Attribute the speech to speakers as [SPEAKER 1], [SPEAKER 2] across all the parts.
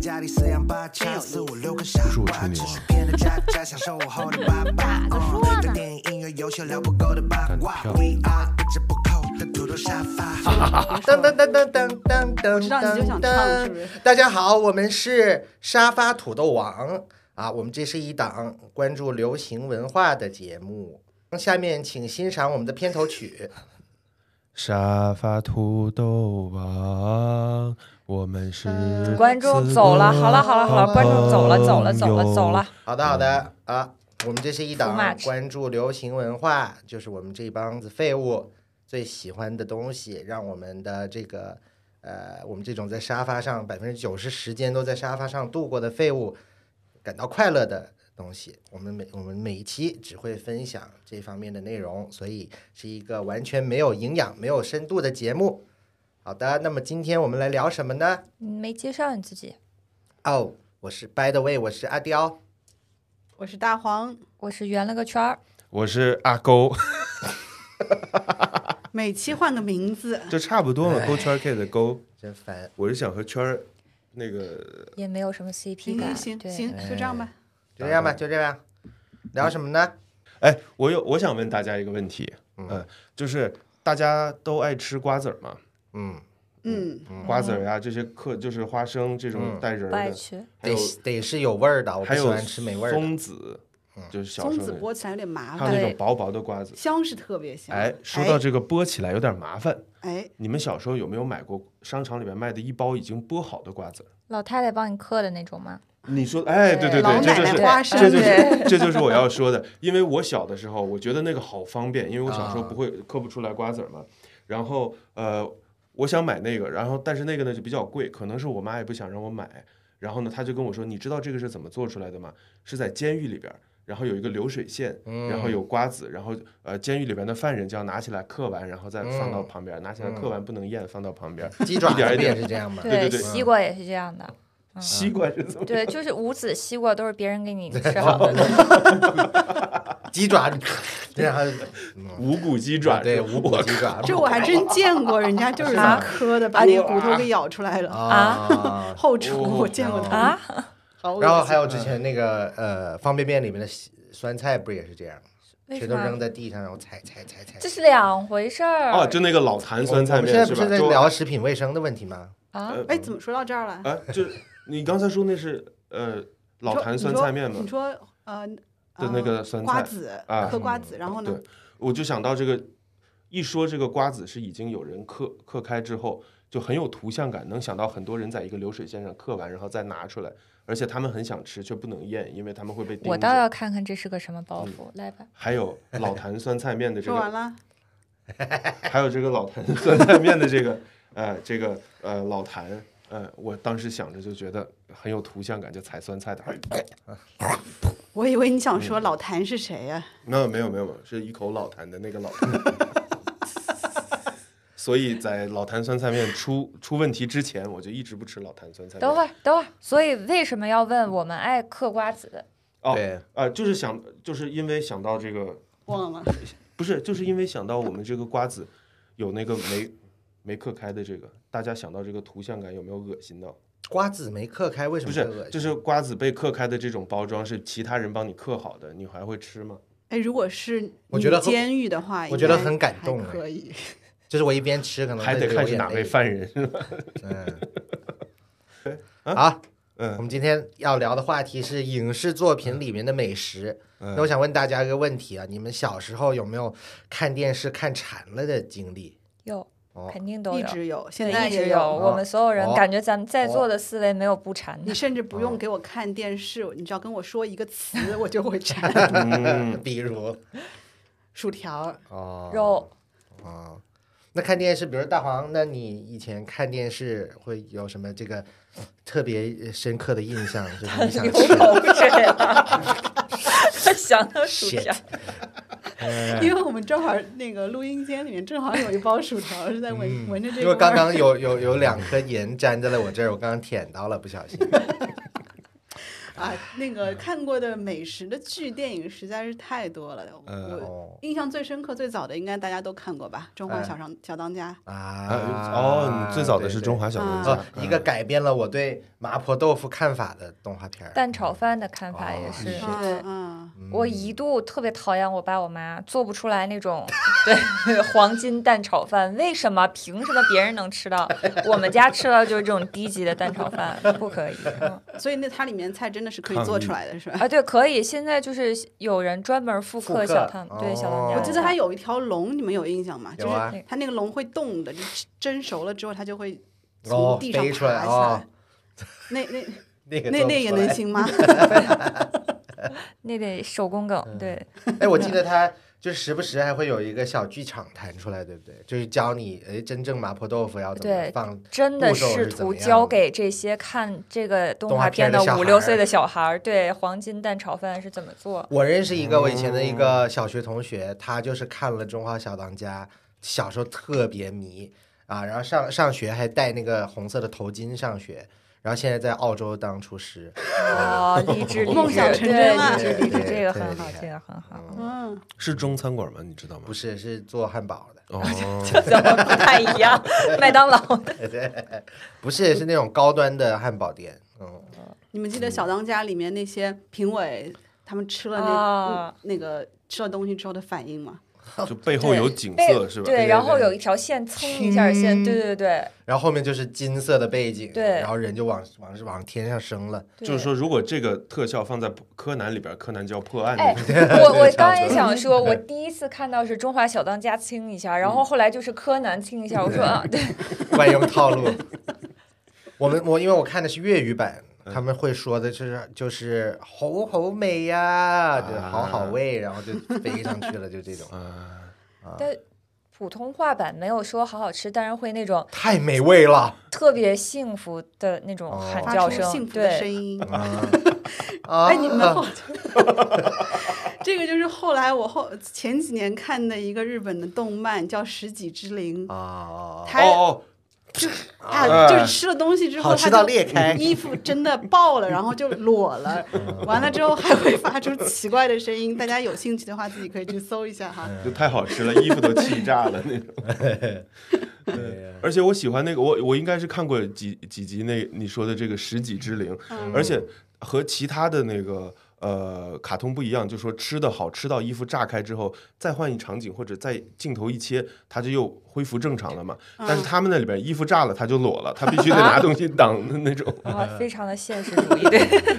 [SPEAKER 1] 家里四羊八叉，四五六个傻瓜，只是骗着渣渣享受我后的八八。
[SPEAKER 2] 咋个说
[SPEAKER 1] 对
[SPEAKER 2] 呢？
[SPEAKER 1] 电影音乐优秀聊不够的八卦，We are 一直不扣的土豆沙发。
[SPEAKER 3] 噔噔噔噔噔噔噔，
[SPEAKER 2] 知道你就想唱是不是
[SPEAKER 3] 大家好，我们是沙发土豆王啊，我们这是一档关注流行文化的节目。下面请欣赏我们的片头曲。
[SPEAKER 4] 沙发土豆王，我们是
[SPEAKER 5] 观众走了，好了好了好了，观众走了走了走了走了。，
[SPEAKER 3] 好的，好的啊，我们这是一
[SPEAKER 5] Too
[SPEAKER 3] 档
[SPEAKER 5] much
[SPEAKER 3] 关注流行文化，就是我们这帮子废物最喜欢的东西，让我们的这个呃，我们这种在沙发上百分之九十时间都在沙发上度过的废物感到快乐的东西。我们每我们每一期只会分享这方面的内容，所以是一个完全没有营养、没有深度的节目。好的，那么今天我们来聊什么呢？
[SPEAKER 5] 你嗯没介绍你自己，
[SPEAKER 3] 哦，我是 By the way，我是阿刁。
[SPEAKER 2] 我是大黄，
[SPEAKER 5] 我是圆了个圈儿，
[SPEAKER 4] 我是阿勾，
[SPEAKER 2] 每期换个名字，
[SPEAKER 4] 这差不多嘛，勾圈 K 的勾，
[SPEAKER 3] 真烦，
[SPEAKER 4] 我是想和圈儿那个
[SPEAKER 5] 也没有什么 CP
[SPEAKER 2] 行
[SPEAKER 5] 感。
[SPEAKER 2] 嗯行
[SPEAKER 5] 对
[SPEAKER 2] 行，就这样吧。
[SPEAKER 3] 就这样吧，就这样。聊什么呢？
[SPEAKER 4] 哎，我有我想问大家一个问题，
[SPEAKER 3] 嗯
[SPEAKER 4] 呃，就是大家都爱吃瓜子儿嘛，
[SPEAKER 3] 嗯，
[SPEAKER 2] 嗯，
[SPEAKER 4] 瓜子儿呀、这些嗑就是花生这种
[SPEAKER 3] 嗯
[SPEAKER 4] 带仁儿
[SPEAKER 5] 不爱
[SPEAKER 4] 的，
[SPEAKER 5] 吃，
[SPEAKER 4] 还
[SPEAKER 3] 得
[SPEAKER 4] 有
[SPEAKER 3] 是得是有味儿的，我不
[SPEAKER 4] 还
[SPEAKER 3] 喜
[SPEAKER 4] 有
[SPEAKER 3] 欢吃没味儿的。
[SPEAKER 4] 松子，就是小
[SPEAKER 2] 松
[SPEAKER 4] 时候
[SPEAKER 2] 子
[SPEAKER 4] 那
[SPEAKER 2] 剥起来有点
[SPEAKER 4] 还
[SPEAKER 2] 麻
[SPEAKER 4] 有
[SPEAKER 2] 烦，
[SPEAKER 4] 那
[SPEAKER 5] 对
[SPEAKER 4] 种薄薄的瓜子。
[SPEAKER 2] 香是特别香。
[SPEAKER 4] 哎，说到这个剥起来有点麻烦，
[SPEAKER 2] 哎，
[SPEAKER 4] 你们小时候有没有买过商场里面卖的一包已经剥好的瓜子儿？
[SPEAKER 5] 老太太帮你嗑的那种吗？
[SPEAKER 4] 你说，哎，对对
[SPEAKER 2] 老
[SPEAKER 4] 对，这
[SPEAKER 2] 奶
[SPEAKER 4] 就
[SPEAKER 2] 奶
[SPEAKER 4] 是
[SPEAKER 2] 花生，
[SPEAKER 4] 这就是
[SPEAKER 2] 对
[SPEAKER 4] 这就是我要说的，因为我小的时候，我觉得那个好方便，因为我小时候不会
[SPEAKER 3] 啊
[SPEAKER 4] 嗑不出来瓜子儿嘛。然后呃，我想买那个，然后但是那个呢就比较贵，可能是我妈也不想让我买。然后呢，她就跟我说：“你知道这个是怎么做出来的吗？是在监狱里边儿，然后有一个流水线，
[SPEAKER 3] 嗯
[SPEAKER 4] 然后有瓜子，然后呃，监狱里边的犯人就要拿起来嗑完，然后再放到
[SPEAKER 3] 嗯
[SPEAKER 4] 旁边儿，拿起来嗑完不能咽，放到旁边儿。
[SPEAKER 3] 鸡爪
[SPEAKER 4] 一点
[SPEAKER 3] 子
[SPEAKER 4] 儿
[SPEAKER 3] 不
[SPEAKER 4] 一
[SPEAKER 3] 也
[SPEAKER 4] 点儿
[SPEAKER 3] 是这样吗？
[SPEAKER 4] 对对
[SPEAKER 5] 西瓜也是这样的。
[SPEAKER 2] 嗯
[SPEAKER 4] 西瓜是怎么？
[SPEAKER 5] 对，就是五子西瓜都是别人给你吃好的，
[SPEAKER 3] 鸡爪， 然后
[SPEAKER 4] 无骨鸡爪
[SPEAKER 3] 对
[SPEAKER 4] 是吧
[SPEAKER 3] 无骨鸡爪，
[SPEAKER 2] 这我还真见过，人家就是
[SPEAKER 5] 啊
[SPEAKER 2] 磕的，把那个骨头给咬出来
[SPEAKER 4] 啊
[SPEAKER 2] 了。
[SPEAKER 3] 啊。
[SPEAKER 2] 后厨
[SPEAKER 4] 哦
[SPEAKER 2] 我见过他们，好恶 心
[SPEAKER 3] 然后还有之前那个呃方便面里面的西酸菜不也是这样吗？
[SPEAKER 5] 为
[SPEAKER 3] 全
[SPEAKER 5] 什
[SPEAKER 3] 都扔
[SPEAKER 5] 么？
[SPEAKER 3] 在地上，然后踩踩踩踩
[SPEAKER 5] 这。是两回事儿
[SPEAKER 4] 哦，就那个老坛酸菜
[SPEAKER 3] 我们现在
[SPEAKER 4] 面
[SPEAKER 3] 不
[SPEAKER 4] 是
[SPEAKER 3] 是
[SPEAKER 4] 吧？
[SPEAKER 3] 在
[SPEAKER 4] 就
[SPEAKER 3] 聊食品卫生的问题吗？
[SPEAKER 5] 啊！
[SPEAKER 2] 哎，怎么说到这儿了？
[SPEAKER 4] 啊，就是你刚才说那是呃
[SPEAKER 2] 你
[SPEAKER 4] 老
[SPEAKER 2] 说
[SPEAKER 4] 坛酸菜面
[SPEAKER 2] 你
[SPEAKER 4] 嘛？
[SPEAKER 2] 说你说呃
[SPEAKER 4] 的那个酸菜
[SPEAKER 2] 瓜子
[SPEAKER 4] 啊
[SPEAKER 2] 嗑瓜子，然后呢
[SPEAKER 4] 对？我就想到这个，一说这个瓜子是已经有人嗑嗑开之后，就很有图像感，能想到很多人在一个流水线上嗑完，然后再拿出来，而且他们很想吃却不能咽，因为他们会被盯
[SPEAKER 5] 我倒要
[SPEAKER 4] 着。
[SPEAKER 5] 看看这是个什么包袱，来吧。
[SPEAKER 4] 还有老坛酸菜面的这
[SPEAKER 2] 说完
[SPEAKER 4] 个，
[SPEAKER 2] 了，
[SPEAKER 4] 还有这个老坛酸菜面的这个，呃，这个呃老坛，呃，我当时想着就觉得很有图像感，就踩酸菜的，
[SPEAKER 2] 我以为你想说老谭是谁啊呀？
[SPEAKER 4] 没有没有没有，是一口老坛的那个老坛。 所以在老坛酸菜面出出问题之前，我就一直不吃老坛酸菜面。
[SPEAKER 5] 等会儿，等会儿。所以为什么要问我们爱嗑瓜子？
[SPEAKER 4] 哦，
[SPEAKER 3] 对，
[SPEAKER 4] 呃，就是想，就是因为想到这个，
[SPEAKER 2] 忘了，
[SPEAKER 4] 不是，就是因为想到我们这个瓜子有那个没没嗑开的这个，大家想到这个图像感有没有恶心到？
[SPEAKER 3] 瓜子没嗑开，为什
[SPEAKER 4] 不
[SPEAKER 3] 么
[SPEAKER 4] 是，就是是瓜子被嗑开的这种包装是其他人帮你嗑好的，你还会吃吗？
[SPEAKER 2] 哎，如果是
[SPEAKER 3] 我觉得
[SPEAKER 2] 你
[SPEAKER 3] 很
[SPEAKER 2] 监狱的话，
[SPEAKER 3] 我觉得
[SPEAKER 2] 应该
[SPEAKER 3] 很感动
[SPEAKER 2] 还
[SPEAKER 3] 哎
[SPEAKER 2] 可以。
[SPEAKER 3] 就是我一边吃可能
[SPEAKER 4] 还得看是哪位
[SPEAKER 3] 位。
[SPEAKER 4] 犯人。
[SPEAKER 3] 嗯，好，我
[SPEAKER 4] 嗯
[SPEAKER 3] 们今天要聊的话题是影视作品里面的美食。那
[SPEAKER 4] 嗯，
[SPEAKER 3] 我想问大家一个问题啊，你们小时候有没有看电视看馋了的经历？
[SPEAKER 5] 有
[SPEAKER 3] 哦，
[SPEAKER 5] 肯定都
[SPEAKER 2] 一
[SPEAKER 5] 有。
[SPEAKER 2] 直有，现
[SPEAKER 5] 对，
[SPEAKER 2] 在
[SPEAKER 5] 一直
[SPEAKER 2] 也
[SPEAKER 5] 有。我
[SPEAKER 3] 啊
[SPEAKER 5] 们所有人
[SPEAKER 3] 哦
[SPEAKER 5] 感觉咱们在座的四位没有不馋的
[SPEAKER 2] 你。甚至不用给我看电视，你只要跟我说一个词，我就 会馋。
[SPEAKER 4] 嗯
[SPEAKER 3] 比如
[SPEAKER 2] 薯条，
[SPEAKER 3] 哦
[SPEAKER 5] 肉
[SPEAKER 3] 哦，那看电视，比如大黄，那你以前看电视会有什么这个特别深刻的印象？就是你想
[SPEAKER 5] 流
[SPEAKER 3] 吃
[SPEAKER 5] 口水了， 想 到薯
[SPEAKER 3] shit
[SPEAKER 5] 条，
[SPEAKER 3] 嗯。
[SPEAKER 2] 因为我们正好那个录音间里面正好有一包薯条，是在闻闻着这
[SPEAKER 3] 嗯因
[SPEAKER 2] 个味
[SPEAKER 3] 为
[SPEAKER 2] 儿。
[SPEAKER 3] 刚刚有有有两颗盐粘在了我这儿，我刚刚舔到了，不小心。
[SPEAKER 2] 啊，那个看过的美食的剧、电影实在是太多了。
[SPEAKER 4] 呃
[SPEAKER 2] 我
[SPEAKER 3] 哦
[SPEAKER 2] 印象最深刻、最早的应该大家都看过吧，《中华
[SPEAKER 3] 哎
[SPEAKER 2] 小当小当家
[SPEAKER 3] 啊
[SPEAKER 4] 啊哦，你最早的是《中
[SPEAKER 3] 华
[SPEAKER 4] 华小当
[SPEAKER 2] 啊
[SPEAKER 4] 家》
[SPEAKER 3] 一个改变了我对麻婆豆腐看法的动画片儿。
[SPEAKER 5] 蛋炒饭的看法也
[SPEAKER 3] 哦
[SPEAKER 5] 是，》
[SPEAKER 3] 是
[SPEAKER 5] 对
[SPEAKER 2] 嗯。嗯，
[SPEAKER 5] 我一度特别讨厌我爸我妈做不出来那 种对黄金蛋炒饭，为什么？凭什么别人能吃到，我们家吃到就是这种低级的蛋炒饭，不可 以、嗯
[SPEAKER 2] 所以那它里面菜真的是可以
[SPEAKER 4] 抗
[SPEAKER 2] 做
[SPEAKER 4] 议
[SPEAKER 2] 出来的，是吧？
[SPEAKER 5] 啊？对，可以。现在就是有人专门复
[SPEAKER 3] 复
[SPEAKER 5] 刻
[SPEAKER 3] 刻
[SPEAKER 5] 小汤，对小当
[SPEAKER 3] 哦
[SPEAKER 5] 家，
[SPEAKER 2] 我记得还有一条龙，你们有印象吗？就
[SPEAKER 3] 有啊
[SPEAKER 2] 是它那个龙会动的，就蒸熟了之后它就会
[SPEAKER 3] 哦
[SPEAKER 2] 从地上
[SPEAKER 3] 飞
[SPEAKER 2] 爬
[SPEAKER 3] 出来
[SPEAKER 2] 来。
[SPEAKER 3] 哦
[SPEAKER 2] 那 那
[SPEAKER 3] 那个
[SPEAKER 2] 那
[SPEAKER 3] 做
[SPEAKER 2] 那
[SPEAKER 3] 不
[SPEAKER 2] 也
[SPEAKER 3] 出
[SPEAKER 2] 能
[SPEAKER 3] 来？
[SPEAKER 2] 行吗？
[SPEAKER 5] 那得手工梗，对，
[SPEAKER 3] 哎，我记得它就是时不时还会有一个小剧场弹出来，对不对？就是教你哎，真正麻婆豆腐要怎么
[SPEAKER 5] 对
[SPEAKER 3] 放。
[SPEAKER 5] 真的
[SPEAKER 3] 步骤
[SPEAKER 5] 试
[SPEAKER 3] 是怎
[SPEAKER 5] 图
[SPEAKER 3] 么样
[SPEAKER 5] 教
[SPEAKER 3] 的
[SPEAKER 5] 给这些看这个动
[SPEAKER 3] 动画
[SPEAKER 5] 画
[SPEAKER 3] 片
[SPEAKER 5] 片
[SPEAKER 3] 的
[SPEAKER 5] 的
[SPEAKER 3] 小
[SPEAKER 5] 五
[SPEAKER 3] 孩
[SPEAKER 5] 六
[SPEAKER 3] 儿
[SPEAKER 5] 岁的小孩儿，对黄金蛋炒饭是怎么做？
[SPEAKER 3] 我认识一个我以前的一个小学同学，他就是看了《中华小当家》，小时候特别迷啊，然后上上学还戴那个红色的头巾上学，然后现在在澳洲当厨师。
[SPEAKER 5] 哦，励志励
[SPEAKER 2] 梦
[SPEAKER 5] 志
[SPEAKER 2] 想成真了
[SPEAKER 5] 对励志励志，
[SPEAKER 3] 对
[SPEAKER 5] 这个
[SPEAKER 3] 特
[SPEAKER 5] 很
[SPEAKER 3] 别
[SPEAKER 5] 好
[SPEAKER 3] 厉，害
[SPEAKER 5] 这个很好。
[SPEAKER 2] 嗯，
[SPEAKER 4] 是中餐馆吗？你知道吗
[SPEAKER 3] 不？是，是做汉堡的，
[SPEAKER 4] 哦，
[SPEAKER 3] 嗯
[SPEAKER 5] 怎么不太一 样？麦当劳的
[SPEAKER 3] 不是是那种高端的汉堡店。嗯，
[SPEAKER 2] 你们记得《小当家》里面那些评委他们吃了那、
[SPEAKER 5] 啊
[SPEAKER 2] 那个吃了东西之后的反应吗？
[SPEAKER 4] 就背后有景色是吧？
[SPEAKER 5] 对，
[SPEAKER 3] 对
[SPEAKER 5] 然后
[SPEAKER 3] 对
[SPEAKER 5] 有一条线蹭一下线，对对对
[SPEAKER 3] 然后后面就是金色的背景，
[SPEAKER 5] 对
[SPEAKER 3] 然后人就往往往天上升了。
[SPEAKER 5] 对。
[SPEAKER 4] 就是，说，如果这个特效放在柯南里边，柯南就要破案。
[SPEAKER 5] 哎，我我刚也想说，我第一次看到是《中华小当家》亲一下，然
[SPEAKER 3] 嗯
[SPEAKER 5] 后后来就是柯南亲一下，我说啊，对，
[SPEAKER 3] 惯用套路。我们我因为我看的是粤语版，他们会说的就是就是好好美呀、就好好味，然后就飞上去了，就这种啊
[SPEAKER 5] 但普通话版没有说好好吃，但是会那种
[SPEAKER 3] 太美味了
[SPEAKER 5] 特别幸福的那种喊
[SPEAKER 3] 哦
[SPEAKER 5] 叫
[SPEAKER 2] 发出
[SPEAKER 5] 声，
[SPEAKER 2] 幸福的声
[SPEAKER 5] 对，
[SPEAKER 2] 音。
[SPEAKER 3] 啊！
[SPEAKER 2] 哎，你们后 这个就是后来我后前几年看的一个日本的动漫叫《十几之灵》，
[SPEAKER 3] 啊，
[SPEAKER 4] 哦
[SPEAKER 2] 它
[SPEAKER 4] 哦，
[SPEAKER 2] 啊，就是吃了东西之后，
[SPEAKER 3] 嗯好吃
[SPEAKER 2] 它
[SPEAKER 3] 到
[SPEAKER 2] 就
[SPEAKER 3] 裂开
[SPEAKER 2] 衣服真的爆了，然后就裸 了，完了之后还会发出奇怪的声音。大家有兴趣的话，自己可以去搜一下哈。
[SPEAKER 4] 就太好吃了，衣服都气炸了那种。嗯而且我喜欢那个，我我应该是看过几几集那你说的这个《十几之灵》
[SPEAKER 5] 嗯
[SPEAKER 4] 而且和其他的那个呃卡通不一样，就说吃的好吃到衣服炸开之后，再换一场景或者再镜头一切，它就又恢复正常了嘛。
[SPEAKER 5] 嗯
[SPEAKER 4] 但是他们那里边衣服炸了，它就裸了，它必须得拿东西挡的 那种。
[SPEAKER 5] 啊，非常的现实主义。对，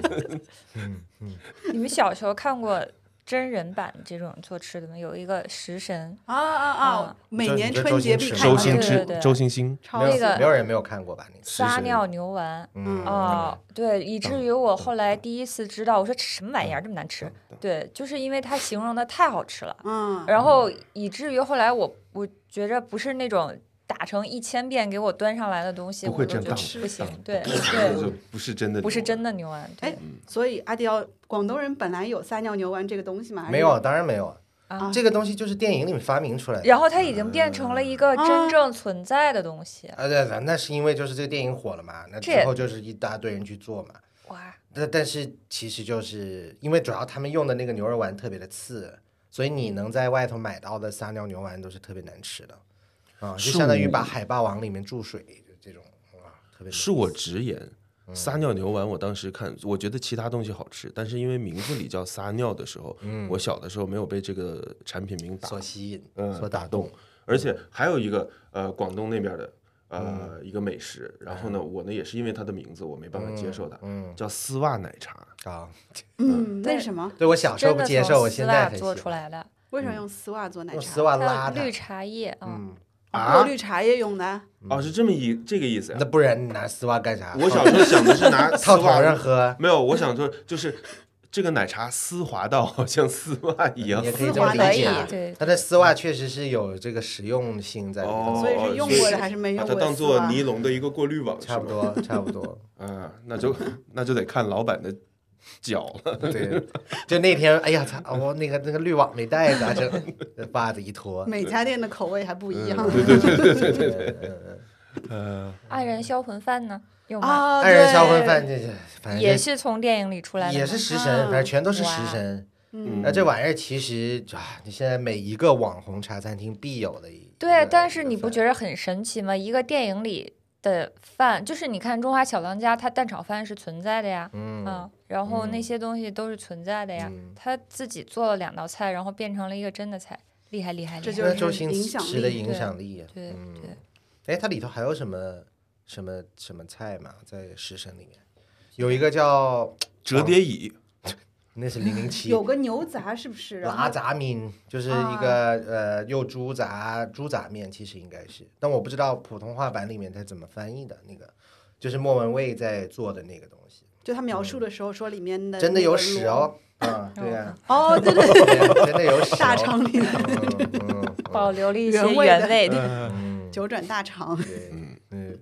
[SPEAKER 5] 你们小时候看过真人版这种做吃的吗？有一个食神，
[SPEAKER 2] 啊啊啊
[SPEAKER 5] 啊！
[SPEAKER 2] 每
[SPEAKER 3] 周
[SPEAKER 2] 年
[SPEAKER 3] 你说
[SPEAKER 2] 春节
[SPEAKER 3] 周
[SPEAKER 2] 必
[SPEAKER 3] 星
[SPEAKER 5] 吗对
[SPEAKER 4] 周星
[SPEAKER 3] 驰
[SPEAKER 2] 看的
[SPEAKER 4] 驰
[SPEAKER 5] 哎对对，
[SPEAKER 4] 周星星，
[SPEAKER 2] 超
[SPEAKER 3] 哦没有
[SPEAKER 5] 那个啊
[SPEAKER 3] 没有人没有看过吧？那个
[SPEAKER 5] 撒尿牛丸。
[SPEAKER 3] 嗯
[SPEAKER 5] 哦，对，以至于我后来第一次知道，我说什么玩意儿这么难吃？对，就是因为它形容的太好吃了，
[SPEAKER 2] 嗯，
[SPEAKER 5] 然后以至于后来我我觉着不是那种打成一千遍给我端上来的东西，
[SPEAKER 4] 不
[SPEAKER 5] 我
[SPEAKER 4] 会
[SPEAKER 5] 就
[SPEAKER 4] 这
[SPEAKER 5] 觉得
[SPEAKER 4] 样当
[SPEAKER 5] 不行。对
[SPEAKER 4] 就
[SPEAKER 5] 对，
[SPEAKER 4] 不是真的，
[SPEAKER 5] 不是真的牛丸。对
[SPEAKER 2] 哎，所以阿迪奥，广东人本来有撒尿牛丸这个东西吗？还是
[SPEAKER 3] 没有，当然没有。
[SPEAKER 5] 啊
[SPEAKER 3] 这个东西就是电影里面发明出来的。
[SPEAKER 5] 然后它已经变成了一个
[SPEAKER 2] 哦
[SPEAKER 5] 真正存在的东西。
[SPEAKER 3] 啊，对，那那是因为就是这个电影火了嘛，那
[SPEAKER 5] 这
[SPEAKER 3] 之后就是一大堆人去做嘛。
[SPEAKER 5] 哇，
[SPEAKER 3] 但但是其实就是因为主要他们用的那个牛肉丸特别的刺，所以你能在外头买到的撒尿牛丸都是特别难吃的，啊，就是相当于
[SPEAKER 4] 我
[SPEAKER 3] 把海霸王里面注水就这种，嗯哇，特别难
[SPEAKER 4] 是我直言，撒尿牛丸，我当时看，我觉得其他东西好吃，但是因为名字里叫撒尿的时候，我小的时候没有被这个产品名打
[SPEAKER 3] 嗯所吸引，
[SPEAKER 4] 嗯
[SPEAKER 3] 所打
[SPEAKER 4] 动
[SPEAKER 3] 动，，
[SPEAKER 4] 而且还有一个呃广东那边的呃
[SPEAKER 3] 嗯
[SPEAKER 4] 一个美食，然后呢，我呢也是因为它的名字我没办法接受它，
[SPEAKER 3] 嗯
[SPEAKER 4] 叫丝袜奶茶，
[SPEAKER 3] 啊，
[SPEAKER 2] 嗯，
[SPEAKER 5] 对
[SPEAKER 2] 为什么？
[SPEAKER 3] 对我小时候
[SPEAKER 5] 真
[SPEAKER 3] 不
[SPEAKER 5] 的
[SPEAKER 3] 接啊受，我
[SPEAKER 5] 从丝
[SPEAKER 3] 现在
[SPEAKER 5] 袜
[SPEAKER 3] 很
[SPEAKER 5] 做
[SPEAKER 3] 喜
[SPEAKER 5] 出
[SPEAKER 3] 欢
[SPEAKER 5] 来的，
[SPEAKER 2] 为什么用丝袜做奶
[SPEAKER 3] 嗯用
[SPEAKER 2] 茶
[SPEAKER 3] 丝？袜
[SPEAKER 5] 还
[SPEAKER 3] 拉
[SPEAKER 5] 有绿
[SPEAKER 3] 的，嗯
[SPEAKER 5] 茶叶啊，
[SPEAKER 2] 啊，绿茶也用的。
[SPEAKER 4] 哦，是这么一这个意思呀、
[SPEAKER 3] 那不然你拿丝袜干啥？
[SPEAKER 4] 我小时候想的是拿丝
[SPEAKER 3] 套头
[SPEAKER 4] 袜
[SPEAKER 3] 上喝，
[SPEAKER 4] 没有，我想说就是这个奶茶丝滑到好像丝袜一样
[SPEAKER 3] 你也，可以这
[SPEAKER 2] 丝
[SPEAKER 3] 么
[SPEAKER 2] 袜
[SPEAKER 3] 理
[SPEAKER 2] 可以
[SPEAKER 3] 解
[SPEAKER 5] 对对，
[SPEAKER 3] 它的丝袜确实是有这个实用性在里
[SPEAKER 4] 哦，
[SPEAKER 3] 头，
[SPEAKER 2] 所以是用过的还是没用
[SPEAKER 4] 把
[SPEAKER 2] 过的
[SPEAKER 4] 它当
[SPEAKER 2] 丝
[SPEAKER 4] 做
[SPEAKER 2] 袜
[SPEAKER 4] 尼龙的一个过滤网，
[SPEAKER 3] 差不
[SPEAKER 4] 是吗。
[SPEAKER 3] 多差不多。
[SPEAKER 4] 啊，那 就那就得看老板的脚了。
[SPEAKER 3] 对，就那天，哎呀操，我那个那个滤网没带，咋整？袜子一 脱，
[SPEAKER 2] 每家店的口味还不一
[SPEAKER 4] 嗯
[SPEAKER 2] 样。
[SPEAKER 3] 嗯
[SPEAKER 5] 爱人销魂饭呢？有吗？
[SPEAKER 2] 啊，
[SPEAKER 3] 二人
[SPEAKER 2] 对
[SPEAKER 3] 销魂饭，这这反正
[SPEAKER 5] 哦也
[SPEAKER 3] 这
[SPEAKER 5] 是从电影里出来的吗，
[SPEAKER 3] 也是食神，
[SPEAKER 2] 啊
[SPEAKER 3] 反正全都是食
[SPEAKER 5] 哇
[SPEAKER 3] 神。
[SPEAKER 2] 嗯
[SPEAKER 3] 那这玩意儿其实啊，你现在每一个网红茶餐厅必有的一
[SPEAKER 5] 对，但是你不觉
[SPEAKER 3] 得
[SPEAKER 5] 得很神奇吗？一个电影里的饭，就是你看《中华小当家》，它蛋炒饭是存在的呀，
[SPEAKER 3] 嗯
[SPEAKER 5] 啊，然后那
[SPEAKER 3] 嗯
[SPEAKER 5] 些东西都是存在的呀。
[SPEAKER 3] 嗯
[SPEAKER 5] 他自己做了两道菜，然后变成了一个真的菜，厉害厉害厉
[SPEAKER 2] 这
[SPEAKER 5] 害！
[SPEAKER 2] 就是
[SPEAKER 3] 那周星
[SPEAKER 2] 影响
[SPEAKER 3] 驰的
[SPEAKER 2] 力
[SPEAKER 3] 影
[SPEAKER 5] 对
[SPEAKER 3] 响力啊？
[SPEAKER 5] 对
[SPEAKER 3] 嗯
[SPEAKER 5] 对，
[SPEAKER 3] 哎，它里头还有什么什么什么菜嘛？在食神里面有一个叫
[SPEAKER 4] 折叠椅，
[SPEAKER 3] 那是零 零七
[SPEAKER 2] 有个牛杂是不是？然
[SPEAKER 3] 拉
[SPEAKER 2] 后啊
[SPEAKER 3] 杂面，就是一个、呃用猪杂猪杂面，其实应该是，但我不知道普通话版里面它怎么翻译的那个，就是莫文蔚在做的那个东西，
[SPEAKER 2] 就他描述的时候说里面的
[SPEAKER 3] 嗯真的
[SPEAKER 2] 那
[SPEAKER 3] 有
[SPEAKER 2] 个
[SPEAKER 3] 屎
[SPEAKER 2] 螺
[SPEAKER 3] 哦，啊，对呀、
[SPEAKER 2] 哦，对对，
[SPEAKER 3] 对呀真的 有屎、哦，
[SPEAKER 2] 大肠里的
[SPEAKER 3] 嗯，嗯
[SPEAKER 5] 保留了一些
[SPEAKER 2] 原味的
[SPEAKER 5] 原味的，
[SPEAKER 4] 呃
[SPEAKER 3] 嗯，
[SPEAKER 2] 九转大肠，
[SPEAKER 3] 对，嗯，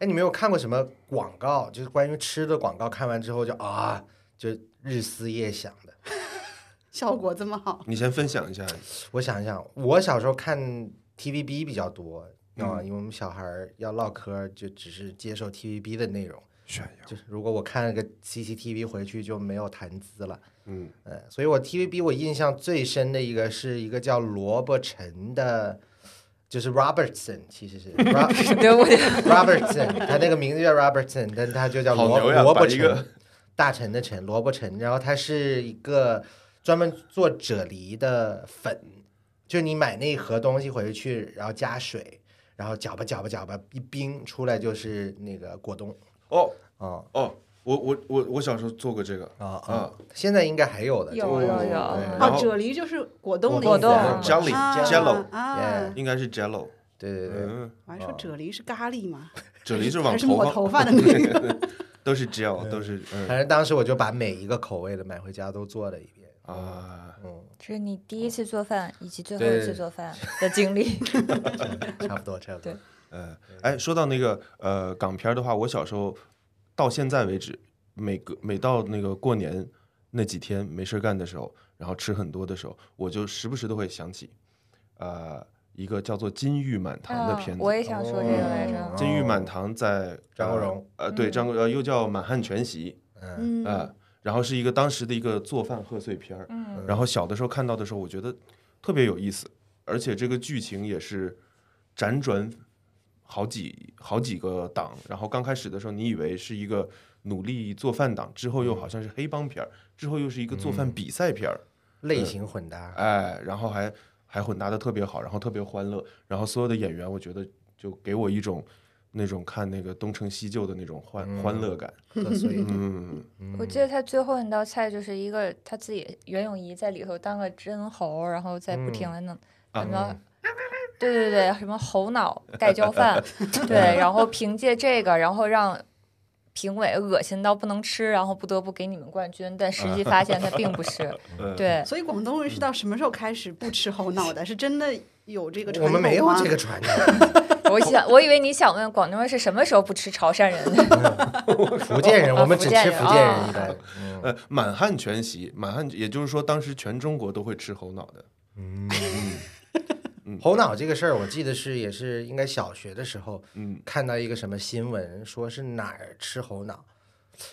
[SPEAKER 3] 哎，你没有看过什么广告，就是关于吃的广告，看完之后就啊，就日思夜想的。
[SPEAKER 2] 效果这么好，
[SPEAKER 4] 你先分享一下，
[SPEAKER 3] 我想一想，我小时候看 TVB 比较多啊、因为我们小孩儿要唠嗑，就只是接受 TVB 的内容。
[SPEAKER 4] 炫耀，
[SPEAKER 3] 就是如果我看了个 CCTV 回去就没有谈资了，
[SPEAKER 4] 嗯
[SPEAKER 3] 嗯，所以我 TVB 我印象最深的一个是一个叫萝卜陈的，就是 Robertson，其实是 Ro-
[SPEAKER 5] 对，我觉得
[SPEAKER 3] Robertson，他那个名字叫 Robertson，但他就叫
[SPEAKER 4] 好
[SPEAKER 3] 萝
[SPEAKER 4] 牛呀
[SPEAKER 3] 萝卜
[SPEAKER 4] 把一
[SPEAKER 3] 陈
[SPEAKER 4] 个，
[SPEAKER 3] 大臣的臣，萝卜陈。然后他是一个专门做啫喱的粉，就是你买那一盒东西回去，然后加水，然后搅吧搅吧搅吧，一冰出来就是那个果冻。
[SPEAKER 4] 哦
[SPEAKER 3] 啊
[SPEAKER 4] 哦，我我我我小时候做过这个，
[SPEAKER 3] 啊
[SPEAKER 4] 啊！
[SPEAKER 3] 现在应该还有的，
[SPEAKER 5] 有
[SPEAKER 3] 这个
[SPEAKER 5] 有有
[SPEAKER 3] 对
[SPEAKER 4] 然
[SPEAKER 2] 哦，
[SPEAKER 4] 后
[SPEAKER 2] 啫喱就是果冻的
[SPEAKER 5] 果
[SPEAKER 2] 意思
[SPEAKER 5] 冻
[SPEAKER 2] 啊，
[SPEAKER 5] 嗯
[SPEAKER 4] jelly，
[SPEAKER 2] 啊
[SPEAKER 4] jello
[SPEAKER 2] 啊
[SPEAKER 3] Yeah，哦
[SPEAKER 4] 应该是 Jello，
[SPEAKER 3] 对对对，
[SPEAKER 4] 嗯，
[SPEAKER 2] 我还说啫喱是咖喱嘛，
[SPEAKER 4] 啫喱是往
[SPEAKER 2] 还是抹
[SPEAKER 4] 头
[SPEAKER 2] 头发的那个，
[SPEAKER 4] 都是 Gel，都是嗯
[SPEAKER 3] 反正当时我就把每一个口味的买回家都做了一遍。
[SPEAKER 4] 啊，
[SPEAKER 3] 嗯，
[SPEAKER 5] 这是你第一次做饭以及最后
[SPEAKER 3] 对
[SPEAKER 5] 一次做饭的经历。嗯
[SPEAKER 3] 差不多，差不多
[SPEAKER 5] 对。
[SPEAKER 4] 呃，哎，说到那个呃港片儿的话，我小时候到现在为止，每个每到那个过年那几天没事儿干的时候，然后吃很多的时候，我就时不时都会想起，呃，一个叫做《金玉满堂》的
[SPEAKER 5] 啊
[SPEAKER 4] 片子。
[SPEAKER 5] 我也想说这个来
[SPEAKER 3] 哦
[SPEAKER 5] 着。
[SPEAKER 4] 金玉满堂在
[SPEAKER 3] 张国
[SPEAKER 4] 呃
[SPEAKER 3] 荣
[SPEAKER 4] 呃，对，
[SPEAKER 5] 嗯
[SPEAKER 4] 张国呃又叫《满汉全席》
[SPEAKER 3] 嗯，
[SPEAKER 2] 嗯，
[SPEAKER 4] 呃，然后是一个当时的一个做饭贺岁片儿，
[SPEAKER 5] 嗯，
[SPEAKER 4] 然后小的时候看到的时候，我觉得特别有意思，而且这个剧情也是辗转好几好几个档，然后刚开始的时候，你以为是一个努力做饭档，之后又好像是黑帮片儿，之后又是一个做饭比赛片儿，
[SPEAKER 3] 类型混搭，
[SPEAKER 4] 哎，然后还还混搭的特别好，然后特别欢乐，然后所有的演员，我觉得就给我一种那种看那个东成西就的那种欢、欢乐感，
[SPEAKER 3] 贺岁。
[SPEAKER 4] 嗯，
[SPEAKER 5] 我记得他最后那道菜就是一个他自己袁咏仪在里头当个真猴，然后再不停的弄什么，对对对，什么猴脑盖浇饭，对，然后凭借这个，然后让评委恶心到不能吃，然后不得不给你们冠军，但实际发现他并不是，
[SPEAKER 4] 呃，
[SPEAKER 5] 对，
[SPEAKER 2] 所以广东人是到什么时候开始不吃猴脑的？是真的有这个传
[SPEAKER 3] 我
[SPEAKER 2] 统吗？
[SPEAKER 3] 们没有这个传统，
[SPEAKER 5] 我想我以为你想问广东人是什么时候不吃潮汕人的，
[SPEAKER 3] 福建人，
[SPEAKER 5] 哦
[SPEAKER 3] 我们只
[SPEAKER 5] 福建
[SPEAKER 3] 吃
[SPEAKER 5] 人
[SPEAKER 3] 福建人
[SPEAKER 5] 哦
[SPEAKER 3] 一般。
[SPEAKER 4] 呃，满汉全席，满汉也就是说，当时全中国都会吃猴脑的。
[SPEAKER 3] 猴脑这个事儿，我记得是也是应该小学的时候，
[SPEAKER 4] 嗯，
[SPEAKER 3] 看到一个什么新闻，说是哪儿吃猴脑，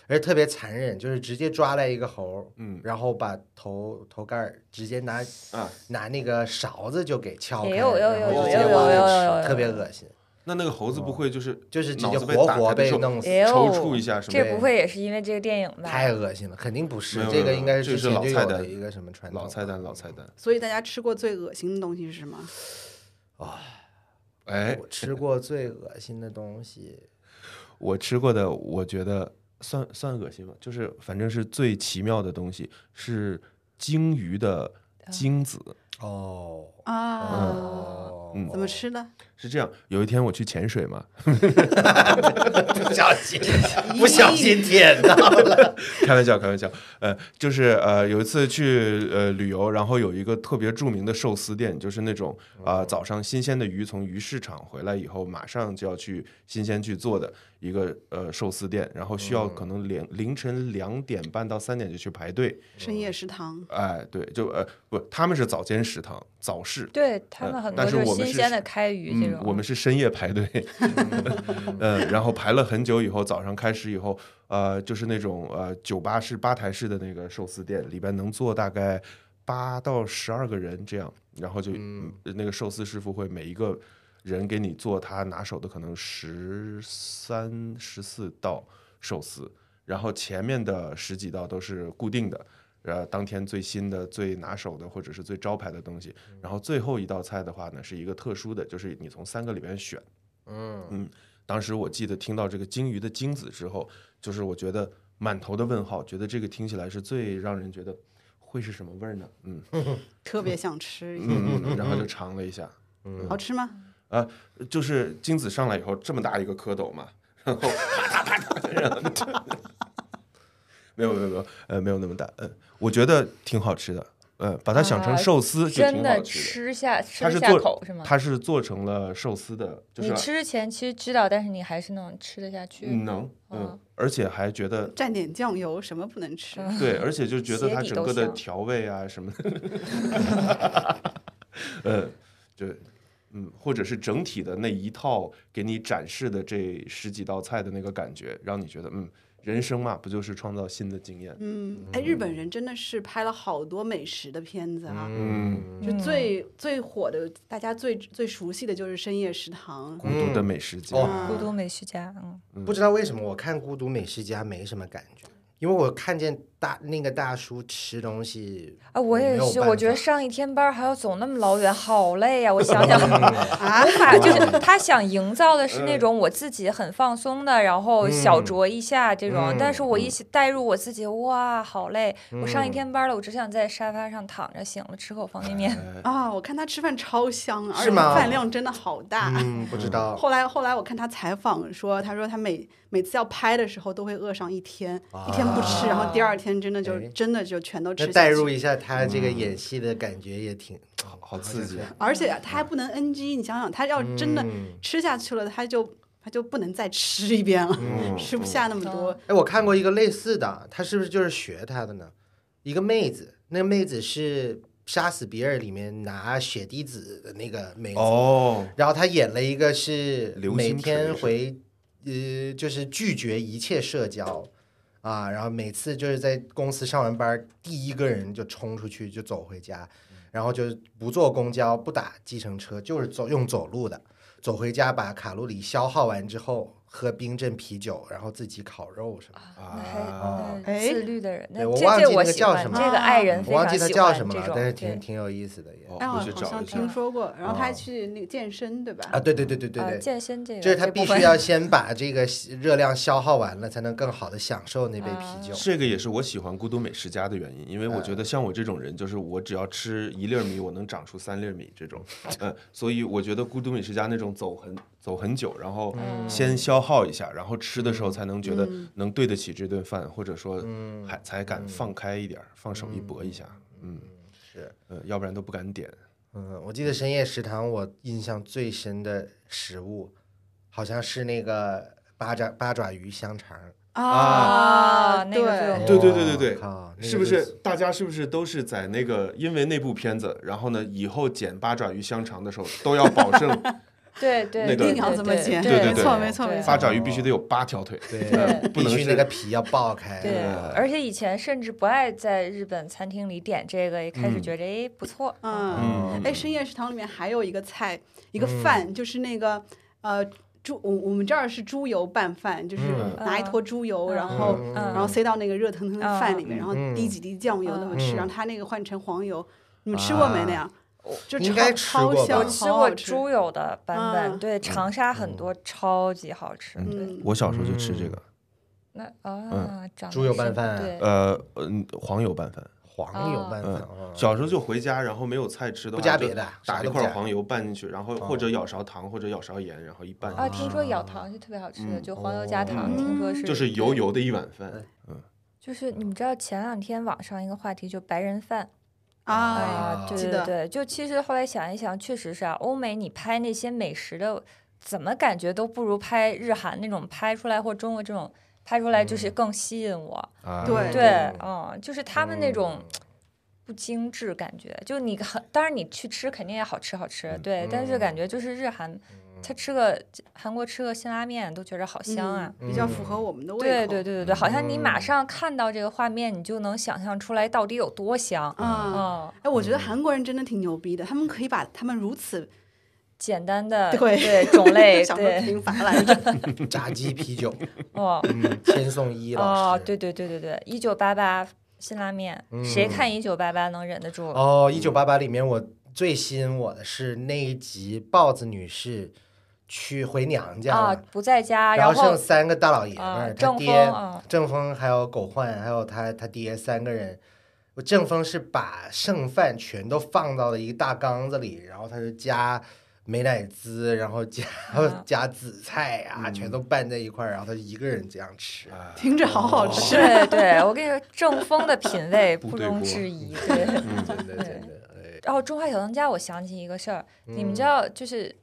[SPEAKER 3] 而且特别残忍，就是直接抓来一个猴，
[SPEAKER 4] 嗯
[SPEAKER 3] 然后把头头盖儿直接拿
[SPEAKER 4] 啊，
[SPEAKER 3] 拿那个勺子就给撬开，
[SPEAKER 5] 哎呦呦
[SPEAKER 3] 然后
[SPEAKER 5] 呦呦
[SPEAKER 3] 直接
[SPEAKER 5] 呦哎
[SPEAKER 3] 往里
[SPEAKER 5] 呦
[SPEAKER 3] 吃
[SPEAKER 5] 呦呦
[SPEAKER 3] 特别恶心，
[SPEAKER 4] 那那个猴子不会就是
[SPEAKER 3] 就是直
[SPEAKER 4] 脑
[SPEAKER 3] 接
[SPEAKER 4] 子被
[SPEAKER 3] 活
[SPEAKER 4] 打开
[SPEAKER 3] 活
[SPEAKER 4] 的
[SPEAKER 3] 被
[SPEAKER 4] 时候
[SPEAKER 3] 弄死，
[SPEAKER 5] 哎呦
[SPEAKER 4] 抽搐一下什么
[SPEAKER 5] 这
[SPEAKER 4] 的？
[SPEAKER 5] 不会也是因为这个电影吧？
[SPEAKER 3] 太恶心了，肯定不是
[SPEAKER 4] 没有
[SPEAKER 3] 这
[SPEAKER 4] 没
[SPEAKER 3] 个，
[SPEAKER 4] 有
[SPEAKER 3] 应该
[SPEAKER 4] 这
[SPEAKER 3] 之
[SPEAKER 4] 是
[SPEAKER 3] 前
[SPEAKER 4] 老
[SPEAKER 3] 就
[SPEAKER 4] 菜
[SPEAKER 3] 有的
[SPEAKER 4] 单
[SPEAKER 3] 一个什么传统
[SPEAKER 4] 老菜单，老菜单。
[SPEAKER 2] 所以大家吃过最恶心的东西是什么？
[SPEAKER 4] 哎，
[SPEAKER 3] 我吃过最恶心的 东西，
[SPEAKER 4] 我吃过的，我觉得算算恶心吧，就是反正是最奇妙的东西是鲸鱼的
[SPEAKER 3] 呃
[SPEAKER 4] 精子。
[SPEAKER 3] 哦
[SPEAKER 2] 啊，
[SPEAKER 3] 哦，
[SPEAKER 4] 嗯
[SPEAKER 2] 怎么吃的？
[SPEAKER 4] 是这样，有一天我去潜水嘛，
[SPEAKER 3] 不小 心，不小心舔到了。
[SPEAKER 4] 开玩笑，开玩笑。呃，就是呃，有一次去呃旅游，然后有一个特别著名的寿司店，就是那种啊、呃早上新鲜的鱼从鱼市场回来以后，马上就要去新鲜去做的一个呃寿司店，然后需要可能凌凌晨两点半到三点就去排队。
[SPEAKER 2] 深夜食堂，
[SPEAKER 4] 哎，对，就呃不，他们是早间食堂早市，
[SPEAKER 5] 对他
[SPEAKER 4] 呃
[SPEAKER 5] 们很多
[SPEAKER 4] 但是
[SPEAKER 5] 就
[SPEAKER 4] 我们
[SPEAKER 5] 新
[SPEAKER 4] 是
[SPEAKER 5] 鲜的开鱼这
[SPEAKER 4] 嗯
[SPEAKER 5] 种，，
[SPEAKER 4] 我们是深夜排队，嗯，然后排了很久以后，早上开始以后，呃，就是那种呃酒吧式吧台式的那个寿司店，里边能坐大概八到十二个人这样，然后就、嗯那个寿司师傅会每一个人给你做他拿手的可能十三、十四道寿司，然后前面的十几道都是固定的。呃，当天最新的、最拿手的或者是最招牌的东西，然后最后一道菜的话呢，是一个特殊的，就是你从三个里边选，
[SPEAKER 3] 嗯
[SPEAKER 4] 嗯，当时我记得听到这个鲸鱼的鲸子之后，就是我觉得满头的问号，觉得这个听起来是最让人觉得会是什么味儿呢？嗯
[SPEAKER 2] 特别想吃一下，
[SPEAKER 4] 嗯，嗯然后就尝了一下，
[SPEAKER 3] 嗯
[SPEAKER 2] 好吃吗？
[SPEAKER 4] 就是鲸子上来以后这么大一个蝌蚪嘛，然后啪啪啪啪，然后 没有没有没有，呃，没有那么大，嗯，我觉得挺好吃的，呃，把它想成
[SPEAKER 5] 啊
[SPEAKER 4] 寿司是
[SPEAKER 5] 真
[SPEAKER 4] 挺好吃的。
[SPEAKER 5] 吃下吃
[SPEAKER 4] 它
[SPEAKER 5] 得
[SPEAKER 4] 是
[SPEAKER 5] 下
[SPEAKER 4] 做
[SPEAKER 5] 口是吗？
[SPEAKER 4] 它是做成了寿司的，就
[SPEAKER 5] 你
[SPEAKER 4] 是
[SPEAKER 5] 吃之前其实知道，但是你还是能吃得下去。
[SPEAKER 4] 能，嗯
[SPEAKER 5] 哦，
[SPEAKER 4] 而且还觉 得
[SPEAKER 2] 蘸点酱油，什么不能吃？
[SPEAKER 4] 对，而且就觉得
[SPEAKER 5] 鞋
[SPEAKER 4] 它
[SPEAKER 5] 底
[SPEAKER 4] 整
[SPEAKER 5] 都
[SPEAKER 4] 个的
[SPEAKER 5] 香
[SPEAKER 4] 调味啊什么的， 呃，就嗯，或者是整体的那一套给你展示的这十几道菜的那个感觉，让你觉得嗯，人生嘛，不就是创造新的经验？
[SPEAKER 2] 嗯，哎，日本人真的是拍了好多美食的片子啊。
[SPEAKER 4] 嗯，
[SPEAKER 2] 就最最火的，大家最最熟悉的就是深夜食堂
[SPEAKER 4] 孤。独的美食街，
[SPEAKER 3] 哦
[SPEAKER 5] 孤独美食家，嗯，
[SPEAKER 3] 不知道为什么我看《孤独美食家》没什么感觉，因为我看见大那个大叔吃东西
[SPEAKER 5] 啊，我
[SPEAKER 3] 没
[SPEAKER 5] 也
[SPEAKER 3] 有
[SPEAKER 5] 是，
[SPEAKER 3] 办
[SPEAKER 5] 我觉得
[SPEAKER 3] 法
[SPEAKER 5] 上一天班儿还要走那么老远，好累呀、我想想，
[SPEAKER 3] 嗯
[SPEAKER 2] 啊
[SPEAKER 5] 无法，就是他想营造的是那种我自己很放松的，然后
[SPEAKER 3] 嗯
[SPEAKER 5] 小酌一下这种，但是我一起带入我自己，哇，好累！我上
[SPEAKER 3] 嗯
[SPEAKER 5] 一天班了，我只想在沙发上躺着，醒了吃口方便 面。
[SPEAKER 2] 啊，我看他吃饭超香，啊而
[SPEAKER 3] 是
[SPEAKER 2] 且
[SPEAKER 3] 吗
[SPEAKER 2] 饭量真的好大。
[SPEAKER 3] 嗯，不知道
[SPEAKER 2] 后来后来我看他采访说，他说他每每次要拍的时候都会饿上一天，一天不吃，然后第二天真的就
[SPEAKER 3] 啊哎
[SPEAKER 2] 真的就全都吃
[SPEAKER 3] 那
[SPEAKER 2] 下
[SPEAKER 3] 代入
[SPEAKER 2] 去
[SPEAKER 3] 一下他这个演戏的感觉也挺
[SPEAKER 4] 好好刺激，啊
[SPEAKER 2] 而且他还不能 NG，你想想，他要真的
[SPEAKER 3] 嗯
[SPEAKER 2] 吃下去了，他就他就不能再吃一遍了，
[SPEAKER 3] 嗯
[SPEAKER 4] 嗯
[SPEAKER 2] 吃不下那么多。
[SPEAKER 3] 哎，我看过一个类似的，他是不是就是学他的呢？一个妹子，那个妹子是《杀死比尔》里面拿血滴子的那个妹子，
[SPEAKER 4] 哦，
[SPEAKER 3] 然后她演了一个是
[SPEAKER 4] 流
[SPEAKER 3] 每
[SPEAKER 4] 星锤
[SPEAKER 3] 天
[SPEAKER 4] 是
[SPEAKER 3] 回，呃，就是拒绝一切社交啊，然后每次就是在公司上完班儿，第一个人就冲出去就走回家，然后就是不坐公交，不打计程车，就是走用走路的，走回家把卡路里消耗完之后。喝冰镇啤酒，然后自己烤肉什么的。
[SPEAKER 5] 那还
[SPEAKER 4] 啊
[SPEAKER 5] 那
[SPEAKER 2] 哎
[SPEAKER 5] 自律的人，那
[SPEAKER 3] 对我
[SPEAKER 5] 这
[SPEAKER 3] 忘记
[SPEAKER 5] 这
[SPEAKER 3] 那
[SPEAKER 5] 我
[SPEAKER 3] 个
[SPEAKER 5] 喜
[SPEAKER 3] 叫
[SPEAKER 5] 欢
[SPEAKER 3] 什
[SPEAKER 2] 么
[SPEAKER 5] 这个
[SPEAKER 2] 了
[SPEAKER 5] 爱人
[SPEAKER 3] 我
[SPEAKER 5] 非
[SPEAKER 3] 忘
[SPEAKER 5] 常
[SPEAKER 3] 记他
[SPEAKER 5] 喜
[SPEAKER 3] 叫什
[SPEAKER 5] 欢
[SPEAKER 3] 么
[SPEAKER 5] 这
[SPEAKER 3] 了，
[SPEAKER 5] 种。
[SPEAKER 3] 但
[SPEAKER 5] 对
[SPEAKER 3] 是挺挺有意思的也。
[SPEAKER 4] 哦
[SPEAKER 2] 哎，我
[SPEAKER 4] 回
[SPEAKER 2] 好
[SPEAKER 4] 去找
[SPEAKER 2] 像
[SPEAKER 4] 一下
[SPEAKER 2] 听说过，然后他还去那个健身，对吧？
[SPEAKER 3] 啊，对对对对对
[SPEAKER 5] 啊，
[SPEAKER 3] 对，
[SPEAKER 5] 健身这个
[SPEAKER 3] 就是他
[SPEAKER 5] 这
[SPEAKER 3] 必
[SPEAKER 5] 部
[SPEAKER 3] 须
[SPEAKER 5] 分
[SPEAKER 3] 要先把这个热量消耗完了，才能更好的享受那杯啤
[SPEAKER 5] 嗯
[SPEAKER 3] 酒。
[SPEAKER 4] 这个也是我喜欢孤独美食家的原因，因为我
[SPEAKER 3] 嗯
[SPEAKER 4] 觉得像我这种人，就是我只要吃一粒儿米，我能长出三粒儿米这种，嗯，所以我觉得孤独美食家那种走很走很久，然后
[SPEAKER 3] 嗯
[SPEAKER 4] 先消耗一下，然后吃的时候才能觉得能对得起这顿饭，或者说
[SPEAKER 3] 嗯
[SPEAKER 4] 还才敢放开一点儿，放手一搏一下，嗯，
[SPEAKER 3] 是，
[SPEAKER 4] 呃，要不然都不敢点。
[SPEAKER 3] 嗯，我记得深夜食堂，我印象最深的食物好像是那个八爪八爪鱼香肠儿。
[SPEAKER 5] 啊那
[SPEAKER 2] 对，
[SPEAKER 5] 个就
[SPEAKER 4] 对对
[SPEAKER 3] 哇
[SPEAKER 4] 对对对
[SPEAKER 3] 靠，那
[SPEAKER 4] 是
[SPEAKER 3] 个
[SPEAKER 4] 不
[SPEAKER 3] 就是
[SPEAKER 4] 大家是不是都是在那个因为那部片子，然后呢，以后剪八爪鱼香肠的时候都要保证
[SPEAKER 5] 对对，
[SPEAKER 4] 那个
[SPEAKER 5] 对
[SPEAKER 2] 一定要这么
[SPEAKER 5] 对
[SPEAKER 2] 减，
[SPEAKER 4] 对对
[SPEAKER 2] 没错
[SPEAKER 4] 对
[SPEAKER 2] 没错没
[SPEAKER 4] 八
[SPEAKER 2] 错。
[SPEAKER 4] 爪鱼必须得有八条腿，呃
[SPEAKER 3] 对，
[SPEAKER 4] 不
[SPEAKER 3] 必
[SPEAKER 4] 能
[SPEAKER 3] 须
[SPEAKER 4] 是
[SPEAKER 3] 那个皮要爆开。嗯
[SPEAKER 5] 对，而且以前甚至不爱在日本餐厅里点这个，也开始觉得哎不错，
[SPEAKER 2] 嗯，哎，深夜食堂里面还有一个菜，一个饭，就是那个呃猪，我我们这儿是猪油拌饭，就是拿一坨猪油，然后
[SPEAKER 5] 嗯
[SPEAKER 2] 然后塞到那个热腾腾的饭里面，然后滴几滴酱油那么
[SPEAKER 3] 嗯
[SPEAKER 2] 吃，然后它那个换成黄油，你们吃过没那样？就
[SPEAKER 3] 应
[SPEAKER 2] 超
[SPEAKER 3] 该吃
[SPEAKER 2] 超
[SPEAKER 3] 过吧
[SPEAKER 2] 香，
[SPEAKER 3] 我
[SPEAKER 5] 吃
[SPEAKER 2] 好
[SPEAKER 5] 过
[SPEAKER 2] 好吃。
[SPEAKER 5] 猪油的版本，
[SPEAKER 2] 嗯
[SPEAKER 5] 对长沙很多超级好吃。对，
[SPEAKER 2] 嗯，
[SPEAKER 4] 我小时候就吃这个，
[SPEAKER 5] 那啊，长
[SPEAKER 3] 猪油
[SPEAKER 5] 得
[SPEAKER 3] 拌
[SPEAKER 5] 是
[SPEAKER 3] 饭啊
[SPEAKER 5] 对，
[SPEAKER 4] 呃，嗯，黄油拌饭。
[SPEAKER 3] 黄油
[SPEAKER 5] 哦
[SPEAKER 3] 拌饭啊，
[SPEAKER 4] 嗯小时候就回家，然后没有菜吃的话，
[SPEAKER 3] 不加
[SPEAKER 4] 就
[SPEAKER 3] 别的啥
[SPEAKER 4] 打一
[SPEAKER 3] 都不
[SPEAKER 4] 块
[SPEAKER 3] 加
[SPEAKER 4] 黄油拌进去，然后或者舀勺糖或者舀勺盐，然后一拌
[SPEAKER 5] 嗯啊，
[SPEAKER 4] 进去，
[SPEAKER 5] 听说舀糖是特别好吃的，就黄油加糖，听
[SPEAKER 2] 嗯
[SPEAKER 5] 说是
[SPEAKER 4] 就是油。油的一碗饭。
[SPEAKER 5] 对就是你们知道前两天网上一个话题，就白人饭，
[SPEAKER 2] 啊
[SPEAKER 5] 啊，，对
[SPEAKER 2] 记
[SPEAKER 5] 对
[SPEAKER 2] 得
[SPEAKER 5] 对，就其实后来想一想，确实是啊，欧美你拍那些美食的，怎么感觉都不如拍日韩那种拍出来，或中国这种拍出来，就是更吸引我。
[SPEAKER 3] 啊
[SPEAKER 2] 嗯对
[SPEAKER 5] 对，嗯，就是他们那种。不精致，感觉就你很，当然你去吃肯定也好吃好吃，
[SPEAKER 2] 嗯
[SPEAKER 5] 对，但是感觉就是日韩，他吃个韩国吃个辛拉面都觉着好香啊。
[SPEAKER 2] 嗯，比较符合我们的胃口。嗯
[SPEAKER 5] 对对对对对，好像你马上看到这个画面，你就能想象出来到底有多香。
[SPEAKER 2] 啊，
[SPEAKER 5] 嗯，
[SPEAKER 2] 哎，我觉得韩国人真的挺牛逼的，他们可以把他们如此
[SPEAKER 5] 简单的
[SPEAKER 2] 对
[SPEAKER 5] 种 类
[SPEAKER 2] 想说
[SPEAKER 5] 对，
[SPEAKER 2] 贫乏来着，
[SPEAKER 3] 炸鸡啤酒，
[SPEAKER 5] 哦
[SPEAKER 3] 嗯， 千颂伊老
[SPEAKER 5] 哦
[SPEAKER 3] 师，，嗯
[SPEAKER 5] 对对对对对，一九八八辛拉面，谁看一九八八能忍得住？
[SPEAKER 3] 哦，一九八八里面我最吸引我的是那一集豹子女士去回娘家
[SPEAKER 5] 啊
[SPEAKER 3] 了，，
[SPEAKER 5] 不在家，
[SPEAKER 3] 然
[SPEAKER 5] 然
[SPEAKER 3] 剩
[SPEAKER 5] 后
[SPEAKER 3] 三个大老爷们
[SPEAKER 5] 啊
[SPEAKER 3] 儿，他
[SPEAKER 5] 郑峰
[SPEAKER 3] 爹
[SPEAKER 5] 啊
[SPEAKER 3] 郑峰还有狗焕，还有他他爹三个人。我郑峰是把剩饭全都放到了一个大缸子里，然后他就加美乃滋，然后加、
[SPEAKER 5] 啊
[SPEAKER 3] 加紫菜啊，全都拌在一块儿，然后他一个人这样吃。 啊
[SPEAKER 2] 听着好好吃。
[SPEAKER 5] 对对，我跟你说，郑峰的 品味
[SPEAKER 4] 部
[SPEAKER 5] 不
[SPEAKER 4] 队
[SPEAKER 5] 容
[SPEAKER 4] 锅
[SPEAKER 5] 置疑。对，
[SPEAKER 3] 嗯真的
[SPEAKER 5] 对
[SPEAKER 3] 真的，哎，
[SPEAKER 5] 然后《中华小当家》，我想起一个事儿，你
[SPEAKER 3] 嗯
[SPEAKER 5] 们知道就是。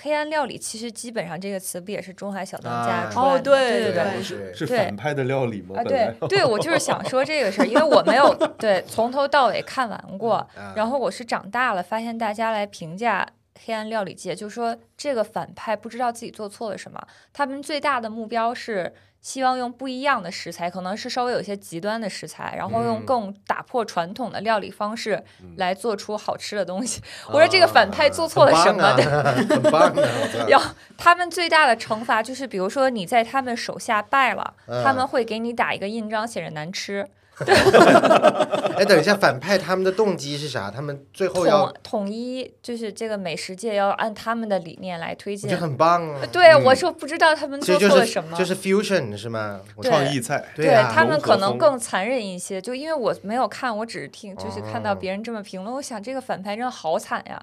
[SPEAKER 5] 黑暗料理其实基本上这个词不也是《中华小当家
[SPEAKER 3] 啊》
[SPEAKER 5] 出来的
[SPEAKER 2] 哦
[SPEAKER 5] 吗
[SPEAKER 2] 对
[SPEAKER 5] 对
[SPEAKER 2] 对
[SPEAKER 5] 对
[SPEAKER 3] 对
[SPEAKER 4] 是
[SPEAKER 5] 对
[SPEAKER 4] 反派的料理吗？
[SPEAKER 5] 啊，
[SPEAKER 4] 本来
[SPEAKER 5] 对对，我就是想说这个事儿，因为我没 有对从头到尾看完过，
[SPEAKER 3] 啊
[SPEAKER 5] 然后我是长大了发现大家来评价黑暗料理界，就说这个反派不知道自己做错了什么，他们最大的目标是。希望用不一样的食材，可能是稍微有一些极端的食材，然后用
[SPEAKER 3] 嗯
[SPEAKER 5] 更打破传统的料理方式来做出好吃的东西。我说这个反派做错了什么？对
[SPEAKER 3] 啊很棒啊，很棒啊！我操
[SPEAKER 5] 要他们最大的惩罚就是，比如说你在他们手下败了，
[SPEAKER 3] 嗯
[SPEAKER 5] 他们会给你打一个印章，写着难吃，
[SPEAKER 3] 哎，等一下，反派他们的动机是啥？他们最后要，
[SPEAKER 5] 统统一就是这个美食界要按他们的理念来推
[SPEAKER 3] 我觉得
[SPEAKER 5] 荐。
[SPEAKER 3] 很棒啊！
[SPEAKER 5] 呃对，
[SPEAKER 3] 嗯
[SPEAKER 5] 我说不知道他们
[SPEAKER 3] 其
[SPEAKER 5] 做错
[SPEAKER 3] 实就
[SPEAKER 5] 了
[SPEAKER 3] 是
[SPEAKER 5] 什么，
[SPEAKER 3] 就是 fusion 是吗？我
[SPEAKER 5] 对
[SPEAKER 3] 创
[SPEAKER 4] 创意菜，
[SPEAKER 5] 对
[SPEAKER 3] 啊，
[SPEAKER 5] 他们可
[SPEAKER 4] 融合
[SPEAKER 5] 能
[SPEAKER 4] 风
[SPEAKER 5] 更残忍一些。就因为我没有看，我只是听，就是看到别人这么评论，我想这个反派真的好惨呀。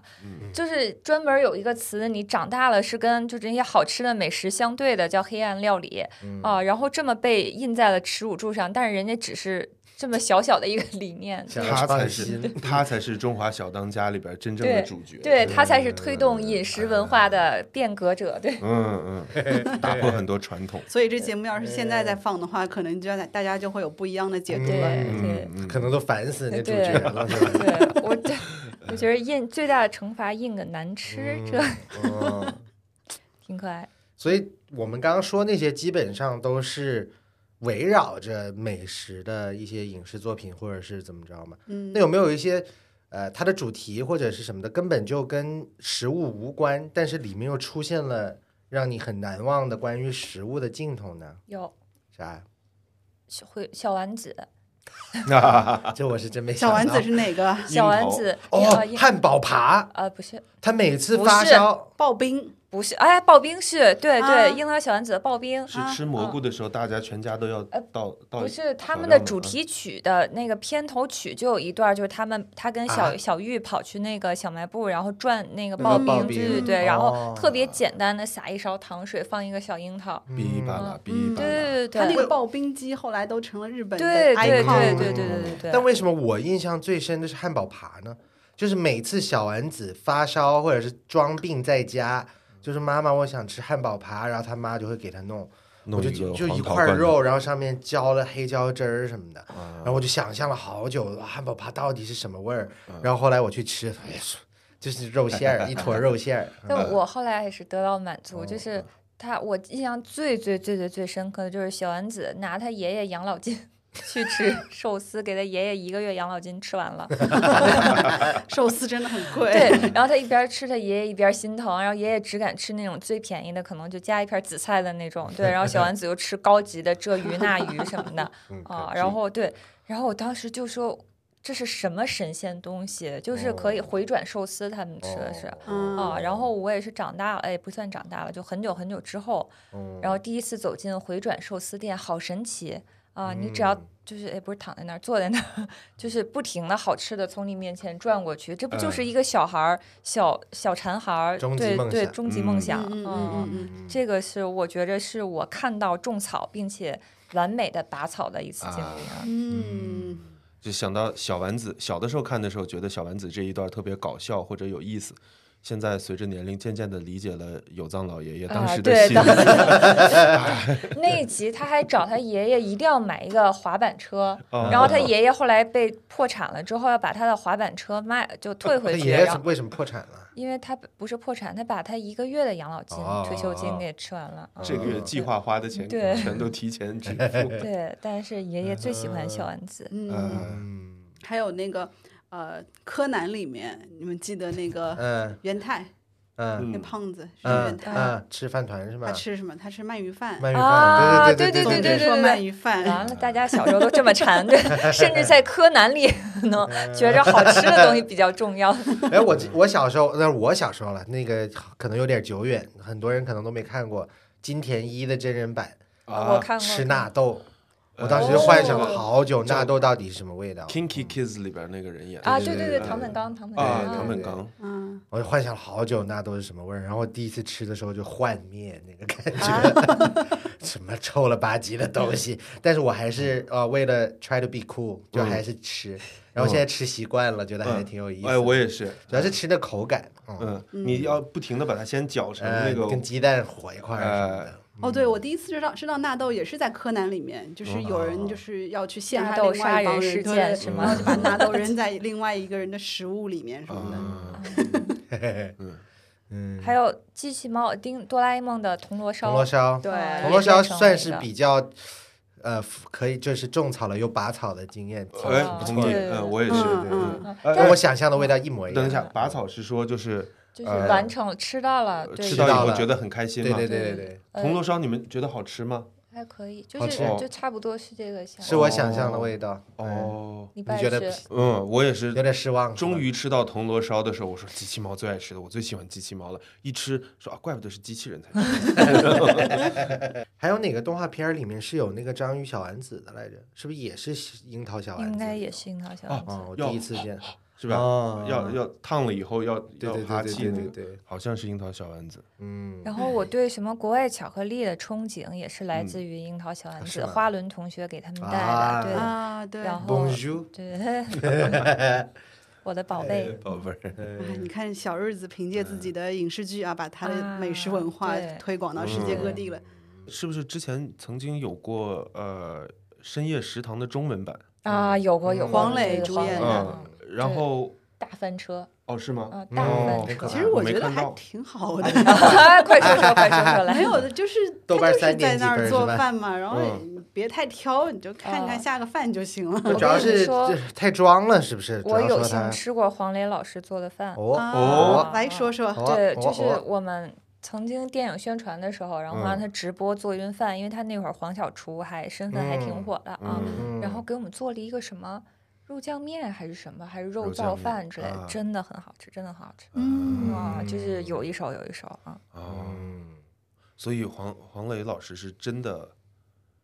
[SPEAKER 5] 就是专门有一个词，你长大了是跟就这些好吃的美食相对的，叫黑暗料理啊。然后这么被印在了耻辱柱上，但是人家只是这么小小的一个理念。
[SPEAKER 3] 想要
[SPEAKER 4] 他
[SPEAKER 3] 创
[SPEAKER 4] 才是
[SPEAKER 3] 新，
[SPEAKER 4] 他才是中华小当家里边真正的主角。
[SPEAKER 5] 对他才是推动饮食文化的变革者，对。
[SPEAKER 4] 嗯嗯，打破很多传统。
[SPEAKER 2] 所以这节目要是现在再放的话，可能就要大家就会有不一样的解读
[SPEAKER 5] 对
[SPEAKER 2] 了。
[SPEAKER 5] 对
[SPEAKER 4] 嗯嗯，
[SPEAKER 3] 可能都烦死那主
[SPEAKER 5] 对
[SPEAKER 3] 角 了，是吧？
[SPEAKER 5] 对我这，我觉得印最大的惩罚印个难吃，这
[SPEAKER 3] 嗯，
[SPEAKER 5] 挺可爱。
[SPEAKER 3] 所以我们刚刚说那些，基本上都是围绕着美食的一些影视作品，或者是怎么着嘛？
[SPEAKER 2] 嗯
[SPEAKER 3] 那有没有一些？呃，它的主题或者是什么的，根本就跟食物无关，但是里面又出现了让你很难忘的关于食物的镜头呢？
[SPEAKER 5] 有
[SPEAKER 3] 啥？
[SPEAKER 5] 小回小丸子，
[SPEAKER 3] 这我是真没想
[SPEAKER 2] 小
[SPEAKER 3] 到。
[SPEAKER 2] 丸子是哪个？
[SPEAKER 5] 小丸子
[SPEAKER 3] 哦
[SPEAKER 5] 呃，应
[SPEAKER 3] 汉堡扒，
[SPEAKER 5] 呃不是
[SPEAKER 3] 他每次
[SPEAKER 5] 不
[SPEAKER 3] 发
[SPEAKER 5] 是
[SPEAKER 3] 烧，
[SPEAKER 2] 刨冰
[SPEAKER 5] 不是，哎，刨冰是对
[SPEAKER 2] 啊
[SPEAKER 5] 对，樱桃小丸子的刨冰。
[SPEAKER 4] 是吃蘑菇的时候，大家全家都要
[SPEAKER 5] 呃
[SPEAKER 4] 到到。
[SPEAKER 5] 啊不是他
[SPEAKER 4] 少
[SPEAKER 5] 们
[SPEAKER 4] 量
[SPEAKER 5] 的
[SPEAKER 4] 的
[SPEAKER 5] 主
[SPEAKER 4] 啊
[SPEAKER 5] 题曲的那个片头曲就有一段，就是他们他跟小、
[SPEAKER 3] 啊
[SPEAKER 5] 小玉跑去那个小卖部，然后转那个
[SPEAKER 3] 那
[SPEAKER 5] 刨
[SPEAKER 3] 个
[SPEAKER 5] 冰，对
[SPEAKER 3] 刨冰
[SPEAKER 5] 对对，然后特别
[SPEAKER 3] 哦
[SPEAKER 5] 简单的撒一勺糖水，放一个小樱桃，
[SPEAKER 4] 哔吧啦哔
[SPEAKER 2] 嗯
[SPEAKER 4] 吧
[SPEAKER 5] 对
[SPEAKER 4] 啦，
[SPEAKER 5] 对对
[SPEAKER 2] 他那
[SPEAKER 5] 对
[SPEAKER 2] 个刨冰机后来都成了日本的
[SPEAKER 5] 对对对
[SPEAKER 2] icon
[SPEAKER 5] 对对对
[SPEAKER 2] 了
[SPEAKER 5] 对对
[SPEAKER 3] 但为什么我印象最深的是汉堡扒呢？就是每次小丸子发烧或者是装病在家，就是妈妈我想吃汉堡扒，然后他妈就会给他弄，
[SPEAKER 4] 弄
[SPEAKER 3] 我就
[SPEAKER 4] 一个
[SPEAKER 3] 就
[SPEAKER 4] 黄
[SPEAKER 3] 一
[SPEAKER 4] 桃
[SPEAKER 3] 块
[SPEAKER 4] 罐头啊
[SPEAKER 3] 肉，然后上面浇了黑椒汁儿什么的，然后我就想象了好久，哇汉堡扒到底是什么味儿？
[SPEAKER 4] 啊
[SPEAKER 3] 然后后来我去吃，哎呀就是肉馅儿，一坨肉 馅儿。
[SPEAKER 5] 但我后来也是得到满足，就是他，我印象最最最最最深刻的就是小丸子拿他爷爷养老金 去吃寿司，给他爷爷一个月养老金吃完了，
[SPEAKER 2] 寿司真的很贵。
[SPEAKER 5] 对，然后他一边吃他爷爷一边心疼，然后爷爷只敢吃那种最便宜的，可能就加一片紫菜的那种，对，然后小丸子又吃高级的这鱼那鱼什么的
[SPEAKER 3] 嗯
[SPEAKER 5] 啊，然后对，然后我当时就说。这是什么神仙东西？就是可以回转寿司，他们吃的是，
[SPEAKER 3] 哦
[SPEAKER 2] 嗯，
[SPEAKER 5] 啊，然后我也是长大了，哎，不算长大了，就很久很久之后，
[SPEAKER 3] 嗯
[SPEAKER 5] 然后第一次走进回转寿司店，好神奇啊！你只要
[SPEAKER 3] 嗯
[SPEAKER 5] 就是哎，不是躺在那儿，坐在那儿， 就是不停的好吃的从你面前转过去，这不就是一个小孩儿、小小馋孩儿，
[SPEAKER 3] 嗯终极
[SPEAKER 5] 对
[SPEAKER 3] 梦
[SPEAKER 5] 对，
[SPEAKER 3] 想
[SPEAKER 5] 终极梦想
[SPEAKER 2] 嗯嗯
[SPEAKER 5] 啊
[SPEAKER 2] 嗯嗯嗯，
[SPEAKER 5] 这个是我觉着是我看到种草并且完美的拔草的一次经历啊。
[SPEAKER 2] 嗯，
[SPEAKER 4] 就想到小丸子，小的时候看的时候觉得小丸子这一段特别搞笑或者有意思，现在随着年龄渐渐的理解了有藏老爷爷
[SPEAKER 5] 啊
[SPEAKER 4] 当时的
[SPEAKER 5] 对
[SPEAKER 4] 心
[SPEAKER 5] 当
[SPEAKER 4] 理。
[SPEAKER 5] 那一集他还找他爷爷一定要买一个滑板车，
[SPEAKER 3] 哦
[SPEAKER 4] 啊
[SPEAKER 5] 然后他爷爷后来被破产了之后，要把他的滑板车卖，就退
[SPEAKER 3] 哦他
[SPEAKER 5] 回去，
[SPEAKER 3] 爷爷
[SPEAKER 5] 然
[SPEAKER 3] 是
[SPEAKER 5] 后
[SPEAKER 3] 为什么破产了？
[SPEAKER 5] 因为他不是破产，他把他一个月的养老金、
[SPEAKER 3] 哦
[SPEAKER 5] 退休
[SPEAKER 3] 哦
[SPEAKER 5] 金
[SPEAKER 3] 哦
[SPEAKER 5] 给吃完了。啊
[SPEAKER 4] 这个月计划花的钱
[SPEAKER 5] 对
[SPEAKER 4] 全都提前支 付。
[SPEAKER 5] 对，但是爷爷最喜欢小丸子，
[SPEAKER 2] 嗯，
[SPEAKER 3] 嗯
[SPEAKER 2] 还有那个呃，柯南里面，你们记得那个
[SPEAKER 3] 嗯
[SPEAKER 2] 元太
[SPEAKER 3] 嗯
[SPEAKER 2] 那
[SPEAKER 4] 嗯，
[SPEAKER 2] 胖子是元
[SPEAKER 3] 嗯
[SPEAKER 2] 太，
[SPEAKER 3] 嗯，吃饭团是吧
[SPEAKER 2] 他？吃什么？他吃鳗鱼饭。
[SPEAKER 3] 鳗鱼
[SPEAKER 5] 啊
[SPEAKER 3] 饭，对
[SPEAKER 5] 对
[SPEAKER 2] 总
[SPEAKER 3] 对
[SPEAKER 2] 之
[SPEAKER 5] 对对
[SPEAKER 2] 说
[SPEAKER 5] 对
[SPEAKER 2] 鳗鱼饭，
[SPEAKER 5] 完了，大家小时候都这么馋，对，甚至 在柯南里能
[SPEAKER 3] 嗯
[SPEAKER 5] 觉着好吃的东西比较重要。
[SPEAKER 3] 对。哎，我记我小时候，那是我小时候了，那个可能有点久远，很多人可能都没看过金田一的真人版
[SPEAKER 5] 我
[SPEAKER 4] 啊
[SPEAKER 5] 看过
[SPEAKER 3] 吃纳豆，
[SPEAKER 4] 呃
[SPEAKER 3] 我当时就幻想
[SPEAKER 5] 哦
[SPEAKER 3] 了好久，纳豆到底是什么味道？
[SPEAKER 4] ，Kinky Kids 里边那个人演的
[SPEAKER 5] 啊，
[SPEAKER 3] 对
[SPEAKER 5] 对
[SPEAKER 3] 对
[SPEAKER 5] 对，
[SPEAKER 3] 对
[SPEAKER 5] 唐本刚，唐本
[SPEAKER 4] 啊，
[SPEAKER 5] 刚
[SPEAKER 4] 唐，本刚，
[SPEAKER 2] 嗯，
[SPEAKER 3] 我就幻想了好久纳豆是什么味儿，然后第一次吃的时候就幻灭那个感觉，
[SPEAKER 5] 啊
[SPEAKER 3] 什么臭了吧唧的东西。但是我还是呃为了 try to be cool，就
[SPEAKER 4] 嗯
[SPEAKER 3] 还是吃。然后现在吃习惯了，觉得还挺有意思。
[SPEAKER 4] 哎，我也是，
[SPEAKER 3] 主要是吃的口感，嗯，
[SPEAKER 4] 嗯，你要不停的把它先搅成
[SPEAKER 3] 呃
[SPEAKER 4] 那个
[SPEAKER 3] 跟鸡蛋和一块儿什么
[SPEAKER 4] 哎
[SPEAKER 3] 的。
[SPEAKER 2] 哦，对，我第一次知道知道纳豆也是在柯南里面，就是有人就是要去陷害
[SPEAKER 5] 纳豆
[SPEAKER 2] 另外一帮
[SPEAKER 5] 杀人事
[SPEAKER 2] 人，对
[SPEAKER 5] 件是吗
[SPEAKER 2] 然后就把纳 豆扔在另外一个人的食物里面什
[SPEAKER 4] 啊
[SPEAKER 2] 么的。
[SPEAKER 3] 嗯，
[SPEAKER 5] 还有机器猫丁哆啦 A 梦的铜锣
[SPEAKER 3] 铜
[SPEAKER 5] 烧
[SPEAKER 3] 锣，烧，
[SPEAKER 2] 对
[SPEAKER 5] 啊
[SPEAKER 3] 铜
[SPEAKER 5] 也
[SPEAKER 3] 锣烧
[SPEAKER 5] 变成了
[SPEAKER 3] 算
[SPEAKER 5] 一
[SPEAKER 3] 是
[SPEAKER 5] 个
[SPEAKER 3] 比较呃可以就是种草了又拔草的经验，挺
[SPEAKER 4] 哎，
[SPEAKER 5] 哦
[SPEAKER 3] 不
[SPEAKER 4] 同
[SPEAKER 3] 错
[SPEAKER 4] 意，
[SPEAKER 5] 对
[SPEAKER 3] 的。
[SPEAKER 4] 嗯，我也是。
[SPEAKER 2] 嗯
[SPEAKER 3] 对
[SPEAKER 2] 嗯，
[SPEAKER 4] 哎
[SPEAKER 3] 跟
[SPEAKER 4] 哎
[SPEAKER 3] 我想象的味道一模一样。
[SPEAKER 4] 等一下，拔草是说就是
[SPEAKER 5] 就是
[SPEAKER 4] 呃
[SPEAKER 5] 完成了吃到了，对，
[SPEAKER 4] 吃
[SPEAKER 3] 呃到
[SPEAKER 4] 以后
[SPEAKER 3] 了
[SPEAKER 4] 觉得很开心
[SPEAKER 3] 对
[SPEAKER 4] 嘛
[SPEAKER 3] 对。对对对，
[SPEAKER 5] 呃
[SPEAKER 4] 铜锣烧你们觉得好吃吗？
[SPEAKER 5] 还可以，就
[SPEAKER 3] 好哦
[SPEAKER 5] 是
[SPEAKER 4] 吃
[SPEAKER 5] 就差不多是这个像。
[SPEAKER 3] 是我想象的味道。嗯，
[SPEAKER 4] 哦，
[SPEAKER 5] 礼
[SPEAKER 3] 你
[SPEAKER 5] 拜
[SPEAKER 3] 觉得
[SPEAKER 5] 是
[SPEAKER 4] 嗯，我也是
[SPEAKER 3] 有点失望。
[SPEAKER 4] 终于吃到铜锣烧的时候，我说机器猫最爱吃的，我最喜欢机器猫了。一吃说啊，怪不得是机器人才吃。
[SPEAKER 3] 还有哪个动画片儿里面是有那个章鱼小丸子的来着？是不是也是樱桃小丸子？
[SPEAKER 5] 应该也。是樱桃小丸子
[SPEAKER 3] 哦，我
[SPEAKER 4] 要
[SPEAKER 3] 第一次见。
[SPEAKER 4] 是吧？
[SPEAKER 3] 哦
[SPEAKER 4] 要要烫了以后要
[SPEAKER 3] 对
[SPEAKER 4] 要
[SPEAKER 3] 对
[SPEAKER 4] 哈
[SPEAKER 3] 对
[SPEAKER 4] 气
[SPEAKER 3] 对
[SPEAKER 4] 那
[SPEAKER 3] 对
[SPEAKER 4] 个，
[SPEAKER 3] 对对，
[SPEAKER 4] 好像是樱桃小丸 子。
[SPEAKER 3] 嗯。
[SPEAKER 5] 然后我对什么国外巧克力的憧憬也是来自于樱桃小丸
[SPEAKER 3] 啊是
[SPEAKER 5] 子、
[SPEAKER 3] 吗
[SPEAKER 5] 花轮同学给他们带
[SPEAKER 3] 啊
[SPEAKER 5] 的，
[SPEAKER 2] 啊，对，
[SPEAKER 5] 然
[SPEAKER 2] 啊，
[SPEAKER 5] 后
[SPEAKER 3] Bonjour，
[SPEAKER 5] 对对， 我的
[SPEAKER 3] 哎
[SPEAKER 5] 宝贝，
[SPEAKER 4] 宝贝儿，
[SPEAKER 2] 哎你看小日子凭借自己的影视剧啊，把他的美食文化
[SPEAKER 5] 啊对
[SPEAKER 2] 推广到世界各地了。
[SPEAKER 4] 是不是之前曾经有过呃深夜食堂的中文版？
[SPEAKER 5] 啊，有过有过
[SPEAKER 2] 黄磊
[SPEAKER 5] 对
[SPEAKER 2] 主
[SPEAKER 5] 黄
[SPEAKER 2] 演
[SPEAKER 5] 磊
[SPEAKER 2] 的
[SPEAKER 4] 嗯
[SPEAKER 5] 嗯，
[SPEAKER 4] 然后
[SPEAKER 5] 大翻车
[SPEAKER 4] 哦是吗？
[SPEAKER 5] 啊，大翻
[SPEAKER 3] 很
[SPEAKER 5] 车，
[SPEAKER 3] 可怕
[SPEAKER 2] 其实我觉
[SPEAKER 4] 没
[SPEAKER 2] 得
[SPEAKER 4] 看
[SPEAKER 2] 还
[SPEAKER 4] 到
[SPEAKER 2] 挺好的，
[SPEAKER 5] 快说说快说说来，
[SPEAKER 2] 没有的，就是
[SPEAKER 3] 豆
[SPEAKER 2] 他
[SPEAKER 3] 瓣
[SPEAKER 2] 就是
[SPEAKER 3] 三
[SPEAKER 2] 在
[SPEAKER 3] 点
[SPEAKER 2] 那
[SPEAKER 3] 几分
[SPEAKER 2] 儿
[SPEAKER 3] 是
[SPEAKER 2] 做
[SPEAKER 3] 吧
[SPEAKER 2] 饭嘛，然后
[SPEAKER 4] 嗯
[SPEAKER 2] 你别太挑，你就看看
[SPEAKER 5] 啊
[SPEAKER 2] 下个饭就行了。
[SPEAKER 3] 主要
[SPEAKER 5] 跟你
[SPEAKER 3] 是
[SPEAKER 5] 说
[SPEAKER 3] 这太装了，是不是？主
[SPEAKER 5] 我
[SPEAKER 3] 要
[SPEAKER 5] 有
[SPEAKER 3] 说
[SPEAKER 5] 幸
[SPEAKER 3] 他
[SPEAKER 5] 吃过黄磊老师做的饭，
[SPEAKER 3] 哦
[SPEAKER 2] 啊
[SPEAKER 4] 哦
[SPEAKER 2] 来说说，
[SPEAKER 3] 哦
[SPEAKER 5] 对，
[SPEAKER 3] 哦
[SPEAKER 5] 就是
[SPEAKER 3] 哦
[SPEAKER 5] 我们曾经电影宣传的时候，然后让他直播做晕饭，因为他那会儿黄小厨还身份还挺
[SPEAKER 3] 嗯
[SPEAKER 5] 火的啊，
[SPEAKER 4] 嗯
[SPEAKER 5] 然后给我们做了一个什么肉酱面还是什么，还是肉
[SPEAKER 4] 肉
[SPEAKER 5] 燥
[SPEAKER 4] 酱面
[SPEAKER 5] 饭之类的
[SPEAKER 4] 啊，
[SPEAKER 5] 真的很好吃，真的很好吃。
[SPEAKER 2] 嗯
[SPEAKER 5] 哇，就是有一手有一手啊，
[SPEAKER 4] 哦，
[SPEAKER 3] 嗯
[SPEAKER 4] 所以黄黄磊老师是真的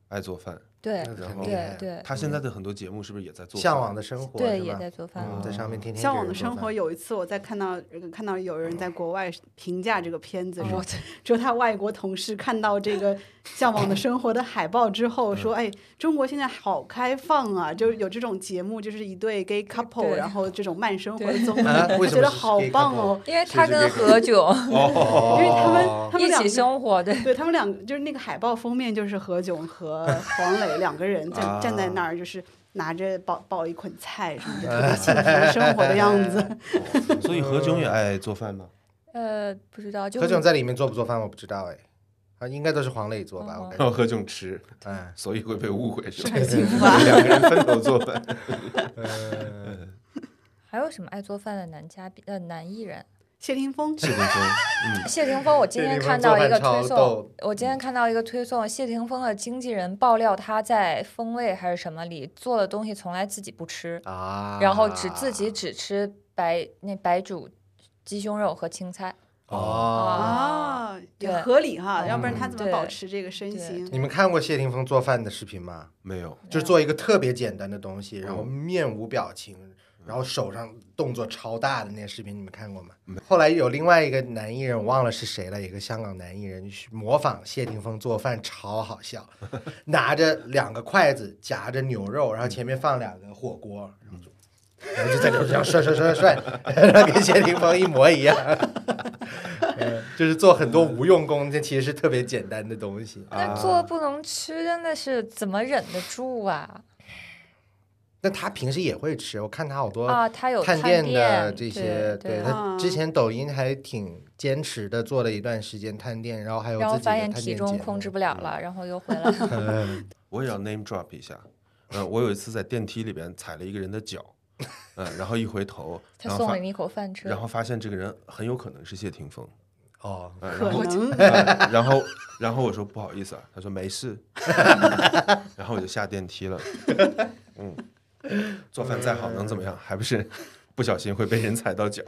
[SPEAKER 4] 爱做饭，
[SPEAKER 5] 对
[SPEAKER 3] 那
[SPEAKER 4] 然
[SPEAKER 3] 肯
[SPEAKER 4] 后
[SPEAKER 3] 定厉害
[SPEAKER 5] 对对
[SPEAKER 4] 他现在的很多节目是不是也在做
[SPEAKER 3] 向往
[SPEAKER 4] 的？
[SPEAKER 3] 的生活
[SPEAKER 5] 对，
[SPEAKER 3] 是
[SPEAKER 5] 也
[SPEAKER 3] 吧
[SPEAKER 5] 在做饭。
[SPEAKER 3] 嗯在上面天天
[SPEAKER 2] 向
[SPEAKER 3] 给
[SPEAKER 2] 往
[SPEAKER 3] 人
[SPEAKER 2] 的
[SPEAKER 3] 做
[SPEAKER 2] 生
[SPEAKER 3] 饭
[SPEAKER 2] 活，有一次我在看到看到有人在国外评价这个片
[SPEAKER 3] 嗯
[SPEAKER 2] 子，说
[SPEAKER 5] 我操
[SPEAKER 2] 说他外国同事看到这个《向往的生活》的海报之后说：“
[SPEAKER 3] 嗯
[SPEAKER 2] 哎，中国现在好开放啊！”就是有这种节目，就是一对 gay couple，
[SPEAKER 5] 对
[SPEAKER 2] 然后这种慢生活的综
[SPEAKER 3] 啊
[SPEAKER 2] 合，我
[SPEAKER 3] 为什
[SPEAKER 2] 觉
[SPEAKER 3] 么
[SPEAKER 2] 得
[SPEAKER 3] 是
[SPEAKER 2] 好
[SPEAKER 3] gay
[SPEAKER 2] 棒哦！
[SPEAKER 5] 因为他
[SPEAKER 3] 是
[SPEAKER 5] 跟
[SPEAKER 3] 这
[SPEAKER 5] 何炅
[SPEAKER 2] 因为他
[SPEAKER 3] 哦
[SPEAKER 2] 们他们
[SPEAKER 5] 一
[SPEAKER 2] 两
[SPEAKER 5] 起
[SPEAKER 2] 个
[SPEAKER 5] 生活， 对，
[SPEAKER 2] 对他们两个就是那个海报封面就是何炅和黄磊两个人
[SPEAKER 3] 啊
[SPEAKER 2] 站站在那儿，就是拿着抱抱一捆菜什么 的，特别幸福生活的样子。
[SPEAKER 4] 所以何炅也爱做饭 吗？
[SPEAKER 5] 呃，不知道就
[SPEAKER 3] 何炅在里面做不做饭我不知道哎，啊，应该都是黄磊做吧，
[SPEAKER 5] 嗯
[SPEAKER 3] 我感
[SPEAKER 4] 让
[SPEAKER 3] 觉。
[SPEAKER 4] 何炅 吃，
[SPEAKER 3] 哎，
[SPEAKER 4] 所以会被误会是吧？
[SPEAKER 2] 很幸福啊
[SPEAKER 4] 两个人分头做 饭。
[SPEAKER 3] 嗯，
[SPEAKER 5] 还有什么爱做饭的男嘉宾呃男艺人？
[SPEAKER 2] 谢霆锋，
[SPEAKER 4] 谢霆锋，
[SPEAKER 5] 谢霆锋，我今
[SPEAKER 3] 谢
[SPEAKER 5] 天
[SPEAKER 3] 霆锋
[SPEAKER 5] 看
[SPEAKER 3] 做
[SPEAKER 5] 到一
[SPEAKER 3] 饭
[SPEAKER 5] 个
[SPEAKER 3] 超
[SPEAKER 5] 推送
[SPEAKER 3] 逗，
[SPEAKER 5] 我今天看到一个推送，谢霆锋的经纪人爆料他在风味还是什么里做的东西从来自己不吃，
[SPEAKER 3] 啊，
[SPEAKER 5] 然后只自己只吃白那白煮鸡胸肉和青菜。
[SPEAKER 3] 哦。
[SPEAKER 2] 啊，也
[SPEAKER 5] 对
[SPEAKER 2] 合理哈，
[SPEAKER 5] 嗯
[SPEAKER 2] 要不然他怎么保
[SPEAKER 5] 对
[SPEAKER 2] 持这个身
[SPEAKER 5] 对
[SPEAKER 2] 形？
[SPEAKER 3] 你们看过谢霆锋做饭的视频吗？
[SPEAKER 4] 没有，
[SPEAKER 3] 就是做一个特别简单的东西，然后面无表情，然后手上动作超大的那个视频，你们看过吗？后来有另外一个男艺人，我忘了是谁了，一个香港男艺人去模仿谢霆锋做饭，超好笑，拿着两个筷子夹着牛肉，然后前面放两个火锅，然后就然后就在这样涮涮涮涮涮，然后跟谢霆锋一模一样。 嗯就是做很多无用功，这其实是特别简单的东
[SPEAKER 4] 啊
[SPEAKER 3] 西。
[SPEAKER 5] 那做不能吃真的是怎么忍得住啊？
[SPEAKER 3] 那他平时也会吃，我看他好多
[SPEAKER 5] 啊，他有
[SPEAKER 3] 探
[SPEAKER 5] 店
[SPEAKER 3] 的这些，
[SPEAKER 5] 对
[SPEAKER 3] 他
[SPEAKER 2] 啊
[SPEAKER 3] 之前抖音还挺坚持的，做了一段时间探店，然后还
[SPEAKER 4] 哎
[SPEAKER 3] 有
[SPEAKER 5] 然后
[SPEAKER 3] 自己
[SPEAKER 5] 发
[SPEAKER 3] 的
[SPEAKER 5] 现
[SPEAKER 3] 探
[SPEAKER 5] 体
[SPEAKER 3] 店
[SPEAKER 5] 重
[SPEAKER 3] 节
[SPEAKER 5] 控
[SPEAKER 3] 目
[SPEAKER 5] 制不了了，然后又回来 了。
[SPEAKER 3] 嗯
[SPEAKER 4] 我也要 name drop 一下。呃，我有一次在电梯里边踩了一个人的脚，嗯、然后一回头，
[SPEAKER 5] 他
[SPEAKER 4] 然后
[SPEAKER 5] 送了
[SPEAKER 4] 发
[SPEAKER 5] 你一口饭吃，
[SPEAKER 4] 然后发现这个人很有可能是谢霆锋，
[SPEAKER 3] 哦，
[SPEAKER 4] 呃、然
[SPEAKER 2] 可
[SPEAKER 4] 后
[SPEAKER 2] 能
[SPEAKER 4] 呃然后然后我说不好意思啊，他说没事， 然后我就下电梯了。嗯，做饭再好能怎么样？还不是不小心会被人踩到脚。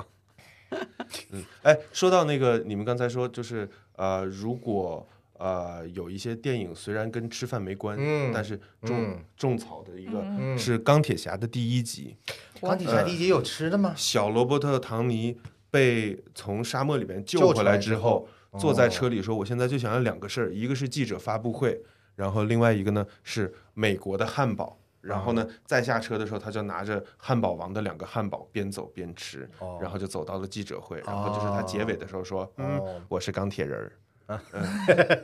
[SPEAKER 4] 嗯，哎，说到那个，你们刚才说就是呃，如果呃有一些电影虽然跟吃饭没关，
[SPEAKER 3] 嗯
[SPEAKER 4] 但是种、
[SPEAKER 3] 嗯
[SPEAKER 4] 种草的一个、
[SPEAKER 3] 嗯
[SPEAKER 4] 是钢铁侠的第一集，
[SPEAKER 3] 钢铁侠第一集有吃的吗？
[SPEAKER 4] 小罗伯特·唐尼被从沙漠里面救
[SPEAKER 3] 救
[SPEAKER 4] 回
[SPEAKER 3] 出
[SPEAKER 4] 来
[SPEAKER 3] 来
[SPEAKER 4] 之
[SPEAKER 3] 之
[SPEAKER 4] 后，
[SPEAKER 3] 后
[SPEAKER 4] 坐在
[SPEAKER 3] 哦
[SPEAKER 4] 车里说：“我现在就想要两个事儿，一个是记者发布会，然后另外一个呢是美国的汉堡。”然后
[SPEAKER 3] 哦
[SPEAKER 4] 呢，再下车的时候，他就拿着汉堡王的两个汉堡边走边吃，
[SPEAKER 3] 哦
[SPEAKER 4] 然后就走到了记者会。然后就是他结尾的时候说：“嗯
[SPEAKER 3] 哦，
[SPEAKER 4] 我是钢铁人儿。嗯”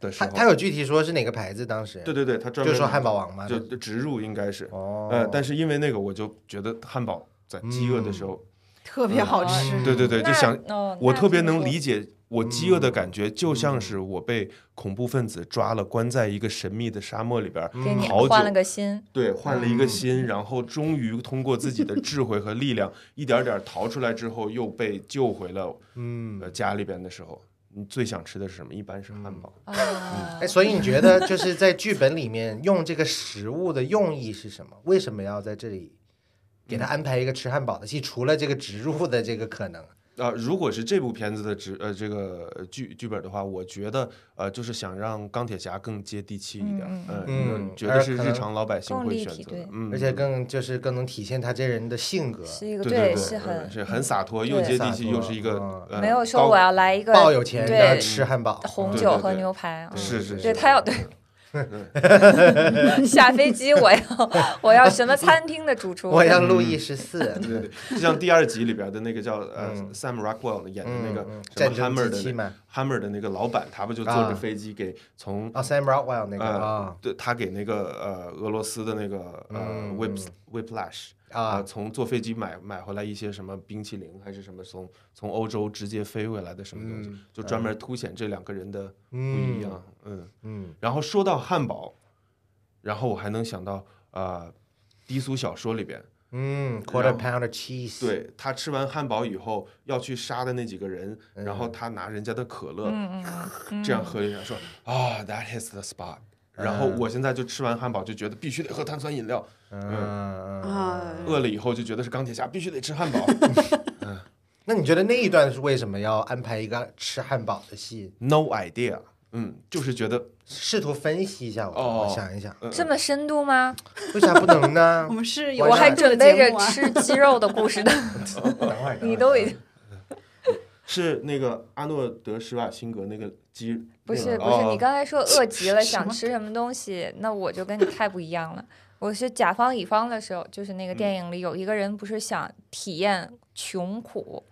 [SPEAKER 4] 的时
[SPEAKER 3] 他
[SPEAKER 4] 候，
[SPEAKER 3] 他有具体说是哪个牌子？当时
[SPEAKER 4] 对对对，他专
[SPEAKER 3] 就
[SPEAKER 4] 门
[SPEAKER 3] 说汉堡王嘛。
[SPEAKER 4] 就就植入应该是，
[SPEAKER 3] 哦，
[SPEAKER 4] 呃，但是因为那个，我就觉得汉堡在饥饿的时
[SPEAKER 3] 嗯
[SPEAKER 4] 候
[SPEAKER 2] 特别好吃。
[SPEAKER 4] 嗯对对对，就
[SPEAKER 5] 那
[SPEAKER 4] 想，
[SPEAKER 5] 哦
[SPEAKER 4] 我
[SPEAKER 5] 那
[SPEAKER 4] 特别
[SPEAKER 5] 这么
[SPEAKER 4] 能
[SPEAKER 5] 说
[SPEAKER 4] 理解我
[SPEAKER 3] 嗯
[SPEAKER 4] 饥饿的感觉，就像是我被恐怖分子抓了，关在一个神秘的沙漠里边儿，
[SPEAKER 3] 嗯
[SPEAKER 5] 给你
[SPEAKER 4] 嗯好
[SPEAKER 5] 换了
[SPEAKER 4] 久
[SPEAKER 5] 个心，
[SPEAKER 4] 对，换了一个心，然后终于通过自己的智慧和力量，一点儿点儿逃出来之后，又被救回了
[SPEAKER 3] 嗯，
[SPEAKER 4] 呃家里边的时候，你最想吃的是什么？一般是汉堡。
[SPEAKER 5] 啊
[SPEAKER 4] 嗯
[SPEAKER 3] 哎，所以你觉得就是在剧本里面用这个食物的用意是什么？为什么要在这里给他安排一个吃汉堡的戏？除了这个植入的这个可能，
[SPEAKER 4] 啊、如果是这部片子的剧呃这个呃剧剧本的话，我觉得呃就是想让钢铁侠更接地气一点，
[SPEAKER 5] 嗯
[SPEAKER 4] 呃
[SPEAKER 3] 嗯
[SPEAKER 4] 觉
[SPEAKER 3] 而
[SPEAKER 4] 得是
[SPEAKER 3] 可
[SPEAKER 4] 日
[SPEAKER 3] 能
[SPEAKER 4] 常老百姓
[SPEAKER 5] 更
[SPEAKER 4] 会
[SPEAKER 5] 立
[SPEAKER 4] 选
[SPEAKER 5] 体
[SPEAKER 4] 择的
[SPEAKER 5] 对，
[SPEAKER 4] 嗯，
[SPEAKER 3] 而且更就是更能体现他这人的性格，
[SPEAKER 5] 是一个
[SPEAKER 4] 对对，
[SPEAKER 5] 是
[SPEAKER 4] 嗯
[SPEAKER 5] 很
[SPEAKER 4] 是很洒脱，又
[SPEAKER 5] 对
[SPEAKER 4] 接地
[SPEAKER 3] 洒
[SPEAKER 4] 气，
[SPEAKER 3] 脱
[SPEAKER 4] 又是一个
[SPEAKER 3] 嗯
[SPEAKER 4] 呃
[SPEAKER 5] 没有说
[SPEAKER 4] 高
[SPEAKER 5] 我要来一个
[SPEAKER 3] 抱有钱的
[SPEAKER 5] 对
[SPEAKER 3] 吃汉堡，
[SPEAKER 5] 红
[SPEAKER 4] 对
[SPEAKER 5] 酒
[SPEAKER 4] 对
[SPEAKER 5] 和
[SPEAKER 4] 对
[SPEAKER 5] 牛排，嗯
[SPEAKER 4] 是 是
[SPEAKER 5] 对
[SPEAKER 4] 是，
[SPEAKER 5] 他要对 下飞机我要我要什么餐厅的主厨，
[SPEAKER 3] 我
[SPEAKER 4] 嗯
[SPEAKER 3] 要路易十四，
[SPEAKER 4] 对 对，就像第二集里边的那个叫呃
[SPEAKER 3] 嗯
[SPEAKER 4] Sam Rockwell 演的那
[SPEAKER 3] 嗯
[SPEAKER 4] 个
[SPEAKER 3] 嗯
[SPEAKER 4] 什
[SPEAKER 3] 战
[SPEAKER 4] 么 Hammer
[SPEAKER 3] 争机器
[SPEAKER 4] 的那
[SPEAKER 3] 嘛，
[SPEAKER 4] Hammer 的那个老板，他不就坐
[SPEAKER 3] 啊
[SPEAKER 4] 着飞机给从
[SPEAKER 3] 哦，Sam Rockwell 那个
[SPEAKER 4] 呃
[SPEAKER 3] 啊
[SPEAKER 4] 对他给那个呃俄罗斯的那个呃
[SPEAKER 3] 嗯
[SPEAKER 4] Whip Whiplash 呃
[SPEAKER 3] 啊，
[SPEAKER 4] 从坐飞机买买回来一些什么冰淇淋还是什么从从欧洲直接飞回来的什么东西，
[SPEAKER 3] 嗯
[SPEAKER 4] 就专门凸显这两个人的不一样，嗯。
[SPEAKER 3] 嗯
[SPEAKER 4] 然后说到汉堡，然后我还能想到呃，低俗小说里边，
[SPEAKER 3] 嗯
[SPEAKER 4] 然
[SPEAKER 3] ，quarter
[SPEAKER 4] 后
[SPEAKER 3] pounder cheese，，
[SPEAKER 4] 对他吃完汉堡以后要去杀的那几个人，然后他拿人家的可乐、
[SPEAKER 5] 嗯嗯嗯，
[SPEAKER 4] 这样喝一下，说啊、t h a t is the spot。然后我现在就吃完汉堡就觉得必须得喝碳酸饮料，
[SPEAKER 3] 嗯
[SPEAKER 2] 啊，
[SPEAKER 4] 饿了以后就觉得是钢铁侠必须得吃汉堡。
[SPEAKER 3] 那你觉得那一段是为什么要安排一个吃汉堡的戏？
[SPEAKER 4] no idea，嗯，就是觉得
[SPEAKER 3] 试图分析一下我，
[SPEAKER 4] 哦
[SPEAKER 3] 我想一想，
[SPEAKER 5] 这么深度吗？
[SPEAKER 3] 为啥不能呢
[SPEAKER 2] 我？们是有
[SPEAKER 5] 我还
[SPEAKER 2] 深度的
[SPEAKER 5] 准备
[SPEAKER 2] 节
[SPEAKER 5] 着
[SPEAKER 2] 目啊。
[SPEAKER 5] 吃鸡肉的故事呢，你都已经
[SPEAKER 4] 是那个阿诺德施瓦辛格那个鸡，
[SPEAKER 5] 不是
[SPEAKER 4] 那个
[SPEAKER 5] 不是，
[SPEAKER 4] 哦
[SPEAKER 5] 你刚才说饿极了想吃什么东西，那我就跟你太不一样了。我是甲方乙方的时候，就是那个电影里有一个人不是想体验穷苦，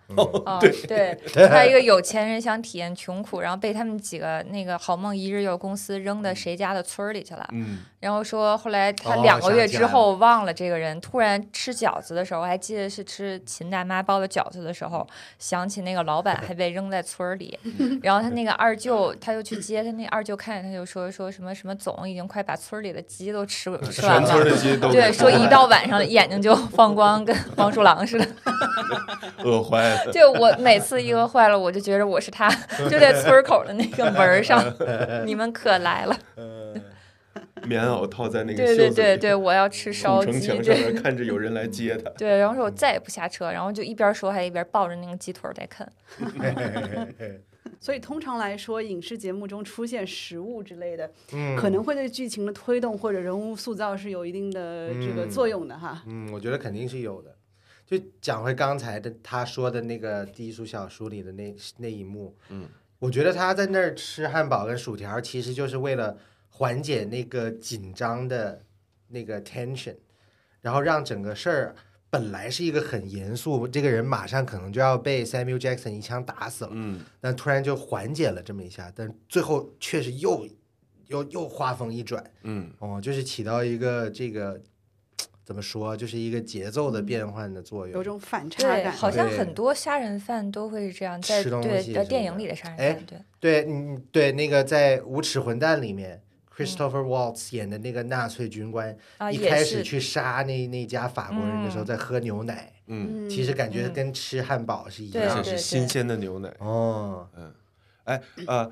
[SPEAKER 5] 啊、对，还有一个有钱人想体验穷苦，然后被他们几个那个好梦一日游公司扔到谁家的村儿里去了，
[SPEAKER 4] 嗯，
[SPEAKER 5] 然后说后来他
[SPEAKER 3] 哦
[SPEAKER 5] 两个月
[SPEAKER 3] 想起
[SPEAKER 5] 之
[SPEAKER 3] 来
[SPEAKER 5] 后忘了这个人，突然吃饺子的时候，我还记得是吃秦大妈包的饺子的时候，想起那个老板还被扔在村儿里，然后他那个二舅他就去接他那二舅看见他就说说什么什么总已经快把村儿里的鸡都吃吃完
[SPEAKER 4] 全
[SPEAKER 5] 了。
[SPEAKER 4] 村的鸡都
[SPEAKER 5] 对，
[SPEAKER 4] 给
[SPEAKER 5] 说一到晚上眼睛就 放光，跟黄鼠狼似的。
[SPEAKER 4] 饿坏 了。
[SPEAKER 5] 就我每次一饿坏了，我就觉得我是他，就在村儿口的那个门儿 上，
[SPEAKER 3] 嗯
[SPEAKER 5] 你们可来了。
[SPEAKER 4] 棉袄套在那个
[SPEAKER 5] 对
[SPEAKER 4] 袖子
[SPEAKER 5] 对
[SPEAKER 4] 里，
[SPEAKER 5] 对 对，我要吃烧
[SPEAKER 4] 古
[SPEAKER 5] 鸡
[SPEAKER 4] 城。墙上
[SPEAKER 5] 对，，
[SPEAKER 4] 面看着有人来接他
[SPEAKER 5] 对，然后说我再也不下车，然后就一边说还一边抱着那个鸡腿儿在啃。
[SPEAKER 2] 所以通常来说，影视节目中出现食物之类的，
[SPEAKER 3] 嗯
[SPEAKER 2] 可能会对剧情的推动或者人物塑造是有一定的这个作用的哈。
[SPEAKER 3] 嗯，我觉得肯定是有的。就讲回刚才的他说的那个低俗小说里的那那一幕，
[SPEAKER 4] 嗯，
[SPEAKER 3] 我觉得他在那儿吃汉堡跟薯条，其实就是为了缓解那个紧张的那个 tension，然后让整个事儿本来是一个很严肃，这个人马上可能就要被 Samuel Jackson 一枪打死了，
[SPEAKER 4] 嗯，
[SPEAKER 3] 但突然就缓解了这么一下，但最后确实又又又画风一转，
[SPEAKER 4] 嗯
[SPEAKER 3] 哦，就是起到一个这个怎么说，啊就是一个节奏的
[SPEAKER 5] 嗯
[SPEAKER 3] 变换的作
[SPEAKER 2] 有
[SPEAKER 3] 用。
[SPEAKER 2] 种反差
[SPEAKER 5] 对，
[SPEAKER 2] 感。
[SPEAKER 5] 好像
[SPEAKER 3] 对
[SPEAKER 5] 很多杀人犯都会是这样，在
[SPEAKER 3] 吃东
[SPEAKER 5] 对
[SPEAKER 3] 西
[SPEAKER 5] 在
[SPEAKER 3] 什
[SPEAKER 5] 电
[SPEAKER 3] 么
[SPEAKER 5] 影
[SPEAKER 3] 的
[SPEAKER 5] 里的杀人
[SPEAKER 3] 哎
[SPEAKER 5] 犯，对，
[SPEAKER 3] 对，嗯，对，那个在《无耻混蛋》里面，Christopher Waltz 演的那个纳粹军官，
[SPEAKER 5] 嗯啊，
[SPEAKER 3] 一
[SPEAKER 5] 也
[SPEAKER 3] 开始
[SPEAKER 5] 是
[SPEAKER 3] 去杀那那家法国人的时候，
[SPEAKER 5] 嗯
[SPEAKER 3] 在喝牛奶，
[SPEAKER 4] 嗯，
[SPEAKER 2] 嗯
[SPEAKER 3] 其实感觉
[SPEAKER 5] 嗯
[SPEAKER 3] 跟吃汉堡是一
[SPEAKER 5] 对
[SPEAKER 4] 而且
[SPEAKER 3] 样的。
[SPEAKER 4] 是新鲜的牛奶。
[SPEAKER 3] 哦，
[SPEAKER 4] 哎，呃，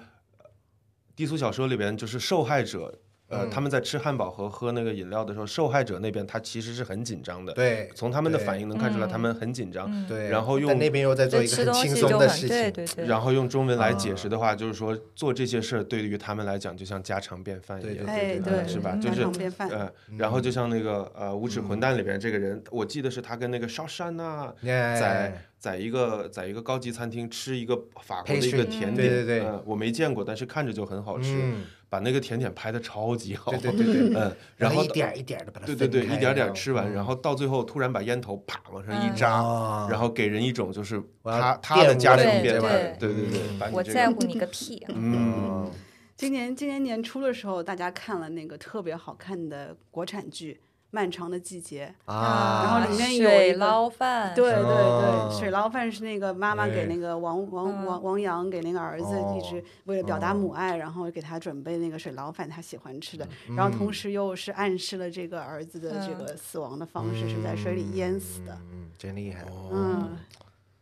[SPEAKER 4] 低俗小说里边就是受害者，呃，他们在吃汉堡和喝那个饮料的时候，受害者那边他其实是很紧张的，
[SPEAKER 3] 对，
[SPEAKER 4] 从他们的
[SPEAKER 3] 对
[SPEAKER 4] 反应能看出来，
[SPEAKER 5] 嗯
[SPEAKER 4] 他们很紧张。
[SPEAKER 5] 嗯
[SPEAKER 3] 对，
[SPEAKER 4] 然后用
[SPEAKER 3] 但那边又在做
[SPEAKER 5] 对
[SPEAKER 3] 一个
[SPEAKER 5] 吃
[SPEAKER 3] 很
[SPEAKER 5] 东西
[SPEAKER 3] 轻
[SPEAKER 5] 就
[SPEAKER 3] 松的
[SPEAKER 5] 很
[SPEAKER 3] 事
[SPEAKER 5] 对
[SPEAKER 3] 情，
[SPEAKER 5] 对对，
[SPEAKER 4] 然后用中文来解
[SPEAKER 3] 啊
[SPEAKER 4] 释的话，就是说做这些事儿对于他们来讲，就像家常便饭一
[SPEAKER 3] 对
[SPEAKER 4] 样，
[SPEAKER 2] 哎
[SPEAKER 3] 对
[SPEAKER 4] 对
[SPEAKER 2] 对，
[SPEAKER 4] 是吧就
[SPEAKER 2] 家
[SPEAKER 4] 是
[SPEAKER 2] 常便饭。
[SPEAKER 4] 呃，然后就像那个呃《无耻混蛋》里边这个人，我记得是他跟那个烧山呐，
[SPEAKER 3] 哎
[SPEAKER 4] 在在一个在一个高级餐厅吃一个法国的一
[SPEAKER 3] Pastry，嗯
[SPEAKER 4] 个甜
[SPEAKER 3] 对
[SPEAKER 4] 点，
[SPEAKER 3] 对对
[SPEAKER 4] 呃，我没见过，但是看着就很好吃，
[SPEAKER 3] 嗯，
[SPEAKER 4] 把那个甜点拍的超级好，
[SPEAKER 3] 对对对 对，
[SPEAKER 4] 嗯，然后
[SPEAKER 3] 一点儿一点的把它
[SPEAKER 4] 对对对，
[SPEAKER 3] 分开嗯
[SPEAKER 4] 一点点
[SPEAKER 3] 然后
[SPEAKER 4] 吃完，然后到最后突然把烟头啪往上
[SPEAKER 5] 嗯
[SPEAKER 4] 一扎，
[SPEAKER 3] 哦
[SPEAKER 4] 然后给人一种就是
[SPEAKER 3] 我要
[SPEAKER 4] 他他的
[SPEAKER 3] 玷污
[SPEAKER 4] 家常
[SPEAKER 5] 你
[SPEAKER 4] 便
[SPEAKER 5] 这碗
[SPEAKER 4] 饭，对对对，
[SPEAKER 3] 嗯
[SPEAKER 4] 把你
[SPEAKER 5] 我
[SPEAKER 4] 这
[SPEAKER 5] 在
[SPEAKER 4] 个
[SPEAKER 5] 乎你个屁啊！
[SPEAKER 4] 嗯
[SPEAKER 2] 今年今年年初的时候，大家看了那个特别好看的国产剧《漫长的季节
[SPEAKER 3] 啊，
[SPEAKER 2] 然后里面有一
[SPEAKER 5] 水
[SPEAKER 2] 个
[SPEAKER 5] 捞》。饭，
[SPEAKER 2] 对对
[SPEAKER 3] 哦
[SPEAKER 2] 对，水牢饭是那个妈妈
[SPEAKER 3] 对
[SPEAKER 2] 给那个王
[SPEAKER 5] 嗯
[SPEAKER 2] 王王王阳给那个儿子
[SPEAKER 3] 哦
[SPEAKER 2] 一直为了表达母爱，然后给他准备那个水牢饭，他喜欢吃的。然后同时又是暗示了这个儿子的这
[SPEAKER 5] 嗯
[SPEAKER 2] 个死亡的方式是在水里淹死的。
[SPEAKER 3] 嗯，真厉害，
[SPEAKER 4] 哦
[SPEAKER 2] 嗯，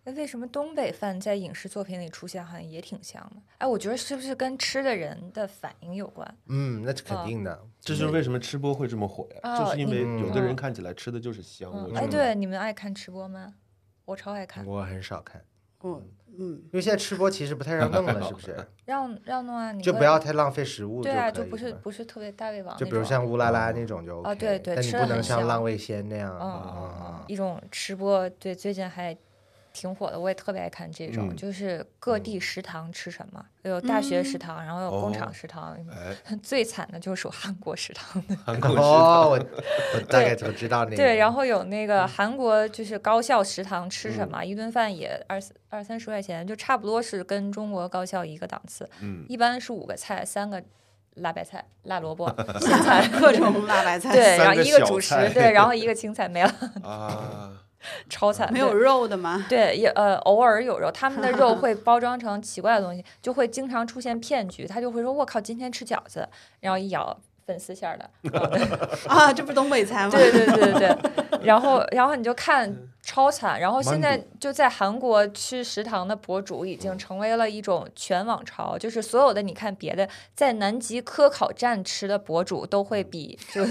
[SPEAKER 5] 那为什么东北饭在影视作品里出现，好像也挺像的？哎，我觉得是不是跟吃的人的反应有关？
[SPEAKER 3] 嗯，那是肯定的，
[SPEAKER 4] 这就是为什么吃播会这么火呀，
[SPEAKER 5] 哦
[SPEAKER 4] 就是因为
[SPEAKER 5] 你
[SPEAKER 4] 有的人
[SPEAKER 5] 嗯
[SPEAKER 4] 看起来吃的就是香，我
[SPEAKER 5] 嗯，
[SPEAKER 4] 觉
[SPEAKER 5] 哎，
[SPEAKER 4] 得。
[SPEAKER 5] 对，你们爱看吃播吗？我超爱看。
[SPEAKER 3] 我很少看，
[SPEAKER 2] 我嗯，
[SPEAKER 3] 因为现在吃播其实不太让弄了， 是不是？
[SPEAKER 5] 让让诺啊，你
[SPEAKER 3] 就
[SPEAKER 5] 会
[SPEAKER 3] 不要太浪费食物
[SPEAKER 5] 对
[SPEAKER 3] 可以
[SPEAKER 5] 啊，
[SPEAKER 3] 了。
[SPEAKER 5] 就不是不是特别大胃王那
[SPEAKER 3] 就
[SPEAKER 5] 种，
[SPEAKER 3] 比如像乌拉拉那种就 OK，、
[SPEAKER 5] 啊对对
[SPEAKER 3] 但你
[SPEAKER 5] 吃
[SPEAKER 3] 不
[SPEAKER 5] 得
[SPEAKER 3] 能
[SPEAKER 5] 很
[SPEAKER 3] 像
[SPEAKER 5] 香
[SPEAKER 3] 浪味仙那样
[SPEAKER 5] 嗯
[SPEAKER 3] 啊。
[SPEAKER 5] 一种吃播，对，最近还挺火的，我也特别爱看这种，
[SPEAKER 4] 嗯
[SPEAKER 5] 就是各地食堂吃什么，有大学食堂，然后有工
[SPEAKER 4] 哦
[SPEAKER 5] 厂食堂，
[SPEAKER 4] 哎，
[SPEAKER 5] 最惨的就是属韩国食堂的，
[SPEAKER 4] 韩国食
[SPEAKER 3] 哦，我 我大概就知道那个。
[SPEAKER 5] 对，然后有那
[SPEAKER 4] 嗯
[SPEAKER 5] 个韩国就是高校食堂吃什么，一顿饭也二四二三十块钱，就差不多是跟中国高校一个档次，
[SPEAKER 4] 嗯
[SPEAKER 5] 一般是五个菜，三个辣白菜、辣萝 卜、青 菜
[SPEAKER 2] 嗯各种辣白菜，
[SPEAKER 5] 对，
[SPEAKER 4] 三
[SPEAKER 5] 然后
[SPEAKER 4] 个
[SPEAKER 5] 一个
[SPEAKER 4] 小
[SPEAKER 5] 主食
[SPEAKER 4] 菜，
[SPEAKER 5] 对，然后 一个青菜没了，
[SPEAKER 4] 啊，
[SPEAKER 5] 超惨，
[SPEAKER 2] 没
[SPEAKER 5] 对
[SPEAKER 2] 有肉的吗？
[SPEAKER 5] 对，也呃偶尔有肉，他们的肉会包装成奇怪的东西，就会经常出现骗局。他就会说：“我靠，今天吃饺子。”然后一咬粉丝馅儿 的，
[SPEAKER 2] 啊，这不是东北菜吗？
[SPEAKER 5] 对对对对对。然后然后你就看超惨。然后现在
[SPEAKER 4] 馒
[SPEAKER 5] 就在韩国吃食堂的博主已经成为了一种全网潮，就是所有的你看别的在南极科考站吃的博主都会比就，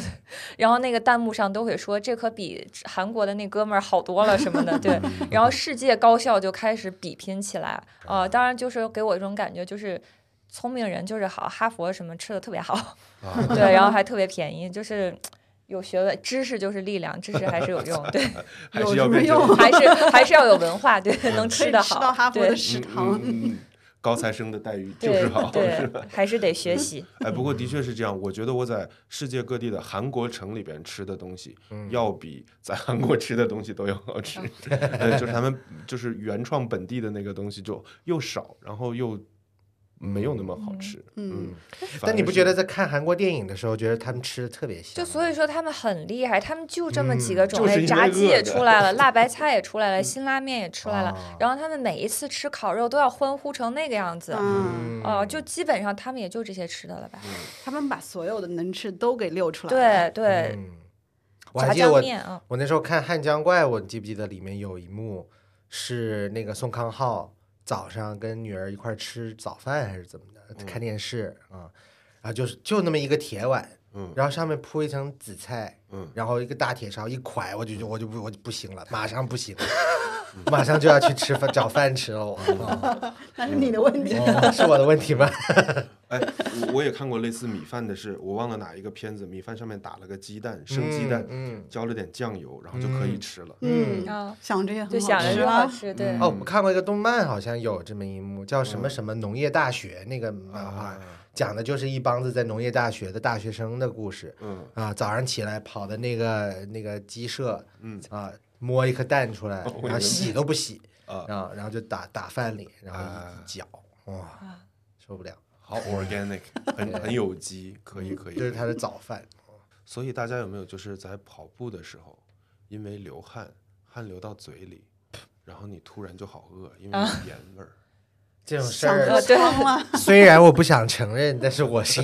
[SPEAKER 5] 然后那个弹幕上都会说这可比韩国的那哥们儿好多了什么的，对。然后世界高校就开始比拼起来，呃，当然就是给我一种感觉，就是聪明人就是好，哈佛什么吃的特别好，对，然后还特别便宜，就是有学问，知识就是力量，知识还是有用，对，
[SPEAKER 4] 还
[SPEAKER 2] 有
[SPEAKER 4] 是
[SPEAKER 2] 什
[SPEAKER 4] 要
[SPEAKER 2] 么
[SPEAKER 4] 变成
[SPEAKER 2] 用
[SPEAKER 5] 还是还是要有文化，对，能
[SPEAKER 2] 可以
[SPEAKER 5] 吃
[SPEAKER 2] 吃
[SPEAKER 5] 的
[SPEAKER 2] 到哈
[SPEAKER 5] 好，
[SPEAKER 2] 佛的
[SPEAKER 5] 对。
[SPEAKER 2] 食
[SPEAKER 4] 嗯
[SPEAKER 2] 堂。
[SPEAKER 4] 嗯嗯高材生的待遇就
[SPEAKER 5] 对
[SPEAKER 4] 是好，是
[SPEAKER 5] 对
[SPEAKER 4] 吧？，
[SPEAKER 5] 还是得学习。
[SPEAKER 4] 哎，不过的确是这样，我觉得我在世界各地的韩国城里边吃的东西，
[SPEAKER 3] 嗯
[SPEAKER 4] 要比在韩国吃的东西都要好吃。对，就是他们就是原创本地的那个东西就又少，然后又没有那么好吃。
[SPEAKER 2] 嗯
[SPEAKER 4] 嗯，反
[SPEAKER 3] 但你
[SPEAKER 4] 而
[SPEAKER 3] 不
[SPEAKER 4] 是
[SPEAKER 3] 觉得在看韩国电影的时候，觉得他们吃的特别香？
[SPEAKER 5] 就所以说他们很厉害，他们就这么几
[SPEAKER 3] 嗯
[SPEAKER 5] 个种
[SPEAKER 4] 就
[SPEAKER 5] 类，
[SPEAKER 4] 是因为
[SPEAKER 5] 炸鸡也
[SPEAKER 4] 饿着嗯啊
[SPEAKER 5] 出来 了，辣白菜也出来了，辛拉面也出来了
[SPEAKER 3] 哦，
[SPEAKER 5] 然后他们每一次吃烤肉都要欢呼成那个样子，
[SPEAKER 2] 嗯，
[SPEAKER 5] 哦，就基本上他们也就这些吃的了吧？
[SPEAKER 2] 他们把所有的能吃都给溜出来了。
[SPEAKER 5] 对
[SPEAKER 4] 嗯
[SPEAKER 5] 对，
[SPEAKER 3] 嗯
[SPEAKER 5] 呃
[SPEAKER 3] 我
[SPEAKER 5] 炸
[SPEAKER 3] 还记得
[SPEAKER 5] 酱
[SPEAKER 3] 我
[SPEAKER 5] 面啊，
[SPEAKER 3] 我那时候看《汉江怪》，我记不记得里面有一幕是那个宋康昊早上跟女儿一块儿吃早饭还是怎么
[SPEAKER 5] 嗯
[SPEAKER 3] 的，看电视啊，然后就是就那么一个铁碗，
[SPEAKER 4] 嗯
[SPEAKER 3] 然后上面铺一层紫菜，
[SPEAKER 4] 嗯
[SPEAKER 3] 然后一个大铁勺一㧟，我就就我就不我就不行了，马上不行 了，马上就要去吃饭找饭吃 了，我、
[SPEAKER 2] 那是你的问题。
[SPEAKER 3] 哦 是我的问题吗？
[SPEAKER 4] 哎，我我也看过类似米饭的是，我忘了哪一个片子，米饭上面打了个鸡蛋，生鸡蛋，
[SPEAKER 3] 嗯
[SPEAKER 4] 浇了点酱油，然后就可以吃了。
[SPEAKER 2] 嗯，
[SPEAKER 5] 啊，
[SPEAKER 2] 想着也很
[SPEAKER 5] 就想着
[SPEAKER 2] 吃
[SPEAKER 5] 说好
[SPEAKER 2] 啊。
[SPEAKER 4] 嗯
[SPEAKER 5] 吃，对，
[SPEAKER 3] 哦，我看过一个动漫，好像有这么一幕，叫什么什么农业大学那个漫
[SPEAKER 4] 啊
[SPEAKER 3] 画，讲的就是一帮子在农业大学的大学生的故事
[SPEAKER 4] 嗯
[SPEAKER 3] 啊。早上起来跑的那个那个鸡舍，
[SPEAKER 4] 嗯哦
[SPEAKER 3] 啊，摸一颗蛋出来，
[SPEAKER 4] 我以为
[SPEAKER 3] 然后洗都不洗，
[SPEAKER 4] 啊
[SPEAKER 3] 然后然后就打打饭里，然后
[SPEAKER 4] 啊
[SPEAKER 3] 一搅，
[SPEAKER 2] 啊
[SPEAKER 3] 哇，受不了，
[SPEAKER 4] 好 organic，很 很有机，可以可以。
[SPEAKER 3] 这是他的早饭。
[SPEAKER 4] 所以大家有没有就是在跑步的时候，因为流汗，汗流到嘴里，然后你突然就好饿，因为有
[SPEAKER 2] 啊
[SPEAKER 4] 盐味儿。
[SPEAKER 3] 这种事
[SPEAKER 2] 想
[SPEAKER 3] 儿
[SPEAKER 2] 喝
[SPEAKER 5] 对
[SPEAKER 2] 汤了，
[SPEAKER 3] 虽然我不想承认，但 是我是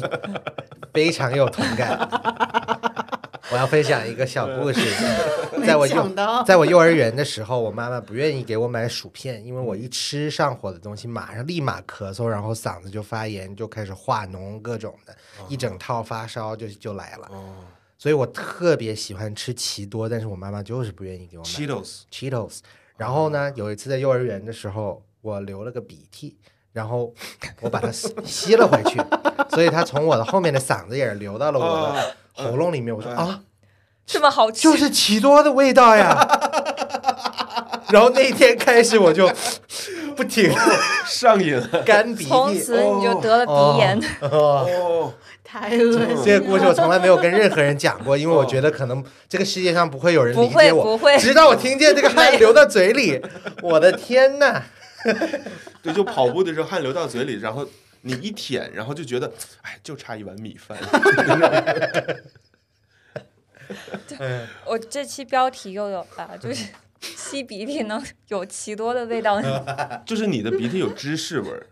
[SPEAKER 3] 非常有同感的。我要分享一个小故 事， 在我
[SPEAKER 2] 没想到
[SPEAKER 3] 幼在我幼儿园的时候，我妈妈不愿意给我买薯片，因为我一吃上火的东西，马上立马咳嗽，然后嗓子就发炎，就开始化脓各种的，一整套发烧就就来了。
[SPEAKER 4] 哦
[SPEAKER 3] 所以我特别喜欢吃奇多，但是我妈妈就是不愿意给我买。
[SPEAKER 4] ，Cheetos，
[SPEAKER 3] Cheetos。然后呢，有一次在幼儿园的时候，我流了个鼻涕，然后我把它吸吸了回去，所以它从我的后面的嗓子眼儿流到了我的喉咙里面。我说啊，
[SPEAKER 5] 这么好吃，
[SPEAKER 3] 就是奇多的味道呀。 然后那天开始我就 不停地
[SPEAKER 4] 上瘾了。
[SPEAKER 3] 干鼻涕，
[SPEAKER 5] 从此你就得了
[SPEAKER 3] 哦
[SPEAKER 5] 鼻炎。
[SPEAKER 3] 哦。
[SPEAKER 4] 哦，
[SPEAKER 2] 太恶心了。
[SPEAKER 3] 这个故事我从来没有跟任何人讲过，因为我觉得可能这个世界上不会有人理
[SPEAKER 5] 不会
[SPEAKER 3] 解我。
[SPEAKER 5] 不会
[SPEAKER 3] 直到我听见这个汗流到嘴 里，我的天呐！
[SPEAKER 4] 对，就跑步的时候汗流到嘴里，然后你一舔，然后就觉得，哎，就差一碗米饭。
[SPEAKER 5] 我这期标题又有了，
[SPEAKER 4] 嗯
[SPEAKER 5] 就是吸鼻涕能有奇多的味道。
[SPEAKER 4] 就是你的鼻涕有芝士味儿，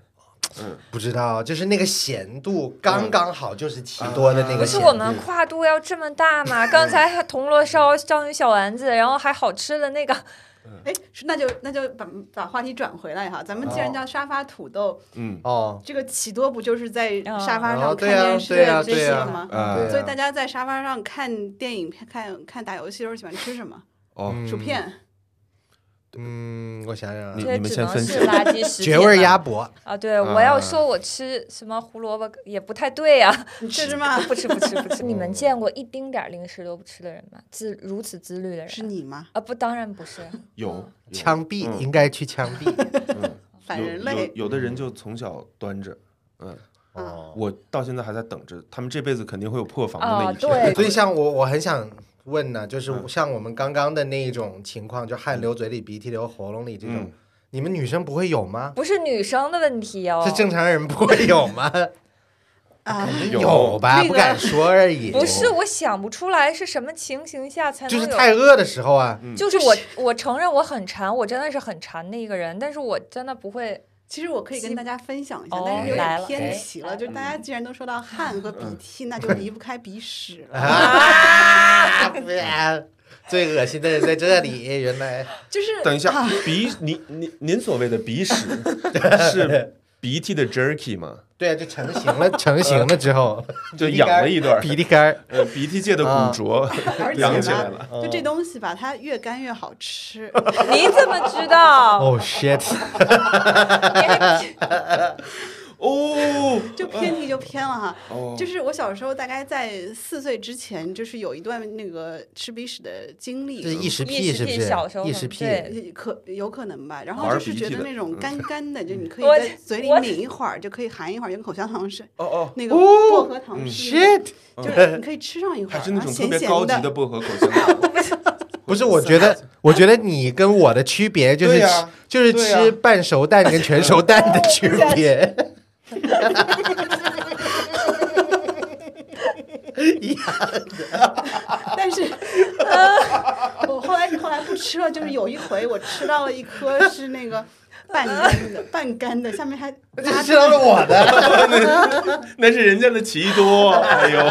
[SPEAKER 3] 不知道，就是那个咸度刚刚好，就是奇多的那
[SPEAKER 4] 不
[SPEAKER 3] 个
[SPEAKER 5] 不是
[SPEAKER 3] 咸
[SPEAKER 5] 我
[SPEAKER 3] 度。
[SPEAKER 5] 们跨度要这么大吗？ 刚才还铜锣烧、章鱼小丸子，然后还好吃的那个，
[SPEAKER 2] 哎，是那就那就把把话题转回来哈，咱们既然叫沙发土豆，
[SPEAKER 4] 嗯，
[SPEAKER 3] 哦，
[SPEAKER 2] 这个奇多不就是在
[SPEAKER 5] 啊
[SPEAKER 2] 沙发
[SPEAKER 3] 哦
[SPEAKER 2] 上看
[SPEAKER 3] 对啊
[SPEAKER 2] 电视
[SPEAKER 3] 对啊
[SPEAKER 2] 这
[SPEAKER 3] 对
[SPEAKER 2] 些
[SPEAKER 3] 啊
[SPEAKER 2] 吗？
[SPEAKER 4] 啊
[SPEAKER 3] 对啊
[SPEAKER 2] 所以大家在沙发上看电影、看看打游戏的时候喜欢吃什么？
[SPEAKER 4] 哦，
[SPEAKER 2] 薯片。
[SPEAKER 3] 嗯，我想想啊
[SPEAKER 4] 你，
[SPEAKER 5] 这
[SPEAKER 4] 们
[SPEAKER 5] 只
[SPEAKER 4] 先
[SPEAKER 5] 能
[SPEAKER 4] 分
[SPEAKER 5] 是
[SPEAKER 4] 享
[SPEAKER 5] 垃圾食品
[SPEAKER 3] 绝味
[SPEAKER 5] 了
[SPEAKER 3] 鸭脖，
[SPEAKER 5] 啊！对，我要说我吃什么胡萝卜也不太对呀、
[SPEAKER 2] 你吃吗？
[SPEAKER 5] 不吃不吃不吃。 你们见过一丁点儿零食都不吃的人吗？自如此自律的人
[SPEAKER 2] 是你吗？
[SPEAKER 5] 啊？不，当然不 是。
[SPEAKER 4] 有有
[SPEAKER 3] 枪毙、
[SPEAKER 4] 嗯
[SPEAKER 3] 应该去枪毙。
[SPEAKER 4] 嗯
[SPEAKER 2] 反
[SPEAKER 4] 有
[SPEAKER 2] 人
[SPEAKER 4] 有
[SPEAKER 2] 类。
[SPEAKER 4] 有的人就从小端着，嗯，
[SPEAKER 3] 哦，
[SPEAKER 4] 我到现在还在等着，他们这辈子肯定会有破防的那
[SPEAKER 5] 啊，
[SPEAKER 4] 一天。
[SPEAKER 2] 哦
[SPEAKER 5] 对，
[SPEAKER 3] 所以像我，我很想问呢，就是
[SPEAKER 4] 嗯
[SPEAKER 3] 像我们刚刚的那一种情况，就汗流嘴里、鼻涕流喉咙里这种
[SPEAKER 4] 嗯，
[SPEAKER 3] 你们女生不会有吗？
[SPEAKER 5] 不是女生的问题哦
[SPEAKER 3] 这，正常人不会有吗？
[SPEAKER 2] 啊，
[SPEAKER 4] 有
[SPEAKER 3] 有吧，
[SPEAKER 2] 那个
[SPEAKER 3] 不敢说而已。
[SPEAKER 5] 不是，我想不出来是什么情形下才
[SPEAKER 3] 就
[SPEAKER 5] 能
[SPEAKER 3] 是
[SPEAKER 5] 有。
[SPEAKER 3] 太饿的时 候啊，
[SPEAKER 5] 就是我，我承认我很馋，我真的是很馋的一个人，但是我真的不会
[SPEAKER 2] 其实我可以跟大家分享一下
[SPEAKER 5] 哦，
[SPEAKER 2] 但是有
[SPEAKER 5] 来
[SPEAKER 2] 点
[SPEAKER 5] 了
[SPEAKER 2] 偏
[SPEAKER 5] 哎
[SPEAKER 2] 题了。
[SPEAKER 4] 嗯
[SPEAKER 2] 就是大家既然都说到汗和鼻涕，那就离不开鼻屎 了。
[SPEAKER 3] 啊！不然 最恶心的人在这里，原来
[SPEAKER 2] 就是
[SPEAKER 4] 等一下
[SPEAKER 2] 啊，
[SPEAKER 4] 鼻，您您您所谓的鼻 屎是鼻涕的 jerky 吗？
[SPEAKER 3] 对啊，就成型了，成型了之后
[SPEAKER 4] 就养了一段儿
[SPEAKER 3] 鼻涕干儿，
[SPEAKER 4] 呃，鼻涕界的
[SPEAKER 3] 啊
[SPEAKER 4] 古着
[SPEAKER 2] 而且
[SPEAKER 4] 养起来了
[SPEAKER 2] 吧，就这东西吧，它越干越好 吃。
[SPEAKER 5] 你怎么知 道？
[SPEAKER 3] 哦 shit，
[SPEAKER 4] 哦。
[SPEAKER 2] 就偏题就偏了哈。
[SPEAKER 4] 哦
[SPEAKER 2] 就是我小时候大概在四岁之前，就是有一段那个吃鼻屎的经历，
[SPEAKER 3] 这是异食
[SPEAKER 5] 异
[SPEAKER 3] 癖
[SPEAKER 5] 食
[SPEAKER 3] 是不
[SPEAKER 5] 癖
[SPEAKER 3] 是
[SPEAKER 5] 小时？候
[SPEAKER 3] 异
[SPEAKER 5] 很
[SPEAKER 3] 食癖，
[SPEAKER 5] 对
[SPEAKER 2] 也可有可能吧，然
[SPEAKER 4] 玩
[SPEAKER 2] 后
[SPEAKER 4] 儿
[SPEAKER 2] 就是
[SPEAKER 4] 鼻
[SPEAKER 2] 觉
[SPEAKER 4] 涕
[SPEAKER 2] 得
[SPEAKER 4] 的
[SPEAKER 2] 那种
[SPEAKER 4] 嗯
[SPEAKER 2] 干 干的，就你可以
[SPEAKER 5] 我
[SPEAKER 2] 在嘴里
[SPEAKER 5] 我
[SPEAKER 2] 抿一会儿，就可以含一会儿，就跟口香糖是
[SPEAKER 4] 哦哦，嗯
[SPEAKER 2] 那个薄荷糖是那
[SPEAKER 3] shit，
[SPEAKER 2] 种，就是你可以吃上一会
[SPEAKER 4] 还
[SPEAKER 2] 儿，
[SPEAKER 4] 是那
[SPEAKER 2] 然后
[SPEAKER 4] 种特
[SPEAKER 2] 咸
[SPEAKER 4] 别
[SPEAKER 2] 啊咸
[SPEAKER 4] 高级的
[SPEAKER 2] 的。
[SPEAKER 4] 薄荷口香糖。
[SPEAKER 3] 不是，我觉得，我觉得你跟我的区别就
[SPEAKER 4] 对
[SPEAKER 3] 是吃
[SPEAKER 4] 呀
[SPEAKER 3] 就是
[SPEAKER 4] 对呀
[SPEAKER 3] 吃半熟蛋跟全熟蛋的 区别。
[SPEAKER 2] 但是，呃，我后来后来不吃了，就是有一回我吃到了一颗是那个半干的，半干的，下面还
[SPEAKER 3] 这是到了我 的，
[SPEAKER 4] 那是人家的奇多，哎呦，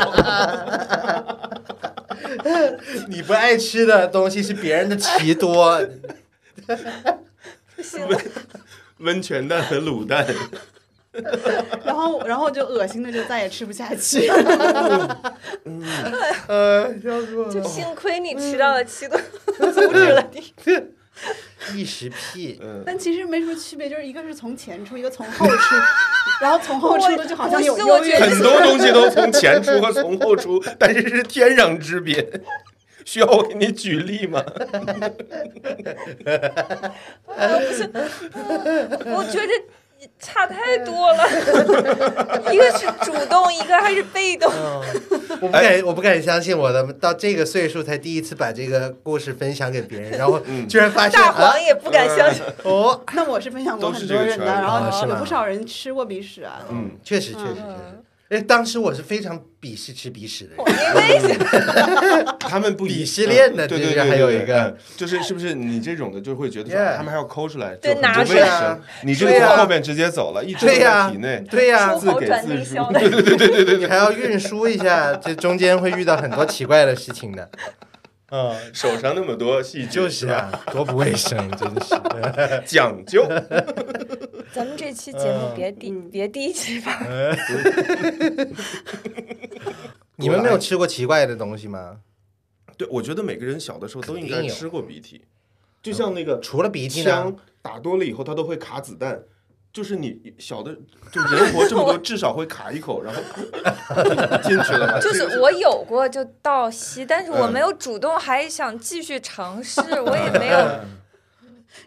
[SPEAKER 3] 你不爱吃的东西是别人的奇多，
[SPEAKER 5] 不行，
[SPEAKER 4] 温泉蛋和卤 蛋，
[SPEAKER 2] 然后，然后就恶心的就再也吃不下去。
[SPEAKER 3] 呃，笑死我
[SPEAKER 5] 就
[SPEAKER 3] 了。
[SPEAKER 5] 幸亏你吃到了七多，阻止了你。
[SPEAKER 3] 异食癖，
[SPEAKER 4] 嗯，
[SPEAKER 2] 但其实没什么区别，就是一个是从前出，一个从后出，然后从后出的就好像有
[SPEAKER 5] 不是我
[SPEAKER 2] 优
[SPEAKER 5] 觉
[SPEAKER 2] 越
[SPEAKER 5] 得
[SPEAKER 2] 感。
[SPEAKER 4] 很多东西都从前出和从后出，但是是天壤之别。需要我给你举例吗？
[SPEAKER 5] 我觉得差太多了，一个是主动，一个还是被动。
[SPEAKER 3] 啊我不敢，我不敢相信我的到这个岁数才第一次把这个故事分享给别人，然后居然发现
[SPEAKER 5] 大
[SPEAKER 3] 啊
[SPEAKER 5] 黄也不敢相信，
[SPEAKER 3] 哦，
[SPEAKER 2] 那我是分享过
[SPEAKER 4] 都是
[SPEAKER 2] 很
[SPEAKER 4] 这
[SPEAKER 2] 多
[SPEAKER 4] 个
[SPEAKER 2] 人的，
[SPEAKER 4] 圈儿
[SPEAKER 2] 然
[SPEAKER 3] 啊是
[SPEAKER 2] 后有
[SPEAKER 3] 吗
[SPEAKER 2] 不少人吃过鼻屎啊。
[SPEAKER 4] 嗯，
[SPEAKER 3] 确实确实确实。哎，当时我是非常鄙视吃鼻屎的人，
[SPEAKER 4] 他们不一
[SPEAKER 3] 鄙视链的
[SPEAKER 4] 对
[SPEAKER 3] 这
[SPEAKER 4] 对
[SPEAKER 3] 个
[SPEAKER 4] 对，
[SPEAKER 3] 还有
[SPEAKER 4] 对
[SPEAKER 3] 一个，
[SPEAKER 4] 嗯就是是不是你这种的就会觉得
[SPEAKER 3] Yeah
[SPEAKER 4] 说他们还要抠出来，
[SPEAKER 5] 对
[SPEAKER 4] 就很
[SPEAKER 5] 拿
[SPEAKER 4] 不
[SPEAKER 5] 出
[SPEAKER 4] 卫
[SPEAKER 3] 来
[SPEAKER 4] 生，你这
[SPEAKER 3] 对
[SPEAKER 4] 个
[SPEAKER 3] 呀
[SPEAKER 4] 从后面直接走了，一直
[SPEAKER 3] 对
[SPEAKER 4] 留
[SPEAKER 3] 呀
[SPEAKER 4] 在体内，
[SPEAKER 3] 对呀、
[SPEAKER 5] 出口转内销的，
[SPEAKER 3] 你还要运输一下，这中间会遇到很多奇怪的事情的。嗯，
[SPEAKER 4] 手上那么多细 菌，
[SPEAKER 3] 就是
[SPEAKER 4] 吧
[SPEAKER 3] 啊，多不卫生，真 是。
[SPEAKER 4] 啊讲究，
[SPEAKER 5] 咱们这期节目别第
[SPEAKER 2] 嗯
[SPEAKER 5] 别第一期吧，
[SPEAKER 3] 你们没有吃过奇怪的东西吗？
[SPEAKER 4] 对，我觉得每个人小的时候都应
[SPEAKER 3] 肯
[SPEAKER 4] 该
[SPEAKER 3] 定有
[SPEAKER 4] 吃过鼻涕，就像那个
[SPEAKER 3] 除了鼻涕呢
[SPEAKER 4] 枪？打多了以后，它都会卡子弹。就是你小的，就人活这 么多，至少会卡一口，然后 进去了吧。
[SPEAKER 5] 就
[SPEAKER 4] 这个
[SPEAKER 5] 是 我有过就倒吸，但是
[SPEAKER 3] 嗯
[SPEAKER 5] 我没有主动，还想继续尝试，我也没有，
[SPEAKER 3] 嗯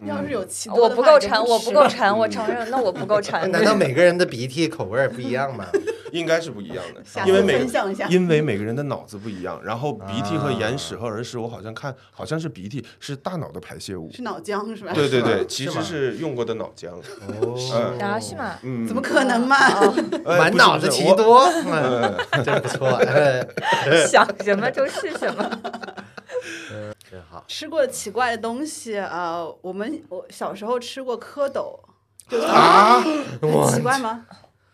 [SPEAKER 2] 要
[SPEAKER 4] 嗯
[SPEAKER 2] 是有其多
[SPEAKER 5] 我
[SPEAKER 2] 的
[SPEAKER 5] 不
[SPEAKER 2] 话
[SPEAKER 5] 够
[SPEAKER 2] 就
[SPEAKER 5] 馋，我
[SPEAKER 2] 吃
[SPEAKER 5] 不够
[SPEAKER 2] 了
[SPEAKER 5] 馋，我承认，那我不够馋。
[SPEAKER 3] 哎 难道每个人的鼻涕口味儿不一样 吗？
[SPEAKER 4] 应该是不一样的
[SPEAKER 2] 下，
[SPEAKER 4] 因为
[SPEAKER 2] 次
[SPEAKER 4] 每
[SPEAKER 2] 分
[SPEAKER 4] 个
[SPEAKER 2] 享一下。
[SPEAKER 4] 因为每个人的脑子不一样，然后鼻涕
[SPEAKER 3] 啊
[SPEAKER 4] 和眼屎和耳屎，我好像看好像是鼻涕是大脑的排泄物，
[SPEAKER 2] 是脑浆是吧？
[SPEAKER 4] 对对
[SPEAKER 3] 是吗
[SPEAKER 4] 对，其实是用过的脑浆，
[SPEAKER 3] 哦
[SPEAKER 5] 啊，是？吗？
[SPEAKER 4] 嗯，
[SPEAKER 2] 怎么可能嘛？
[SPEAKER 4] 哎
[SPEAKER 3] 满
[SPEAKER 4] 不是
[SPEAKER 3] 脑子
[SPEAKER 4] 不是
[SPEAKER 3] 奇
[SPEAKER 4] 我
[SPEAKER 3] 多， 嗯真不 错，哎
[SPEAKER 5] 想什么就是什么。
[SPEAKER 3] 真好。
[SPEAKER 2] 吃过奇怪的东西啊，呃我们我小时候吃过蝌蚪，就
[SPEAKER 4] 啊？
[SPEAKER 2] 很奇怪吗？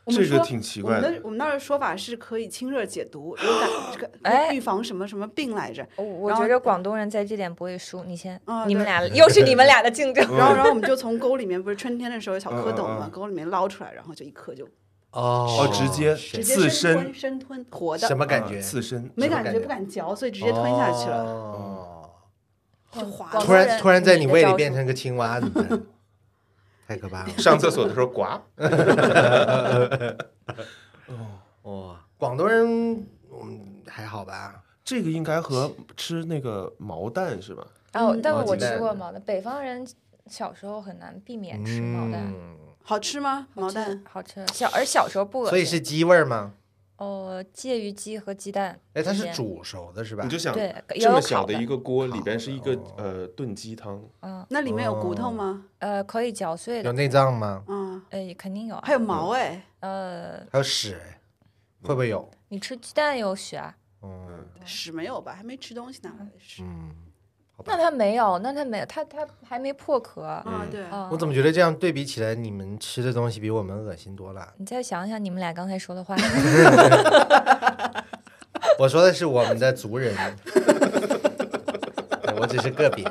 [SPEAKER 2] 我们
[SPEAKER 4] 这个
[SPEAKER 2] 说
[SPEAKER 4] 挺奇
[SPEAKER 2] 我
[SPEAKER 4] 怪
[SPEAKER 2] 们
[SPEAKER 4] 的
[SPEAKER 2] 的。我们那儿的说法是可以清热解毒， 有感这个
[SPEAKER 5] 哎
[SPEAKER 2] 可以预防什么什么病来着。
[SPEAKER 5] 我我
[SPEAKER 2] 然后
[SPEAKER 5] 觉得广东人在这点不会输，你先
[SPEAKER 2] 啊，
[SPEAKER 5] 你们
[SPEAKER 2] 对
[SPEAKER 5] 俩又是你们俩的竞争。
[SPEAKER 2] 然后，然后我们就从沟里面，不是春天的时候有小蝌
[SPEAKER 4] 嗯
[SPEAKER 2] 蚪
[SPEAKER 4] 嗯嗯
[SPEAKER 2] 嘛
[SPEAKER 4] 嗯，
[SPEAKER 2] 沟里面捞出来，然后就一颗就
[SPEAKER 3] 哦
[SPEAKER 4] 哦，直接
[SPEAKER 2] 直
[SPEAKER 4] 刺
[SPEAKER 2] 接生
[SPEAKER 4] 身
[SPEAKER 2] 吞，生吞活的
[SPEAKER 3] 什，么感觉
[SPEAKER 4] 啊？刺身，
[SPEAKER 2] 没
[SPEAKER 3] 什么
[SPEAKER 2] 感
[SPEAKER 3] 感
[SPEAKER 2] 觉
[SPEAKER 3] 觉
[SPEAKER 2] 不敢嚼，所以直接吞下去了，
[SPEAKER 3] 哦
[SPEAKER 2] 就滑
[SPEAKER 5] 广
[SPEAKER 2] 了
[SPEAKER 3] 突
[SPEAKER 5] 东
[SPEAKER 3] 然
[SPEAKER 5] 人
[SPEAKER 3] 突然在你
[SPEAKER 5] 你的
[SPEAKER 3] 胃
[SPEAKER 5] 招
[SPEAKER 3] 里
[SPEAKER 5] 数
[SPEAKER 3] 变成个青蛙，怎么 办太可怕了。
[SPEAKER 4] 上厕所的时候呱，
[SPEAKER 3] 哇，广东人嗯还好吧？
[SPEAKER 4] 这个应该和吃那个毛蛋是吧？
[SPEAKER 5] 哦，
[SPEAKER 2] 嗯
[SPEAKER 5] 但
[SPEAKER 3] 毛
[SPEAKER 5] 我
[SPEAKER 3] 鸡蛋
[SPEAKER 5] 吃过毛蛋，北方人小时候很难避免吃毛蛋。
[SPEAKER 3] 嗯，
[SPEAKER 2] 好吃吗？毛
[SPEAKER 5] 好吃
[SPEAKER 4] 哦
[SPEAKER 2] 蛋
[SPEAKER 5] 好吃，小而小时候不恶心，
[SPEAKER 3] 所以是鸡味儿吗？
[SPEAKER 5] 哦，介于鸡和鸡蛋之
[SPEAKER 3] 哎，
[SPEAKER 5] 间。
[SPEAKER 3] 它是煮熟的是吧
[SPEAKER 4] 你？就想
[SPEAKER 5] 对也
[SPEAKER 4] 这
[SPEAKER 5] 有
[SPEAKER 4] 么
[SPEAKER 5] 烤
[SPEAKER 4] 小的
[SPEAKER 5] 的
[SPEAKER 4] 一个锅，里边是一个
[SPEAKER 3] 烤的
[SPEAKER 4] 呃炖鸡汤，
[SPEAKER 5] 嗯
[SPEAKER 2] 那里面有骨头吗？
[SPEAKER 5] 呃，可以嚼碎
[SPEAKER 3] 有
[SPEAKER 5] 的，
[SPEAKER 3] 内脏吗？
[SPEAKER 2] 嗯，
[SPEAKER 5] 呃，肯定有啊。
[SPEAKER 2] 还有
[SPEAKER 4] 嗯
[SPEAKER 2] 毛哎，
[SPEAKER 5] 呃，
[SPEAKER 3] 还有屎？会不会有？
[SPEAKER 5] 你吃鸡蛋有血啊？
[SPEAKER 3] 嗯
[SPEAKER 2] 屎没有吧？还没吃东西呢，哪来的屎？
[SPEAKER 3] 嗯，
[SPEAKER 5] 那它没有，那它没有，它它还没破壳啊。
[SPEAKER 2] 啊，对，
[SPEAKER 3] 我
[SPEAKER 5] 么？
[SPEAKER 3] 怎么觉得这样对比起来，你们吃的东西比我们恶心多了？
[SPEAKER 5] 你再想想你们俩刚才说的话，
[SPEAKER 3] 我说的是我们的族人，对我只是个别。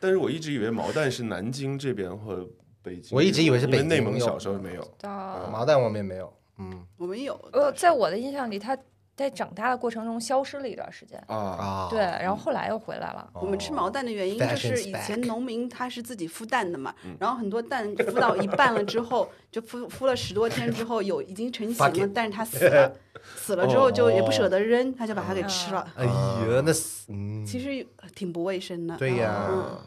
[SPEAKER 4] 但是我一直以为毛蛋是南京这边和北京，
[SPEAKER 3] 我一直以为是北京
[SPEAKER 4] 因为内蒙
[SPEAKER 3] 有
[SPEAKER 4] 小时候没有，
[SPEAKER 5] 到
[SPEAKER 3] 毛蛋我们也没有。嗯
[SPEAKER 2] 我们有。
[SPEAKER 5] 呃，在我的印象里，它在长大的过程中消失了一段时间，
[SPEAKER 4] 啊，
[SPEAKER 3] 啊，
[SPEAKER 5] 哦对，然后后来又回来了。
[SPEAKER 2] 我们吃毛蛋的原因就
[SPEAKER 3] Fashion's
[SPEAKER 2] 是以前
[SPEAKER 3] back
[SPEAKER 2] 农民他是自己孵蛋的嘛，
[SPEAKER 3] 嗯
[SPEAKER 2] 然后很多蛋孵到一半了之后，就孵孵了十多天之后有已经成型
[SPEAKER 3] Fuck
[SPEAKER 2] 了
[SPEAKER 3] it，
[SPEAKER 2] 但是它死 了，死了之后就也不舍得扔，他就把它给吃了。
[SPEAKER 3] 哎呀，那是嗯，
[SPEAKER 2] 其实挺不卫生的。
[SPEAKER 3] 对呀
[SPEAKER 2] 嗯，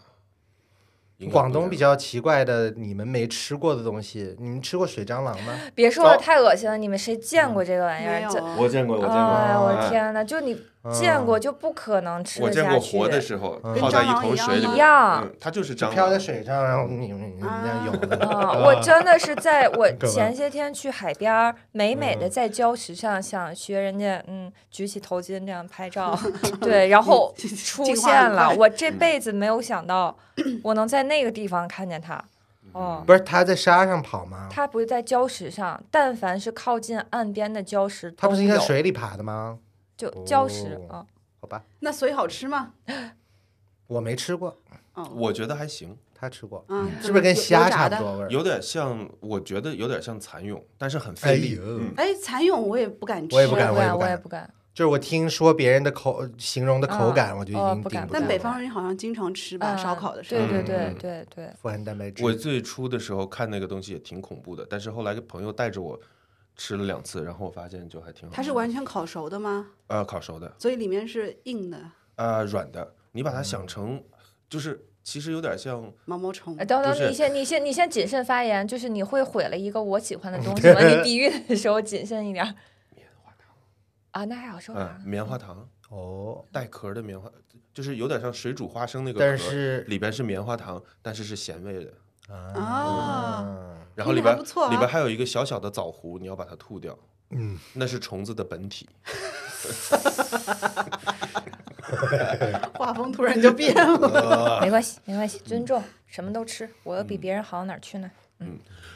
[SPEAKER 4] 应该
[SPEAKER 3] 广
[SPEAKER 4] 不
[SPEAKER 3] 东
[SPEAKER 4] 一
[SPEAKER 3] 比
[SPEAKER 4] 样
[SPEAKER 3] 较奇怪的，你们没吃过的东西，你们吃过水蟑螂吗？
[SPEAKER 5] 别说了，
[SPEAKER 4] 走
[SPEAKER 5] 太恶心了！你们谁见过这个玩意
[SPEAKER 2] 没
[SPEAKER 5] 儿？哎
[SPEAKER 2] 有啊
[SPEAKER 5] 这，
[SPEAKER 4] 我见过，哦嗯我见过，
[SPEAKER 5] 哎，我
[SPEAKER 4] 哎
[SPEAKER 5] 的天呐，就你见过就不可能吃
[SPEAKER 4] 我
[SPEAKER 5] 得
[SPEAKER 4] 见
[SPEAKER 5] 下
[SPEAKER 4] 过
[SPEAKER 5] 去。
[SPEAKER 4] 活的时候
[SPEAKER 3] 嗯
[SPEAKER 4] 泡在一桶水里
[SPEAKER 2] 跟蟑螂
[SPEAKER 4] 面
[SPEAKER 5] 一样吗
[SPEAKER 4] 嗯它就是蟑
[SPEAKER 3] 漂在
[SPEAKER 4] 螂。
[SPEAKER 3] 水上，然后你你你那样游的。
[SPEAKER 5] 啊！我
[SPEAKER 4] 嗯
[SPEAKER 5] 真的是 在我
[SPEAKER 3] 干嘛
[SPEAKER 5] 前些天去海边儿，美美
[SPEAKER 4] 嗯
[SPEAKER 5] 的在礁石上想学人家，嗯，举起头巾这样拍 照，对，然后出
[SPEAKER 2] 进化
[SPEAKER 5] 现
[SPEAKER 2] 很
[SPEAKER 5] 了，
[SPEAKER 2] 快
[SPEAKER 5] 我这辈子没有想到我能在那个地方看见它。
[SPEAKER 4] 嗯
[SPEAKER 5] 哦，
[SPEAKER 3] 不是他在沙上跑吗？
[SPEAKER 5] 它不是在礁石上，但凡是靠近岸边的礁石，
[SPEAKER 3] 他不是应该
[SPEAKER 5] 有
[SPEAKER 3] 水里爬的吗？
[SPEAKER 5] 就礁石
[SPEAKER 3] 哦
[SPEAKER 5] 啊？
[SPEAKER 3] 好吧，
[SPEAKER 2] 那水好吃吗？
[SPEAKER 3] 我没吃过，
[SPEAKER 2] 嗯
[SPEAKER 4] 我觉得还行，
[SPEAKER 3] 他吃过，
[SPEAKER 2] 嗯，
[SPEAKER 3] 是不是跟虾差不
[SPEAKER 2] 油炸的？
[SPEAKER 3] 多味儿？
[SPEAKER 4] 有点像，我觉得有点像蚕蛹，但是很费力。嗯
[SPEAKER 2] 哎，蚕蛹我也不敢吃，
[SPEAKER 3] 我也不敢
[SPEAKER 5] 我
[SPEAKER 3] 我也不敢
[SPEAKER 5] 我也不敢。
[SPEAKER 3] 就是我听说别人的口形容的口
[SPEAKER 2] 嗯
[SPEAKER 3] 感，我就已
[SPEAKER 5] 哦
[SPEAKER 3] 经
[SPEAKER 5] 不
[SPEAKER 3] 顶
[SPEAKER 5] 敢不
[SPEAKER 3] 不
[SPEAKER 5] 敢
[SPEAKER 2] 但
[SPEAKER 3] 住
[SPEAKER 2] 北
[SPEAKER 3] 了。
[SPEAKER 2] 方人好像经常吃吧，
[SPEAKER 5] 嗯
[SPEAKER 2] 烧烤的时候。
[SPEAKER 5] 对对对
[SPEAKER 4] 嗯
[SPEAKER 5] 对对，
[SPEAKER 3] 富含蛋白质，
[SPEAKER 4] 我最初的时候看那个东西也挺恐怖的，但是后来个朋友带着我吃了两次，然后我发现就还挺好。
[SPEAKER 2] 它是完全烤熟的吗？
[SPEAKER 4] 呃烤熟的，
[SPEAKER 2] 所以里面是硬的。
[SPEAKER 3] 嗯
[SPEAKER 4] 呃软的，你把它想成就是其实有点像，
[SPEAKER 2] 毛毛虫
[SPEAKER 5] 呃，等
[SPEAKER 4] 不
[SPEAKER 5] 等，
[SPEAKER 4] 是
[SPEAKER 5] 你先，你先，你先谨慎发言，就是你会毁了一个我喜欢的东 西吗？你比喻的时候谨慎一点儿
[SPEAKER 4] 棉花糖，
[SPEAKER 5] 啊，那还好说
[SPEAKER 4] 嗯，棉花糖
[SPEAKER 3] 哦，
[SPEAKER 4] 带壳的棉花，就是有点像水煮花生那个壳，
[SPEAKER 3] 但是
[SPEAKER 4] 里边是棉花糖，但是是咸味的，
[SPEAKER 2] 啊，
[SPEAKER 3] 嗯
[SPEAKER 4] 然后
[SPEAKER 2] 听
[SPEAKER 4] 里
[SPEAKER 2] 着还
[SPEAKER 4] 边、
[SPEAKER 2] 不错啊
[SPEAKER 4] 里边还有一个小小的枣核，你要把它吐掉，嗯，那是虫子的本体。
[SPEAKER 2] 画风突然就变了。
[SPEAKER 3] 啊
[SPEAKER 5] 没关系，没关系，尊重，什么都吃，我又
[SPEAKER 3] 嗯
[SPEAKER 5] 比别人好到哪儿去呢？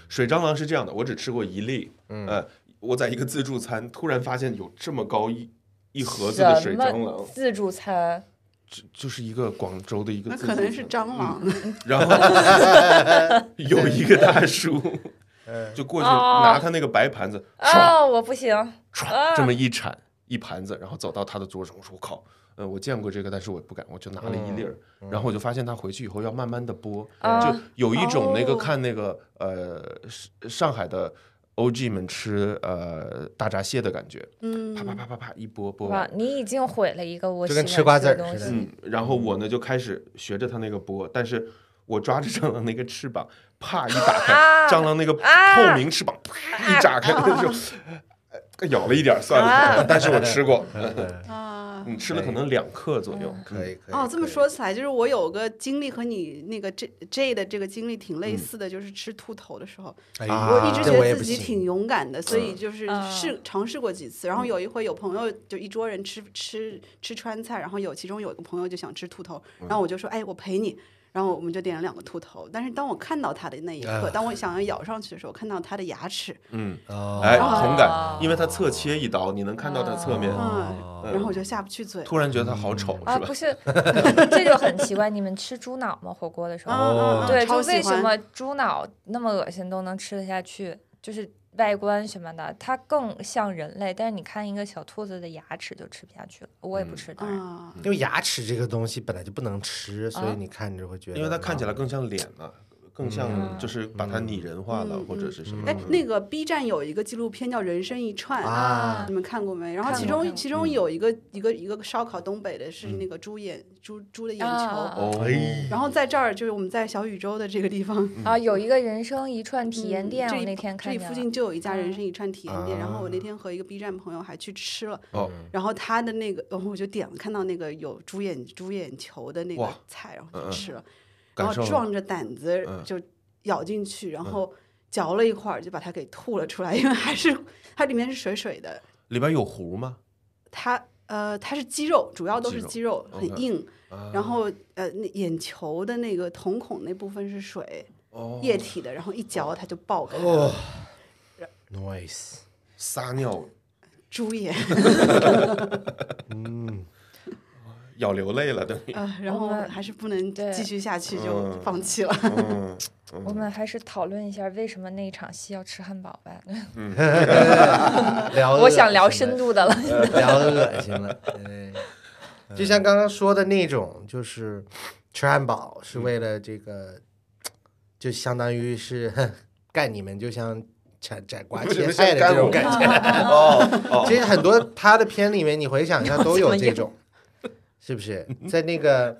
[SPEAKER 4] 水蟑螂是这样的，我只吃过一粒，嗯、呃，我在一个自助餐突然发现有这么高一一盒子的
[SPEAKER 5] 什
[SPEAKER 4] 水
[SPEAKER 5] 么
[SPEAKER 4] 蟑螂，
[SPEAKER 5] 自助餐？
[SPEAKER 4] 就就是一个广州的一个
[SPEAKER 2] 那
[SPEAKER 4] 自助
[SPEAKER 2] 可
[SPEAKER 4] 餐，
[SPEAKER 2] 能是蟑螂，
[SPEAKER 4] 然后 有一个大 叔
[SPEAKER 3] 嗯
[SPEAKER 4] 就过去
[SPEAKER 5] 哦
[SPEAKER 4] 拿他那个白盘子，唰
[SPEAKER 5] 哦，我不行，啊
[SPEAKER 4] 唰这么一铲一盘子，然后走到他的桌上，我说我靠。呃，我见过这个，但是我不敢，我就拿了一粒儿，
[SPEAKER 5] 嗯
[SPEAKER 4] 然后我就发现他回去以后要慢慢的剥，就有一种那个
[SPEAKER 5] 啊哦
[SPEAKER 4] 看那个呃是上海的 OG 们吃呃大闸蟹的感觉，
[SPEAKER 2] 嗯
[SPEAKER 4] 啪，啪啪啪啪一剥剥
[SPEAKER 5] 哇
[SPEAKER 4] 完，，
[SPEAKER 5] 你已经毁了一个我
[SPEAKER 3] 就
[SPEAKER 5] 喜
[SPEAKER 3] 跟
[SPEAKER 5] 欢
[SPEAKER 3] 吃瓜子
[SPEAKER 5] 的
[SPEAKER 3] 儿
[SPEAKER 5] 东
[SPEAKER 3] 似的
[SPEAKER 5] 西。
[SPEAKER 4] 嗯，然后我呢就开始学着他那个剥，但是我抓着蟑螂那个翅膀，啪一打开，
[SPEAKER 5] 啊
[SPEAKER 4] 蟑螂那个透明翅膀
[SPEAKER 2] 啊
[SPEAKER 4] 啪一炸开，就呃咬了一点儿算了
[SPEAKER 5] 啊，
[SPEAKER 4] 但是我吃 过，
[SPEAKER 2] 啊。
[SPEAKER 4] 嗯，吃了可能两克左右，
[SPEAKER 3] 可以可以
[SPEAKER 2] 哦，这
[SPEAKER 3] 可
[SPEAKER 2] 么
[SPEAKER 3] 以
[SPEAKER 2] 说起来，就是我有个经历和你那个 J J 的这个经历挺类似的，就是吃兔头的时候，
[SPEAKER 3] 哎
[SPEAKER 4] 啊
[SPEAKER 2] 我一直
[SPEAKER 3] 这
[SPEAKER 2] 觉
[SPEAKER 3] 我也
[SPEAKER 2] 得
[SPEAKER 3] 不
[SPEAKER 2] 自己
[SPEAKER 3] 行
[SPEAKER 2] 挺勇敢的，所以就是
[SPEAKER 5] 啊
[SPEAKER 2] 试尝试过几次。然后有一回有朋友就一桌人吃吃吃川菜，然后有其中有一个朋友就想吃兔头，然后我就说：“哎，我陪你。”然后我们就点了两个兔头，但是当我看到它的那一刻，当我想要咬上去的时候，看到它的牙齿，
[SPEAKER 4] 嗯，
[SPEAKER 3] 哦，
[SPEAKER 4] 哎，
[SPEAKER 2] 哦
[SPEAKER 4] 同感，因为它侧切一刀，你能看到它侧面，
[SPEAKER 2] 嗯，
[SPEAKER 4] 嗯
[SPEAKER 2] 然后我就下不去嘴。
[SPEAKER 4] 突然觉得它好丑，
[SPEAKER 5] 啊，
[SPEAKER 4] 是吧
[SPEAKER 5] 不？是， 这就很奇怪。你们吃猪脑吗？火锅的时
[SPEAKER 3] 哦
[SPEAKER 5] 候？
[SPEAKER 2] 啊
[SPEAKER 5] 对，就
[SPEAKER 2] 超喜
[SPEAKER 5] 为什
[SPEAKER 2] 欢
[SPEAKER 5] 么猪脑那么恶心都能吃得下去，就是外观什么的，它更像人类，但是你看一个小兔子的牙齿就吃不下去了，我
[SPEAKER 3] 嗯
[SPEAKER 5] 也不吃，当然。
[SPEAKER 2] 啊，
[SPEAKER 3] 因为牙齿这个东西本来就不能吃，所以
[SPEAKER 5] 啊
[SPEAKER 3] 你看着会觉得，
[SPEAKER 4] 因为它看起来更像脸了，更像就是把它拟人化了
[SPEAKER 2] 嗯
[SPEAKER 4] 或者是什么
[SPEAKER 2] 哎，，那个 B 站有一个纪录片叫《人生一串》
[SPEAKER 3] 啊
[SPEAKER 2] 你们看过没？然后
[SPEAKER 5] 看
[SPEAKER 2] 其
[SPEAKER 5] 过看
[SPEAKER 2] 中
[SPEAKER 5] 过
[SPEAKER 2] 其中有一个一个一个烧烤东北的是那个猪眼猪猪的眼
[SPEAKER 5] 啊
[SPEAKER 2] 球，
[SPEAKER 4] 哦，
[SPEAKER 2] 然后在这儿就是我们在小宇宙的这个地方
[SPEAKER 3] 嗯
[SPEAKER 5] 啊，有一个人生一串体验店，
[SPEAKER 2] 嗯这
[SPEAKER 5] 我
[SPEAKER 2] 里
[SPEAKER 5] 那天
[SPEAKER 2] 这
[SPEAKER 5] 看
[SPEAKER 2] 里
[SPEAKER 5] 见了。
[SPEAKER 2] 附
[SPEAKER 5] 嗯
[SPEAKER 2] 近就有一家人生一串体验店，
[SPEAKER 3] 啊
[SPEAKER 2] 然后我那天和一个 B 站朋友还去吃了，
[SPEAKER 4] 哦
[SPEAKER 2] 然后他的那个，然后我就点了，看到那个有猪眼猪眼球的那个
[SPEAKER 4] 哇
[SPEAKER 2] 菜，然后
[SPEAKER 4] 嗯嗯
[SPEAKER 2] 就吃了，
[SPEAKER 4] 感
[SPEAKER 2] 然后
[SPEAKER 4] 受了
[SPEAKER 2] 壮着胆子
[SPEAKER 4] 嗯
[SPEAKER 2] 就咬进去，然后嚼了一会儿就把它给吐了出来， 因为还是它里面是水水的，
[SPEAKER 4] 里边有糊吗？
[SPEAKER 2] 它呃它是肌肉，主要都是
[SPEAKER 4] 肌
[SPEAKER 2] 肌肉，很
[SPEAKER 4] OK
[SPEAKER 2] 硬，
[SPEAKER 4] 啊
[SPEAKER 2] 然后呃那眼球的那个瞳孔那部分是水
[SPEAKER 4] 哦
[SPEAKER 2] 液体的，然后一嚼它就爆开了，
[SPEAKER 3] 哦，noise，
[SPEAKER 4] 撒尿
[SPEAKER 2] 猪眼。
[SPEAKER 4] 咬流泪了，等 于。
[SPEAKER 2] 啊，然后
[SPEAKER 5] 们
[SPEAKER 2] 还是不能
[SPEAKER 5] 对
[SPEAKER 2] 继续下去，就
[SPEAKER 4] 嗯
[SPEAKER 2] 放弃了。
[SPEAKER 4] 嗯
[SPEAKER 5] 我们还是讨论一下为什么那一场戏要吃汉堡吧。
[SPEAKER 3] 聊，
[SPEAKER 5] 我想聊深，度 的了。
[SPEAKER 3] 聊的恶心了，哎 就像刚刚说的那种，就是吃汉堡是为了这个，就相当于是 哼干你们，就像斩 斩瓜切菜的这种感觉。
[SPEAKER 4] 哦哦，
[SPEAKER 3] 其实很多他的片里面，你回想一下都有这
[SPEAKER 5] 怎么
[SPEAKER 3] 种，是不是？在那个《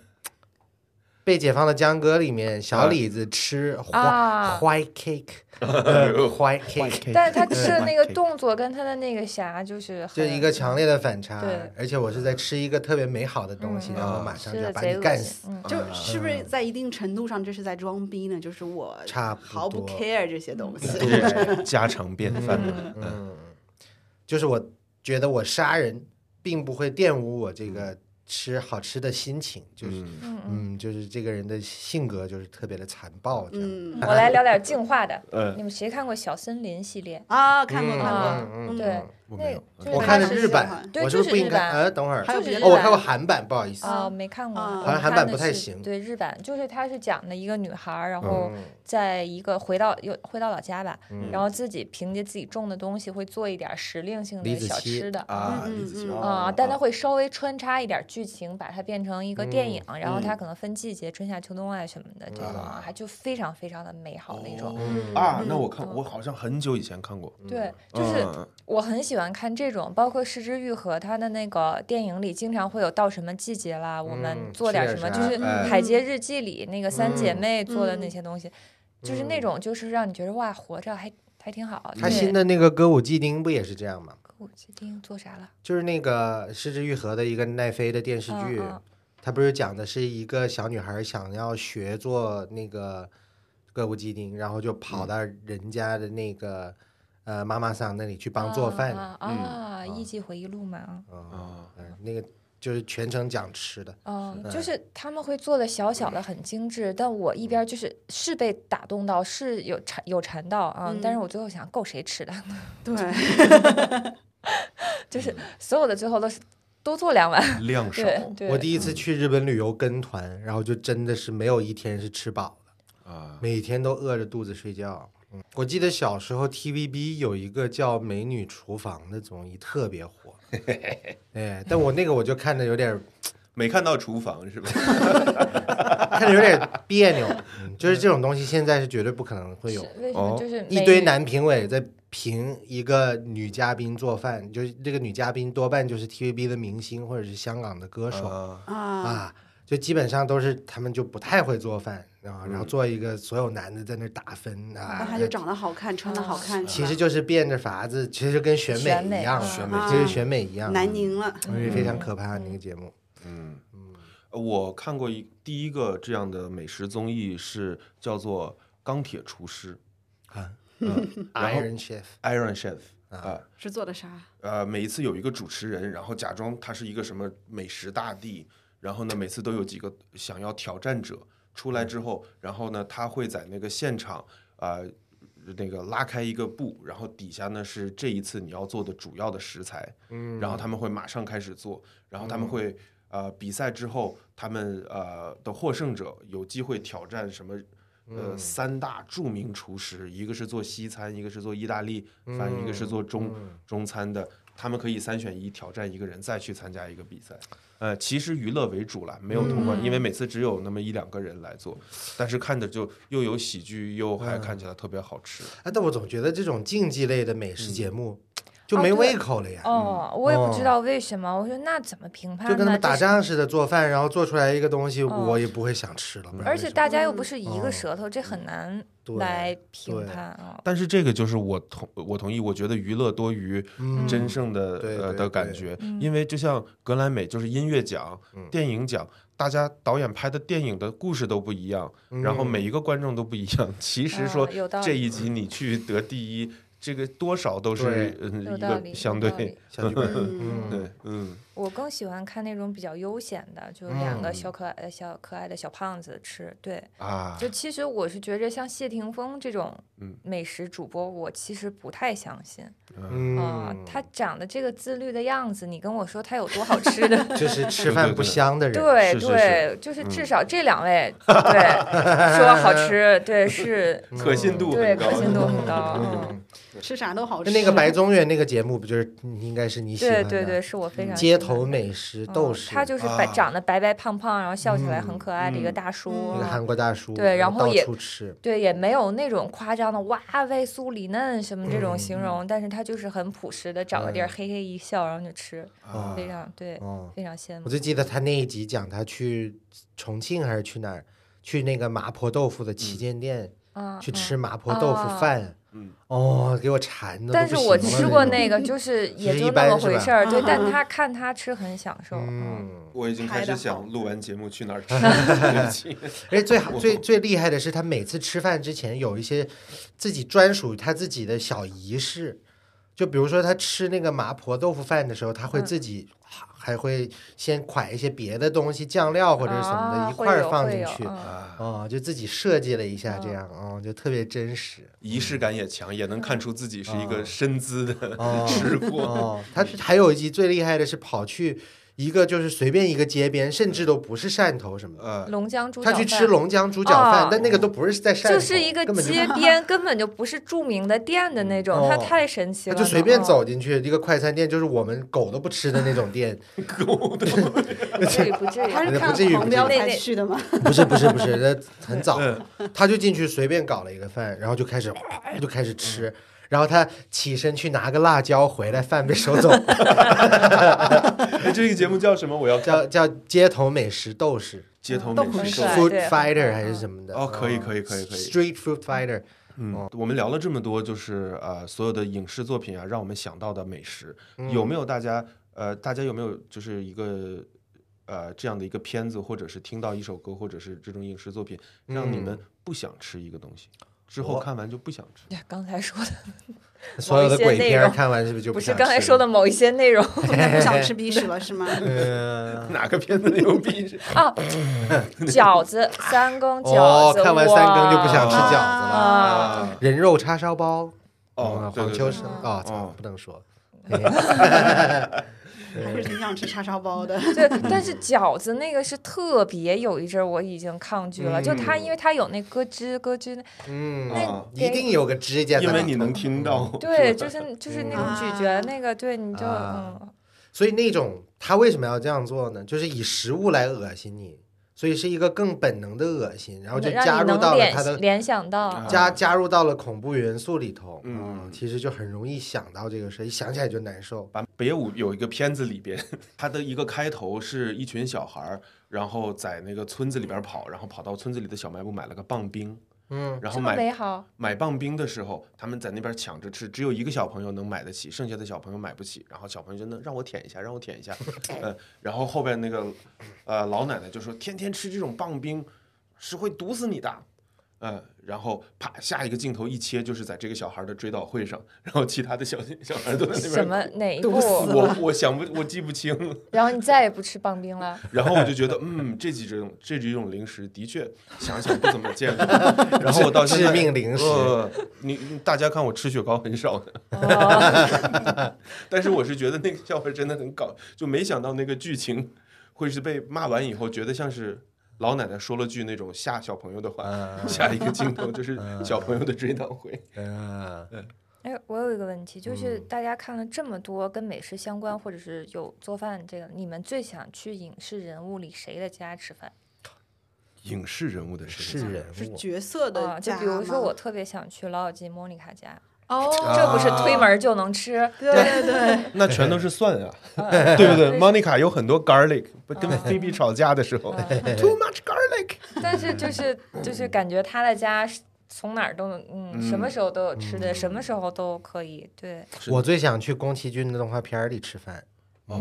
[SPEAKER 3] 被解放的江歌》里面，小李子吃花
[SPEAKER 5] 啊
[SPEAKER 3] white cake，呃 white cake，
[SPEAKER 5] 但是他吃的那个动作跟他的那个啥就是
[SPEAKER 3] 就
[SPEAKER 5] 很
[SPEAKER 3] 一个强烈的反差
[SPEAKER 5] 对。
[SPEAKER 3] 而且我是在吃一个特别美好的东西，
[SPEAKER 5] 嗯
[SPEAKER 3] 然后马上
[SPEAKER 5] 吃
[SPEAKER 3] 就
[SPEAKER 5] 的
[SPEAKER 3] 要把
[SPEAKER 5] 贼
[SPEAKER 3] 你
[SPEAKER 5] 恶
[SPEAKER 3] 干死。
[SPEAKER 5] 心。嗯，
[SPEAKER 2] 就是不是在一定程度上这是在装逼呢？就是我
[SPEAKER 3] 差不
[SPEAKER 2] 毫不
[SPEAKER 3] 多
[SPEAKER 2] care 这些东西。
[SPEAKER 4] 嗯对，家常便饭。
[SPEAKER 3] 嗯，就是我觉得我杀人并不会玷污我这个吃好吃的心情，就是
[SPEAKER 4] 嗯，
[SPEAKER 5] 嗯嗯。
[SPEAKER 3] 嗯，就是这个人的性格就是特别的残暴这样。
[SPEAKER 2] 嗯
[SPEAKER 5] 我来聊点净化的。
[SPEAKER 4] 呃
[SPEAKER 5] 你，们谁看过《小森林》系列？
[SPEAKER 2] 啊，看过
[SPEAKER 3] 嗯
[SPEAKER 2] 看
[SPEAKER 5] 啊
[SPEAKER 2] 过，
[SPEAKER 3] 嗯嗯
[SPEAKER 5] 对，
[SPEAKER 4] 我没
[SPEAKER 5] 那
[SPEAKER 4] 有
[SPEAKER 5] 就是
[SPEAKER 3] 我
[SPEAKER 5] 它
[SPEAKER 3] 看的
[SPEAKER 5] 是
[SPEAKER 3] 日
[SPEAKER 2] 喜
[SPEAKER 3] 版
[SPEAKER 2] 欢，
[SPEAKER 5] 对
[SPEAKER 3] 我是
[SPEAKER 5] 就是
[SPEAKER 3] 不是不应
[SPEAKER 5] 日
[SPEAKER 3] 该？
[SPEAKER 5] 版
[SPEAKER 3] 呃，等会儿，
[SPEAKER 2] 还有
[SPEAKER 5] 就是
[SPEAKER 2] 别
[SPEAKER 5] 日
[SPEAKER 2] 的
[SPEAKER 3] 哦，我
[SPEAKER 5] 版
[SPEAKER 3] 看过韩版，不好意思，
[SPEAKER 5] 啊、没看过，
[SPEAKER 2] 啊
[SPEAKER 5] 我
[SPEAKER 2] 好
[SPEAKER 3] 像韩
[SPEAKER 5] 看
[SPEAKER 3] 版
[SPEAKER 5] 的
[SPEAKER 3] 不太
[SPEAKER 5] 是
[SPEAKER 3] 行
[SPEAKER 5] 对，日版就是它是讲的一个女孩儿，然后
[SPEAKER 3] 嗯
[SPEAKER 5] 在一个回到又回到老家吧，然后自己凭借自己种的东西会做一点儿时令性
[SPEAKER 3] 李
[SPEAKER 5] 的
[SPEAKER 3] 子
[SPEAKER 5] 柒
[SPEAKER 3] 柒
[SPEAKER 5] 吃的。
[SPEAKER 4] 啊，
[SPEAKER 2] 嗯
[SPEAKER 4] 李子柒
[SPEAKER 2] 嗯
[SPEAKER 5] 啊、但它会稍微穿插一点儿剧情，把它变成一个电
[SPEAKER 3] 嗯
[SPEAKER 5] 影，然后它可能分季节，春夏秋冬啊什么的这种啊，还就非常非常的
[SPEAKER 4] 哦
[SPEAKER 3] 哦
[SPEAKER 5] 美好那种。
[SPEAKER 4] 嗯
[SPEAKER 5] 嗯
[SPEAKER 4] 啊，那我看我好像很久以前看过，
[SPEAKER 3] 嗯
[SPEAKER 5] 对，就是我很喜欢看这种，包括《失之愈合》它的那个电影里经常会有到什么季节啦，我们
[SPEAKER 3] 嗯
[SPEAKER 5] 做点
[SPEAKER 3] 是
[SPEAKER 5] 什么，
[SPEAKER 3] 是
[SPEAKER 5] 就是
[SPEAKER 3] 哎
[SPEAKER 5] 《海街日记》里那个三姐妹做的那
[SPEAKER 2] 嗯
[SPEAKER 5] 些东西，就是那种就是让你觉得哇，活着还还挺好。
[SPEAKER 3] 他
[SPEAKER 5] 对
[SPEAKER 3] 嗯新的那个歌舞伎町不也是这样吗？
[SPEAKER 5] 歌舞伎町做啥了？
[SPEAKER 3] 就是那个《失之愈合》的一个奈飞的电视
[SPEAKER 5] 嗯
[SPEAKER 3] 剧
[SPEAKER 5] 嗯，
[SPEAKER 3] 它不是讲的是一个小女孩想要学做那个歌舞伎町，然后就跑到人家的那个呃妈妈桑那里去帮做饭，
[SPEAKER 5] 啊啊
[SPEAKER 4] 嗯
[SPEAKER 5] 啊！艺伎回忆录嘛啊。
[SPEAKER 3] 嗯
[SPEAKER 4] 啊，
[SPEAKER 3] 嗯那个就是全程讲吃的，
[SPEAKER 5] 哦，
[SPEAKER 3] 是
[SPEAKER 5] 就是他们会做的小小的很精致，但我一边
[SPEAKER 3] 嗯
[SPEAKER 5] 就是是被打动到，是有馋有馋到啊，
[SPEAKER 2] 嗯
[SPEAKER 5] 但是我最后想够谁吃的，
[SPEAKER 2] 对，
[SPEAKER 3] 嗯
[SPEAKER 5] 就是所有的最后都是多做两碗，
[SPEAKER 4] 量少
[SPEAKER 5] 对对，
[SPEAKER 3] 我第一次去日本旅游跟团，然后就真的是没有一天是吃饱的，
[SPEAKER 4] 啊，
[SPEAKER 3] 每天都饿着肚子睡觉。嗯，我记得小时候 TVB 有一个叫《美女厨房》的综艺特别火，哎，但我那个我就看着有点
[SPEAKER 4] 没看到厨房是吧？
[SPEAKER 3] 看着有点别扭，嗯就是这种东西现在是绝对不可能会有
[SPEAKER 5] 是，为什么
[SPEAKER 4] 哦
[SPEAKER 5] 就是
[SPEAKER 3] 一
[SPEAKER 5] 美
[SPEAKER 3] 堆
[SPEAKER 5] 女
[SPEAKER 3] 男评委在评一个女嘉宾做饭，就是这个女嘉宾多半就是 TVB 的明星或者是香港的歌手。
[SPEAKER 4] 啊
[SPEAKER 2] 啊，
[SPEAKER 3] 啊，就基本上都是他们就不太会做饭，然后然后做一个所有男的在那儿打分
[SPEAKER 2] 那
[SPEAKER 3] 啊，
[SPEAKER 2] 他就长得好看，穿的
[SPEAKER 5] 啊
[SPEAKER 2] 好看，
[SPEAKER 3] 其实
[SPEAKER 2] 是吧
[SPEAKER 3] 就是变着法子，其实跟选
[SPEAKER 5] 选美
[SPEAKER 3] 一样，
[SPEAKER 5] 啊
[SPEAKER 4] 选
[SPEAKER 2] 美
[SPEAKER 3] 其实选美一样，啊
[SPEAKER 2] 南宁了，
[SPEAKER 3] 所以非常可怕那个节目。
[SPEAKER 4] 嗯我看过一第一个这样的美食综艺是叫做《钢铁厨师
[SPEAKER 3] 啊
[SPEAKER 4] 嗯
[SPEAKER 3] ，Iron Chef，》
[SPEAKER 4] （Iron Chef） 啊。
[SPEAKER 2] 是做的啥？
[SPEAKER 4] 呃，每一次有一个主持人，然后假装他是一个什么美食大帝，然后呢，每次都有几个想要挑战者出来之后，然后呢，他会在那个现场啊、呃那个拉开一个布，然后底下呢是这一次你要做的主要的食材，嗯，然后他们会马上开始做，然后他们会、呃比赛之后，他们呃的获胜者有机会挑战什么。
[SPEAKER 3] 嗯
[SPEAKER 4] 呃，三大著名厨师，一个是做西餐，一个是做意大利
[SPEAKER 3] 嗯
[SPEAKER 4] 饭，一个是做中、中餐的，他们可以三选一挑战一个人，再去参加一个比赛。呃，其实娱乐为主啦，没有通
[SPEAKER 3] 嗯
[SPEAKER 4] 关，因为每次只有那么一两个人来做，但是看着就又有喜剧，又
[SPEAKER 3] 嗯
[SPEAKER 4] 还看起来特别好吃。
[SPEAKER 3] 啊，但我总觉得这种竞技类的美
[SPEAKER 4] 嗯
[SPEAKER 3] 食节目就
[SPEAKER 5] 哦
[SPEAKER 3] 没
[SPEAKER 5] 对
[SPEAKER 3] 胃口了呀。
[SPEAKER 5] 哦，我也不
[SPEAKER 3] 哦
[SPEAKER 5] 知道为什么，我说那怎么评判
[SPEAKER 3] 就
[SPEAKER 5] 呢？
[SPEAKER 3] 跟他们
[SPEAKER 5] 这
[SPEAKER 3] 打
[SPEAKER 5] 是
[SPEAKER 3] 仗似的做饭，然后做出来一个东西，
[SPEAKER 5] 哦
[SPEAKER 3] 我也不会想吃了。
[SPEAKER 4] 嗯
[SPEAKER 3] 不然
[SPEAKER 5] 而
[SPEAKER 3] 为
[SPEAKER 5] 且
[SPEAKER 3] 什么
[SPEAKER 5] 大家又不是一
[SPEAKER 3] 哦
[SPEAKER 5] 个舌头，这很难
[SPEAKER 3] 对
[SPEAKER 5] 来评
[SPEAKER 3] 对
[SPEAKER 5] 判啊。
[SPEAKER 4] 但是这个就是我同我同意，我觉得娱乐多于真正的、
[SPEAKER 3] 嗯对
[SPEAKER 4] 呃
[SPEAKER 3] 对
[SPEAKER 4] 的感
[SPEAKER 3] 对
[SPEAKER 4] 觉，因为就像格莱美，就是音乐奖、
[SPEAKER 3] 嗯
[SPEAKER 4] 电影奖，大家导演拍的电影的故事都不一样，
[SPEAKER 3] 嗯
[SPEAKER 4] 然后每一个观众都不一样。其实说
[SPEAKER 5] 嗯啊有道理
[SPEAKER 4] 这一集你去得第一，这个多少都是
[SPEAKER 3] 对
[SPEAKER 4] 嗯
[SPEAKER 5] 有
[SPEAKER 4] 一
[SPEAKER 5] 道
[SPEAKER 4] 个
[SPEAKER 5] 理，
[SPEAKER 4] 相
[SPEAKER 5] 有道理
[SPEAKER 4] 对。
[SPEAKER 3] 小 剧本，
[SPEAKER 2] 嗯
[SPEAKER 4] 对，嗯
[SPEAKER 5] 我更喜欢看那种比较悠闲的，
[SPEAKER 3] 嗯
[SPEAKER 5] 就两个小可爱、呃小可爱的小胖子吃。对，
[SPEAKER 4] 啊，
[SPEAKER 5] 就其实我是觉着像谢霆锋这种
[SPEAKER 4] 嗯
[SPEAKER 5] 美食主播，我其实不太相信啊、
[SPEAKER 3] 嗯，
[SPEAKER 5] 他长得这个自律的样子，你跟我说他有多好吃的？
[SPEAKER 3] 就是吃
[SPEAKER 4] 对
[SPEAKER 3] 饭
[SPEAKER 4] 对
[SPEAKER 3] 不
[SPEAKER 4] 对
[SPEAKER 3] 香的人。
[SPEAKER 5] 对
[SPEAKER 4] 是是
[SPEAKER 5] 对，
[SPEAKER 3] 嗯
[SPEAKER 5] 就是至少这两位对说好吃， 对是，
[SPEAKER 3] 嗯
[SPEAKER 4] 可信度
[SPEAKER 5] 对
[SPEAKER 4] 很
[SPEAKER 5] 可
[SPEAKER 4] 高。
[SPEAKER 5] 信度很高。嗯
[SPEAKER 2] 吃啥都好吃。
[SPEAKER 3] 那那个白宗远那个节目不就是应该是你喜欢
[SPEAKER 5] 对
[SPEAKER 3] 的？嗯
[SPEAKER 5] 对对，是我非常喜
[SPEAKER 3] 街
[SPEAKER 5] 欢
[SPEAKER 3] 头
[SPEAKER 5] 的
[SPEAKER 3] 美食
[SPEAKER 5] 嗯
[SPEAKER 3] 斗士，
[SPEAKER 5] 他就是白
[SPEAKER 4] 啊
[SPEAKER 5] 长得白白胖胖，然后笑起来很可爱的一个大叔
[SPEAKER 3] 那嗯个。韩国大叔，
[SPEAKER 5] 对然后也
[SPEAKER 3] 到处吃，
[SPEAKER 5] 对，也没有那种夸张的哇外酥里嫩什么这种形
[SPEAKER 3] 嗯
[SPEAKER 5] 容，但是他就是很朴实的找个地儿嘿嘿一笑，然后就吃，非常对，
[SPEAKER 3] 啊
[SPEAKER 5] 嗯
[SPEAKER 3] 哦，
[SPEAKER 5] 非常羡慕
[SPEAKER 3] 嗯我。就记得他那一集讲他去重庆还是去哪儿，去那个麻婆豆腐的旗舰店
[SPEAKER 5] 啊，
[SPEAKER 3] 去
[SPEAKER 5] 嗯
[SPEAKER 3] 吃麻婆豆腐饭，
[SPEAKER 4] 嗯，
[SPEAKER 3] 哦，给我馋的，
[SPEAKER 5] 但是我吃过
[SPEAKER 3] 个，
[SPEAKER 5] 那个，就是也
[SPEAKER 3] 是
[SPEAKER 5] 就
[SPEAKER 3] 一
[SPEAKER 5] 那
[SPEAKER 3] 般
[SPEAKER 5] 么
[SPEAKER 3] 是
[SPEAKER 5] 回
[SPEAKER 3] 吧
[SPEAKER 5] 事儿，对。但
[SPEAKER 2] 嗯
[SPEAKER 5] 他看他吃很享受，嗯，
[SPEAKER 3] 嗯，
[SPEAKER 4] 我已经开
[SPEAKER 2] 拍得
[SPEAKER 4] 始
[SPEAKER 2] 好
[SPEAKER 4] 想录完节目去 哪儿吃了，对不起
[SPEAKER 3] 而且最好最最厉害的是他每次吃饭之前有一些自己专属于他自己的小仪式。就比如说，他吃那个麻婆豆腐饭的时候，他会
[SPEAKER 5] 嗯
[SPEAKER 3] 自己还会先㧟一些别的东西，酱料或者是什么的，
[SPEAKER 5] 啊
[SPEAKER 3] 一
[SPEAKER 5] 会
[SPEAKER 3] 块儿
[SPEAKER 5] 有
[SPEAKER 3] 放
[SPEAKER 5] 会
[SPEAKER 3] 进
[SPEAKER 5] 有
[SPEAKER 3] 去。
[SPEAKER 5] 嗯
[SPEAKER 4] 啊，嗯
[SPEAKER 3] 哦，就自己设计了一下，这样哦，就特别真实。
[SPEAKER 4] 仪式感也强，也能看出自己是一
[SPEAKER 5] 嗯
[SPEAKER 3] 啊
[SPEAKER 4] 个身姿的
[SPEAKER 3] 哦
[SPEAKER 4] 吃货。
[SPEAKER 3] 哦，他还有一集最厉害的是跑去一个就是随便一个街边，甚至都不是汕头什么的，
[SPEAKER 4] 嗯呃，
[SPEAKER 5] 龙江猪
[SPEAKER 3] 他
[SPEAKER 5] 脚
[SPEAKER 3] 去
[SPEAKER 5] 饭。
[SPEAKER 3] 吃龙江猪脚
[SPEAKER 5] 哦
[SPEAKER 3] 饭，但那个都不是在汕头，
[SPEAKER 5] 就是一个
[SPEAKER 3] 根本就
[SPEAKER 5] 街边，根本就不是著名的店的那种，它
[SPEAKER 3] 哦
[SPEAKER 5] 太神奇
[SPEAKER 3] 他
[SPEAKER 5] 了。嗯
[SPEAKER 3] 就随便走进去一个快餐店，就是我们狗都不吃的那种店，
[SPEAKER 5] 不至于不 至于
[SPEAKER 2] 他是看
[SPEAKER 3] 啊不至于
[SPEAKER 2] 了狂飙
[SPEAKER 5] 不至于
[SPEAKER 2] 才去 的吗？
[SPEAKER 3] 不是不是不是，
[SPEAKER 4] 嗯嗯
[SPEAKER 3] 那很早，他就进去随便搞了一个饭，然后就开始哗就开始吃，然后他起身去拿个辣椒回来，饭被收走了，
[SPEAKER 4] 哎，这个节目叫什么？我要看
[SPEAKER 3] 叫叫街头美食斗士
[SPEAKER 4] 街头
[SPEAKER 2] 都
[SPEAKER 4] 美
[SPEAKER 2] 很
[SPEAKER 4] 食
[SPEAKER 2] 可
[SPEAKER 4] 斗
[SPEAKER 2] 爱
[SPEAKER 4] 士。
[SPEAKER 3] （Food
[SPEAKER 5] 对嗯
[SPEAKER 3] Fighter） 还是什么的？
[SPEAKER 4] 哦，可以，可以，可以，可以。
[SPEAKER 3] Street Food Fighter，
[SPEAKER 4] 嗯，我们聊了这么多，就是呃，所有的影视作品啊，让我们想到的美食，
[SPEAKER 5] 嗯
[SPEAKER 4] 有没有大家呃，大家有没有就是一个呃这样的一个片子，或者是听到一首歌，或者是这种影视作品，让你们
[SPEAKER 5] 嗯
[SPEAKER 4] 不想吃一个东西，之后
[SPEAKER 3] 我
[SPEAKER 4] 看完就不想吃？
[SPEAKER 5] 呀刚才说的
[SPEAKER 3] 所有的鬼
[SPEAKER 5] 内
[SPEAKER 3] 片儿
[SPEAKER 5] 容
[SPEAKER 3] 看完是不是就
[SPEAKER 5] 不是
[SPEAKER 3] 想
[SPEAKER 5] 刚才
[SPEAKER 3] 吃
[SPEAKER 5] 说
[SPEAKER 3] 了
[SPEAKER 5] 的？某一些内 容
[SPEAKER 2] 不想吃鼻屎了是吗？
[SPEAKER 3] 嗯，
[SPEAKER 4] 哪个片子牛逼？
[SPEAKER 5] 啊，饺子三更饺
[SPEAKER 3] 哦
[SPEAKER 5] 子，，
[SPEAKER 3] 看完三更就不想吃
[SPEAKER 5] 哇
[SPEAKER 3] 饺子了，
[SPEAKER 5] 啊，
[SPEAKER 3] 人肉叉烧包。
[SPEAKER 4] 哦
[SPEAKER 3] 嗯
[SPEAKER 4] 对
[SPEAKER 3] 黄
[SPEAKER 4] 对
[SPEAKER 3] 秋
[SPEAKER 4] 对
[SPEAKER 3] 生哦，操
[SPEAKER 4] 哦，
[SPEAKER 3] 不能 说。
[SPEAKER 2] 还是挺想吃叉烧包的。
[SPEAKER 5] 对，但是饺子那个是特别有一阵儿我已经抗拒了，就它因为它有那咯吱咯吱那，
[SPEAKER 3] 嗯，
[SPEAKER 5] 那
[SPEAKER 3] 一定有个指甲在里嗯
[SPEAKER 4] 因
[SPEAKER 3] 头。
[SPEAKER 4] 为你能听到，
[SPEAKER 5] 对，就是就是那种咀嚼
[SPEAKER 2] 啊
[SPEAKER 5] 那个，对，你就
[SPEAKER 3] 嗯啊
[SPEAKER 5] 嗯，
[SPEAKER 3] 所以那种他为什么要这样做呢？就是以食物来恶心你，所以是一个更本能的恶心，然后就
[SPEAKER 5] 能
[SPEAKER 3] 加
[SPEAKER 5] 嗯让你
[SPEAKER 3] 入
[SPEAKER 5] 能
[SPEAKER 3] 到了他
[SPEAKER 5] 联
[SPEAKER 3] 的
[SPEAKER 5] 联想到
[SPEAKER 4] 啊
[SPEAKER 3] 加加入到了恐怖元素里头。
[SPEAKER 4] 嗯
[SPEAKER 3] 其实就很容易想到这个事，一想起来就难受。
[SPEAKER 4] 把北野武有一个片子里边， 他的一个开头是一群小孩儿，然后在那个村子里边儿跑，然后跑到村子里的小卖部买了个棒冰，
[SPEAKER 3] 嗯，
[SPEAKER 4] 然后
[SPEAKER 5] 这么
[SPEAKER 4] 买
[SPEAKER 5] 美啊 好，
[SPEAKER 4] 买棒冰的时候，他们在那边抢着吃，只有一个小朋友能买得起，剩下的小朋友买不起。然后小朋友就那让我舔一下，让我舔一下，呃，然后后边那个呃老奶奶就说，天天吃这种棒冰是会毒死你的。呃，然后啪，下一个镜头一切就是在这个小孩的追悼会上，然后其他的小 小孩都在那边
[SPEAKER 5] 什么哪一部？
[SPEAKER 4] 我我想不，我记不清了。
[SPEAKER 5] 然后你再也不吃棒冰 了，
[SPEAKER 4] 然后我就觉得，嗯，这几种这几种零食的确想想不怎么健康。然后我到现在
[SPEAKER 3] 致命零食
[SPEAKER 4] 呃你你大家看我吃雪糕很少的，
[SPEAKER 5] 哦
[SPEAKER 4] 但是我是觉得那个笑话真的很搞，就没想到那个剧情会是被骂完以后，觉得像是。老奶奶说了句那种吓小朋友的话， 下一个镜头就是小朋友的追悼会。呃
[SPEAKER 3] 嗯，
[SPEAKER 5] 哎，我有一个问题，就是
[SPEAKER 3] 嗯
[SPEAKER 5] 大家看了这么多跟美食相关，或者是有做饭这个，你们最想去影视人物里谁的家吃饭？
[SPEAKER 4] 影视人物的
[SPEAKER 3] 是
[SPEAKER 4] 事情
[SPEAKER 3] 人
[SPEAKER 2] 是
[SPEAKER 3] 物。
[SPEAKER 2] 角
[SPEAKER 5] 啊，
[SPEAKER 2] 色的
[SPEAKER 5] 就
[SPEAKER 2] 家
[SPEAKER 5] 比如说
[SPEAKER 2] 吗
[SPEAKER 5] 我特别想去老友记莫妮卡家，
[SPEAKER 4] 啊
[SPEAKER 2] 哦，
[SPEAKER 5] 这不
[SPEAKER 3] 啊
[SPEAKER 5] 是推门就能吃，
[SPEAKER 2] 对对对，
[SPEAKER 4] 那全都是蒜 啊， 对不对？Monica 有很多 garlic，不跟
[SPEAKER 5] 啊
[SPEAKER 4] 菲比吵架的时候，too much garlic。
[SPEAKER 5] 但是 就是就是感觉他的家是从哪儿都能，嗯，什么时候都有吃的，什
[SPEAKER 4] 嗯
[SPEAKER 5] 么时候都可以。对，
[SPEAKER 4] 是
[SPEAKER 3] 我最想去宫崎骏的动画片儿里吃饭。哦，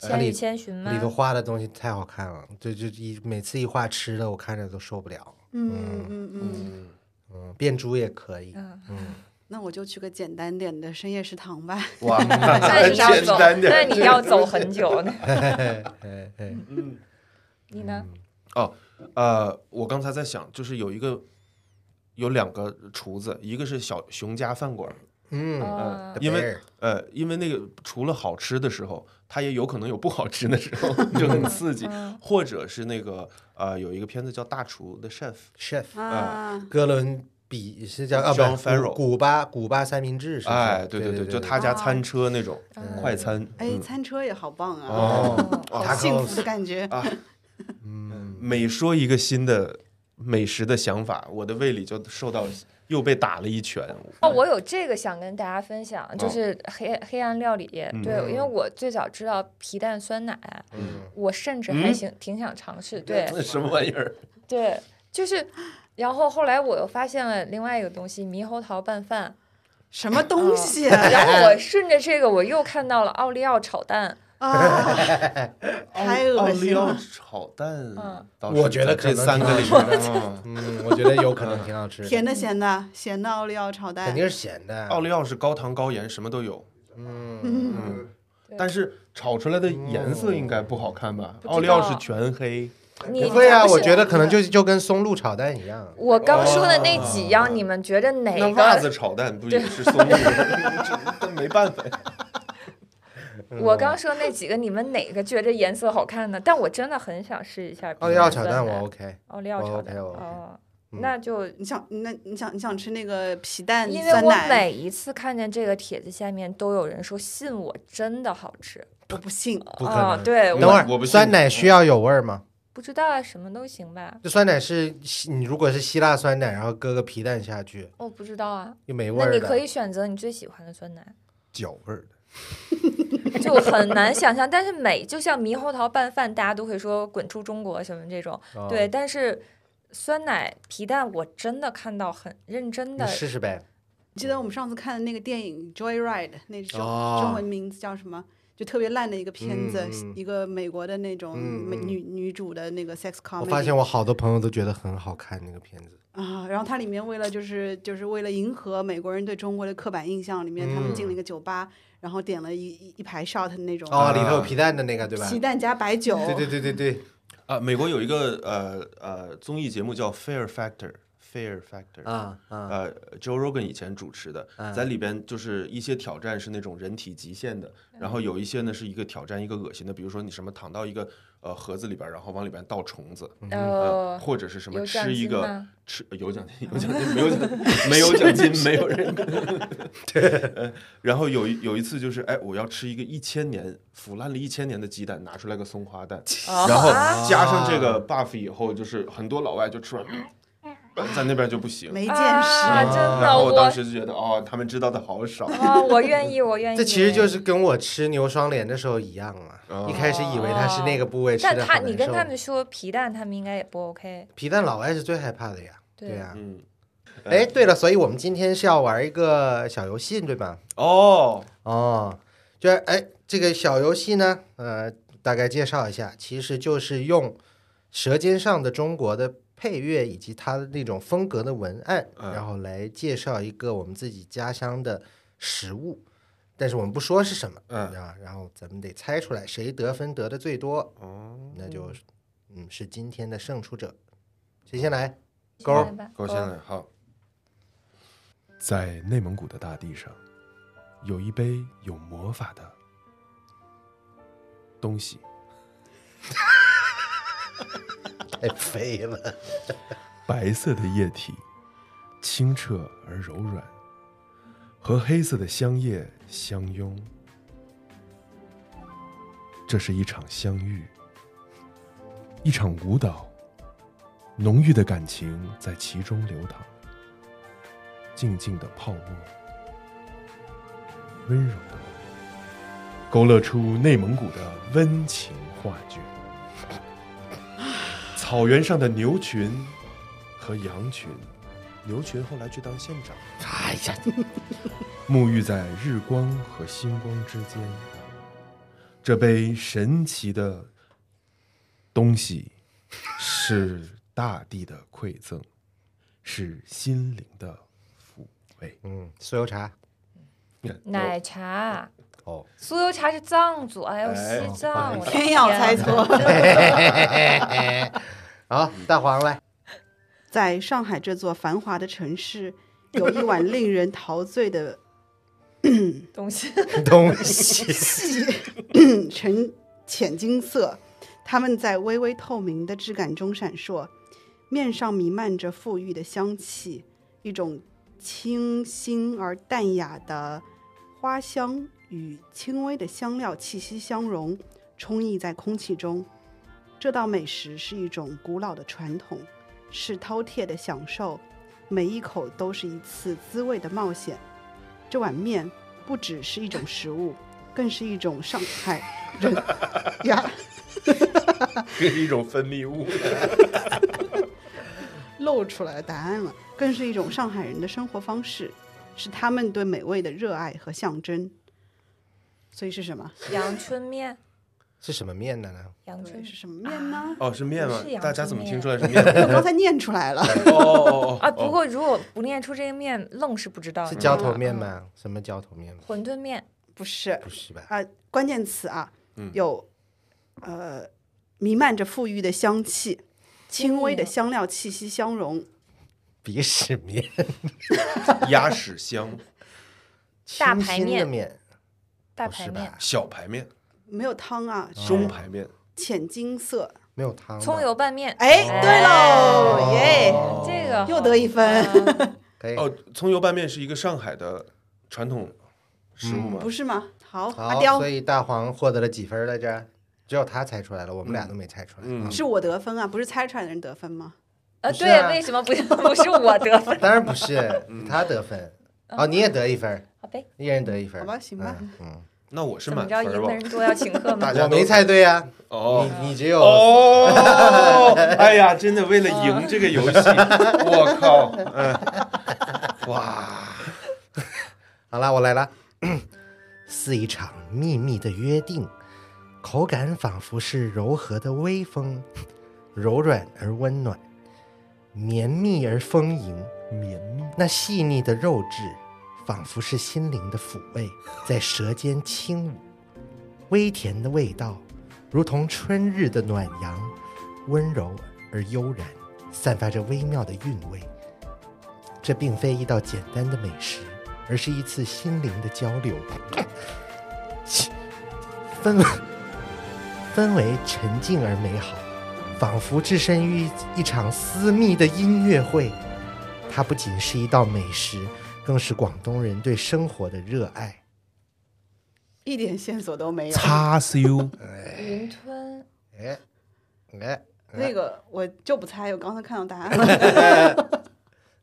[SPEAKER 5] 《
[SPEAKER 3] 它
[SPEAKER 5] 千与
[SPEAKER 3] 里
[SPEAKER 5] 千寻》
[SPEAKER 2] 嗯
[SPEAKER 3] 里头
[SPEAKER 5] 吗？
[SPEAKER 3] 画的东西太好看了，就就一每次一画吃的，我看着都受不了。
[SPEAKER 2] 嗯嗯嗯。
[SPEAKER 3] 嗯，变猪也可以。
[SPEAKER 2] 那我就去个简单点的深夜食堂吧。
[SPEAKER 4] 哇，
[SPEAKER 5] 但 是你要
[SPEAKER 4] 简
[SPEAKER 5] 走，
[SPEAKER 4] 单
[SPEAKER 5] 但
[SPEAKER 4] 点。
[SPEAKER 5] 是你要走很 久。
[SPEAKER 3] 哎哎，
[SPEAKER 2] 嗯
[SPEAKER 5] 你呢？
[SPEAKER 4] 哦，呃，我刚才在想，就是有一个有两个厨子，一个是小熊家饭馆，
[SPEAKER 3] 嗯，
[SPEAKER 5] 啊，
[SPEAKER 4] 哦因
[SPEAKER 3] 贝
[SPEAKER 4] 为
[SPEAKER 3] 尔
[SPEAKER 4] 呃，因为那个除了好吃的时候，它也有可能有不好吃的时候， 就很刺激，
[SPEAKER 5] 嗯
[SPEAKER 4] 或者是那个呃，有一个片子叫《大厨的 Chef》，
[SPEAKER 3] chef
[SPEAKER 2] 啊，
[SPEAKER 3] 哥伦比是叫啊，
[SPEAKER 4] John
[SPEAKER 3] 不是
[SPEAKER 4] Farrell
[SPEAKER 3] 古古巴古巴三明治是不是？
[SPEAKER 4] 哎，对
[SPEAKER 3] 对
[SPEAKER 4] 对，
[SPEAKER 3] 对，
[SPEAKER 4] 就他家
[SPEAKER 5] 哦
[SPEAKER 4] 餐车那种
[SPEAKER 5] 嗯
[SPEAKER 4] 快餐，
[SPEAKER 3] 嗯
[SPEAKER 4] 嗯
[SPEAKER 2] 哎，餐车也好棒啊，
[SPEAKER 4] 哦，
[SPEAKER 2] 好幸福的感觉。
[SPEAKER 3] 啊
[SPEAKER 4] 每说一个新的美食的想法，我的胃里就受到又被打了一拳。
[SPEAKER 5] 哦，我有这个想跟大家分享，就是
[SPEAKER 3] 哦
[SPEAKER 5] 黑黑暗料理。
[SPEAKER 3] 嗯
[SPEAKER 5] 对，因为我最早知道皮蛋酸奶，
[SPEAKER 3] 嗯
[SPEAKER 5] 我甚至还行，挺想尝试。对，
[SPEAKER 4] 那什么玩意儿？
[SPEAKER 5] 对，就是，然后后来我又发现了另外一个东西，猕猴桃拌饭。
[SPEAKER 2] 什么东西啊
[SPEAKER 5] 啊然后 我顺着这个，我又看到了奥利奥炒蛋。
[SPEAKER 2] 啊？太
[SPEAKER 4] 奥
[SPEAKER 2] 恶
[SPEAKER 4] 利
[SPEAKER 2] 心
[SPEAKER 4] 奥
[SPEAKER 2] 了！
[SPEAKER 4] 炒蛋
[SPEAKER 5] 嗯，
[SPEAKER 4] 倒是
[SPEAKER 3] 我觉得可
[SPEAKER 4] 在
[SPEAKER 3] 能
[SPEAKER 4] 这三个里
[SPEAKER 3] 挺好吃
[SPEAKER 4] 面， 嗯
[SPEAKER 3] 嗯，我觉得有可能挺好吃的，
[SPEAKER 2] 甜的、咸的，咸的奥利奥炒蛋
[SPEAKER 3] 肯，定是咸的。
[SPEAKER 4] 奥利奥是高糖高盐，什么都有。嗯嗯，但是炒出来的颜色应该不好看吧？
[SPEAKER 5] 不知道
[SPEAKER 4] 奥利奥是全黑，
[SPEAKER 5] 你
[SPEAKER 3] 不会啊，
[SPEAKER 5] 你喜
[SPEAKER 3] 我
[SPEAKER 5] 欢
[SPEAKER 3] 觉得可能就就跟松露炒蛋一样。
[SPEAKER 5] 我刚说的那几
[SPEAKER 3] 哦
[SPEAKER 5] 样，你们觉得哪
[SPEAKER 4] 那袜子
[SPEAKER 5] 个？
[SPEAKER 4] 炒蛋不也是松露的？ 这但没办法呀。
[SPEAKER 5] 我刚说那几个，你们哪个觉着颜色好看呢？但我真的很想试一下皮
[SPEAKER 3] 奥利奥
[SPEAKER 5] 蛋
[SPEAKER 3] 哦炒
[SPEAKER 5] 酸
[SPEAKER 3] 蛋我
[SPEAKER 5] 奶，
[SPEAKER 3] OK，
[SPEAKER 5] 奥利奥
[SPEAKER 3] 我
[SPEAKER 5] 炒
[SPEAKER 3] OK，
[SPEAKER 5] 蛋，
[SPEAKER 3] 我 OK
[SPEAKER 5] 哦，那就
[SPEAKER 2] 你想，那你想，你想吃那个皮蛋
[SPEAKER 5] 因为
[SPEAKER 2] 酸
[SPEAKER 5] 我
[SPEAKER 2] 奶？
[SPEAKER 5] 每一次看见这个帖子下面都有人说信我真的好吃
[SPEAKER 2] 我不信，
[SPEAKER 3] 不可
[SPEAKER 5] 啊，
[SPEAKER 3] 能。
[SPEAKER 5] 对，
[SPEAKER 3] 等会
[SPEAKER 5] 我
[SPEAKER 4] 我不
[SPEAKER 3] 儿，
[SPEAKER 4] 信
[SPEAKER 3] 酸奶需要有味儿吗？
[SPEAKER 5] 不知道啊，什么都行吧？
[SPEAKER 3] 这酸奶是希你如果是希腊酸奶，然后搁个皮蛋下去，
[SPEAKER 5] 我不知道啊。
[SPEAKER 3] 又没味
[SPEAKER 5] 那
[SPEAKER 3] 儿
[SPEAKER 5] 你可以
[SPEAKER 3] 的，
[SPEAKER 5] 选择你最喜欢的酸奶，
[SPEAKER 3] 脚味儿的。
[SPEAKER 5] 就很难想象。但是美就像猕猴桃拌饭，大家都会说“滚出中国”什么这种，
[SPEAKER 3] 哦
[SPEAKER 5] 对。，但是酸奶皮蛋，我真的看到很认真
[SPEAKER 3] 你
[SPEAKER 5] 的，
[SPEAKER 3] 试试呗。
[SPEAKER 2] 记得我们上次看的那个电影《Joyride》，那种、
[SPEAKER 3] 哦
[SPEAKER 2] 中文名字叫什么？就特别烂的一个片子，
[SPEAKER 3] 嗯嗯
[SPEAKER 2] 一个美国的那种
[SPEAKER 3] 嗯
[SPEAKER 2] 美
[SPEAKER 3] 嗯
[SPEAKER 2] 女、女主的那个 sex
[SPEAKER 3] 我
[SPEAKER 5] 啊
[SPEAKER 2] comedy。
[SPEAKER 3] 发现我好多朋友都觉得很好看那个片子。
[SPEAKER 2] 啊，然后它里面为了就是就是为了迎合美国人对中国的刻板印象，里面他们进了一个酒吧，然后点了一一一排 shot 的那种
[SPEAKER 3] 嗯哦，里头有皮蛋的那个对吧？
[SPEAKER 2] 皮蛋加白酒，
[SPEAKER 3] 对对对对对。
[SPEAKER 4] 啊，美国有一个呃呃综艺节目叫《Fair Factor》，Fair Factor
[SPEAKER 3] 啊啊
[SPEAKER 4] 呃，Joe Rogan 以前主持的，
[SPEAKER 3] 嗯
[SPEAKER 4] 在里边就是一些挑战是那种人体极限的，
[SPEAKER 5] 嗯
[SPEAKER 4] 然后有一些呢是一个挑战一个恶心的，比如说你什么躺到一个呃盒子里边儿，然后往里边倒虫子，啊
[SPEAKER 5] 呃，
[SPEAKER 4] 或者是什么
[SPEAKER 5] 有奖
[SPEAKER 4] 吃一
[SPEAKER 5] 金
[SPEAKER 4] 个
[SPEAKER 5] 吗
[SPEAKER 4] 吃呃有奖金有奖金没有奖没有奖金没有人 呃然后有一有一次就是哎我要吃一个一千年腐烂了一千年的鸡蛋，拿出来个松花蛋，
[SPEAKER 5] 啊
[SPEAKER 4] 然后
[SPEAKER 5] 啊
[SPEAKER 4] 加上这个 buff 以后，就是很多老外就吃完，呃在那边就不行。
[SPEAKER 2] 没见识。
[SPEAKER 5] 啊，真
[SPEAKER 4] 然
[SPEAKER 5] 的
[SPEAKER 4] 后我当
[SPEAKER 5] 我
[SPEAKER 4] 时就觉得，哦，他们知道的好少。
[SPEAKER 5] 啊，我愿意，我愿意。
[SPEAKER 3] 这其实就是跟我吃牛双联的时候一样嘛，
[SPEAKER 4] 哦
[SPEAKER 3] 一开始以为它是那个部位吃
[SPEAKER 5] 哦但
[SPEAKER 3] 的
[SPEAKER 5] 他
[SPEAKER 3] 好
[SPEAKER 5] 你
[SPEAKER 3] 难
[SPEAKER 5] 跟他
[SPEAKER 3] 受。
[SPEAKER 5] 们说皮蛋，他们应该也不 OK。
[SPEAKER 3] 皮蛋老外是最害怕的呀，
[SPEAKER 5] 对
[SPEAKER 3] 对啊呀。
[SPEAKER 4] 嗯，
[SPEAKER 3] 哎，对了，所以我们今天是要玩一个小游戏，对吧？
[SPEAKER 4] 哦，
[SPEAKER 3] 哦，就是哎，这个小游戏呢，呃，大概介绍一下，其实就是用《舌尖上的中国》的配乐以及它的那种风格的文案，
[SPEAKER 4] 嗯
[SPEAKER 3] 然后来介绍一个我们自己家乡的食物，但是我们不说是什么，
[SPEAKER 4] 嗯
[SPEAKER 3] 啊，然后咱们得猜出来谁得分得的最多，
[SPEAKER 4] 哦，
[SPEAKER 3] 那就嗯是今天的胜出者，谁 先来？勾
[SPEAKER 5] 明
[SPEAKER 3] 儿
[SPEAKER 5] 白吧
[SPEAKER 4] 够
[SPEAKER 5] 勾
[SPEAKER 4] 现在好。在内蒙古的大地上，有一杯有魔法的东西。
[SPEAKER 3] 太哎废了，
[SPEAKER 4] 白色的液体，清澈而柔软，和黑色的香叶相拥。这是一场相遇，一场舞蹈，浓郁的感情在其中流淌，静静的泡沫，温柔的，勾勒出内蒙古的温情画卷。草原上的牛群和羊群，牛群后来去当县长。
[SPEAKER 3] 哎呀，
[SPEAKER 4] 沐浴在日光和星光之间。这杯神奇的东西，是大地的馈赠，是心灵的抚慰。
[SPEAKER 3] 嗯，酥油茶，
[SPEAKER 4] 嗯
[SPEAKER 5] 奶茶，
[SPEAKER 3] 哦，
[SPEAKER 5] 酥油茶是藏族，哎呦，
[SPEAKER 4] 哎
[SPEAKER 5] 西藏，我的
[SPEAKER 2] 偏要
[SPEAKER 5] 天啊
[SPEAKER 2] 猜错，
[SPEAKER 3] 好，大黄来，
[SPEAKER 2] 在上海这座繁华的城市，有一碗令人陶醉的
[SPEAKER 5] 东西，
[SPEAKER 3] 东西。
[SPEAKER 2] 呈浅金色，它们在微微透明的质感中闪烁，面上弥漫着馥郁的香气，一种清新而淡雅的花香与轻微的香料气息相融，充溢在空气中。这道美食是一种古老的传统，是饕餮的享受，每一口都是一次滋味的冒险。这碗面不只是一种食物，更是一种上海人呀
[SPEAKER 4] 这 是一种分泌物。
[SPEAKER 2] 露出来的答案了，更是一种上海人的生活方式，是他们对美味的热爱和象征。所以是什么？
[SPEAKER 5] 阳春面，
[SPEAKER 3] 是什么面的呢？
[SPEAKER 5] 阳春
[SPEAKER 2] 对，是什么面呢？
[SPEAKER 4] 哦，是面
[SPEAKER 5] 吗
[SPEAKER 4] 吗
[SPEAKER 5] 是？阳
[SPEAKER 4] 大家怎么
[SPEAKER 5] 春
[SPEAKER 4] 听
[SPEAKER 5] 面
[SPEAKER 4] 出来是面？ 哦
[SPEAKER 2] 我刚才念出来了，
[SPEAKER 4] 哦哦
[SPEAKER 5] 啊。不过如果不念出这个面，愣是不知道。
[SPEAKER 3] 是
[SPEAKER 5] 你知
[SPEAKER 3] 浇
[SPEAKER 5] 道
[SPEAKER 3] 头面
[SPEAKER 5] 嗯
[SPEAKER 3] 吗？什么浇头面？
[SPEAKER 5] 馄饨面，
[SPEAKER 2] 不是
[SPEAKER 3] 不是吧？
[SPEAKER 2] 啊，关键词啊，有呃，弥漫着馥郁的香气，轻微的香料气息相融，
[SPEAKER 3] 鼻屎面，
[SPEAKER 4] 哦，鸭屎香，
[SPEAKER 5] 大
[SPEAKER 3] 清
[SPEAKER 5] 排
[SPEAKER 3] 新的
[SPEAKER 5] 面
[SPEAKER 3] 面，
[SPEAKER 5] 大
[SPEAKER 3] 不
[SPEAKER 5] 排
[SPEAKER 3] 哦是
[SPEAKER 5] 面
[SPEAKER 3] 吧，
[SPEAKER 4] 小排面，
[SPEAKER 2] 没有汤啊，是
[SPEAKER 4] 中排面。
[SPEAKER 2] 浅金色。
[SPEAKER 3] 没有汤的，
[SPEAKER 5] 葱油拌面，
[SPEAKER 2] 哎，对喽，耶，
[SPEAKER 5] 哎，这个啊
[SPEAKER 2] 又得一分。
[SPEAKER 3] 可以。
[SPEAKER 4] 哦，葱油拌面是一个上海的传统食物吗？
[SPEAKER 5] 嗯
[SPEAKER 2] 不是吗？好，阿
[SPEAKER 3] 好，
[SPEAKER 2] 刁
[SPEAKER 3] 所以大黄获得了几分来着？只有他猜出来了，我们俩都没猜出来。
[SPEAKER 4] 嗯
[SPEAKER 2] 是我得分啊，不是猜出来的人得分吗？
[SPEAKER 5] 呃，
[SPEAKER 3] 不是啊
[SPEAKER 5] 对，为什么不不是我得 分？
[SPEAKER 3] 当然不是，他得分。哦，你也得一分儿，
[SPEAKER 5] 好呗，
[SPEAKER 3] 一人得一分儿。
[SPEAKER 2] 好吧行吧
[SPEAKER 3] 嗯。
[SPEAKER 4] 那我是
[SPEAKER 5] 怎么
[SPEAKER 4] 满
[SPEAKER 5] 着，
[SPEAKER 4] 分
[SPEAKER 5] 赢
[SPEAKER 4] 儿
[SPEAKER 5] 的
[SPEAKER 4] 吧？
[SPEAKER 5] 人多要请 客吗
[SPEAKER 4] 大？家
[SPEAKER 3] 我
[SPEAKER 4] 都
[SPEAKER 3] 没猜对呀，
[SPEAKER 4] 哦
[SPEAKER 3] 你你只有
[SPEAKER 4] 哦，哎呀，真的为了
[SPEAKER 5] 哦
[SPEAKER 4] 赢这个游戏，我靠， 嗯，哇，
[SPEAKER 3] 好啦，我来 啦。是一场秘密的约定，口感仿佛是柔和的微风，柔软而温暖，绵密而丰盈。
[SPEAKER 6] 绵密。
[SPEAKER 3] 那细腻的肉质，仿佛是心灵的抚慰，在舌尖轻舞。微甜的味道，如同春日的暖阳，温柔而悠然，散发着微妙的韵味。这并非一道简单的美食，而是一次心灵的交流。氛围氛围沉静而美好，仿佛置身于一场私密的音乐会。它不仅是一道美食，更是广东人对生活的热爱。
[SPEAKER 2] 一点线索都没有。
[SPEAKER 6] 叉烧，
[SPEAKER 5] 云吞，
[SPEAKER 3] 哎，哎，
[SPEAKER 2] 那个我就不猜，我刚才看到答案了。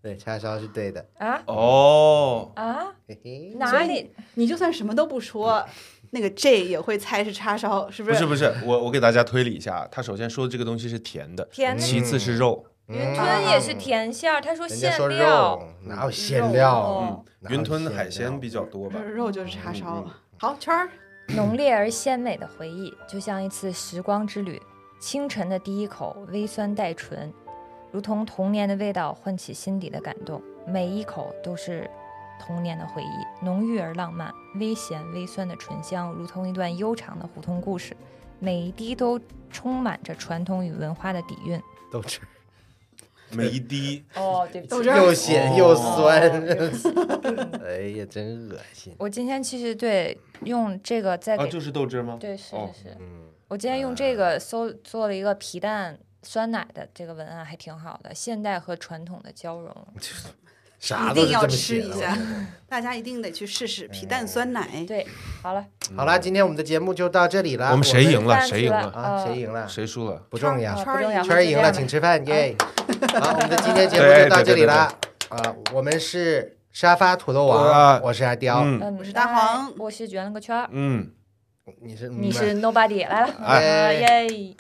[SPEAKER 3] 对，叉烧是对的。
[SPEAKER 5] 啊
[SPEAKER 4] 哦，
[SPEAKER 5] 啊，
[SPEAKER 3] 嘿嘿，
[SPEAKER 5] 哪
[SPEAKER 3] 嗯
[SPEAKER 5] 里？
[SPEAKER 2] 你就算什么都不说，那个 J 也会猜是叉烧，是不
[SPEAKER 4] 不
[SPEAKER 2] 是？
[SPEAKER 4] 是不是，我我给大家推理一下，啊他首先说这个东西是甜的，
[SPEAKER 5] 甜的
[SPEAKER 4] 其次是肉，
[SPEAKER 5] 云吞也是甜馅儿，他说
[SPEAKER 3] 嗯人家
[SPEAKER 5] 哦馅
[SPEAKER 3] 说
[SPEAKER 5] 料。嗯
[SPEAKER 3] 肉，哪有馅料？
[SPEAKER 5] 哦
[SPEAKER 3] 哪有
[SPEAKER 4] 嗯云吞
[SPEAKER 3] 馅
[SPEAKER 4] 海鲜
[SPEAKER 3] 料
[SPEAKER 4] 比较多吧
[SPEAKER 2] 不是，肉就是叉烧了。好，圈儿，
[SPEAKER 5] 浓烈而鲜美的回忆，就像一次时光之旅。清晨的第一口微酸带醇，如同童年的味道唤起心底的感动。每一口都是童年的回忆，浓郁而浪漫，微咸微酸的醇香，如同一段悠长的胡同故事。每一滴都充满着传统与文化的底蕴。
[SPEAKER 3] 都吃，
[SPEAKER 4] 每一滴
[SPEAKER 5] 哦，对不
[SPEAKER 2] 豆汁儿
[SPEAKER 3] 又咸又酸。
[SPEAKER 5] 哦
[SPEAKER 3] 哎呀，真恶心。
[SPEAKER 5] 我今天其实对用这个再给、
[SPEAKER 4] 啊，就是豆汁吗？
[SPEAKER 5] 对是
[SPEAKER 4] 哦哎
[SPEAKER 5] 是是，
[SPEAKER 3] 嗯，
[SPEAKER 5] 我今天用这个搜做了一个皮蛋酸奶的这个文案，还挺好的，现代和传统的交融。
[SPEAKER 3] 啥都
[SPEAKER 2] 一定
[SPEAKER 3] 是
[SPEAKER 2] 要
[SPEAKER 3] 这么
[SPEAKER 2] 吃
[SPEAKER 3] 写的
[SPEAKER 2] 一
[SPEAKER 3] 我觉
[SPEAKER 2] 下
[SPEAKER 3] 得。
[SPEAKER 2] 大家一定得去试试皮蛋酸奶。
[SPEAKER 5] 对，好了，
[SPEAKER 3] 好啦，今天我们的节目就到这里啦。
[SPEAKER 4] 我们谁赢了？
[SPEAKER 5] 但是
[SPEAKER 4] 谁赢
[SPEAKER 5] 吧
[SPEAKER 4] 了？
[SPEAKER 3] 啊？
[SPEAKER 5] 呃
[SPEAKER 3] 谁赢了？
[SPEAKER 4] 谁输了？
[SPEAKER 3] 不重要
[SPEAKER 5] 啊。
[SPEAKER 2] 圈儿
[SPEAKER 5] 不重要
[SPEAKER 3] 圈儿赢了，
[SPEAKER 5] 就这样吧
[SPEAKER 3] 请吃饭耶！
[SPEAKER 2] 啊
[SPEAKER 3] 好，我们的今天节目就到这里啦。啊，我们是沙发土豆王
[SPEAKER 4] 啊，
[SPEAKER 3] 我是阿刁，
[SPEAKER 4] 嗯
[SPEAKER 5] 嗯，
[SPEAKER 2] 我是大黄
[SPEAKER 5] 来我是卷了个圈儿，
[SPEAKER 4] 嗯。
[SPEAKER 3] 你是
[SPEAKER 5] 你是 nobody，来了，
[SPEAKER 3] 哎
[SPEAKER 5] 呃耶。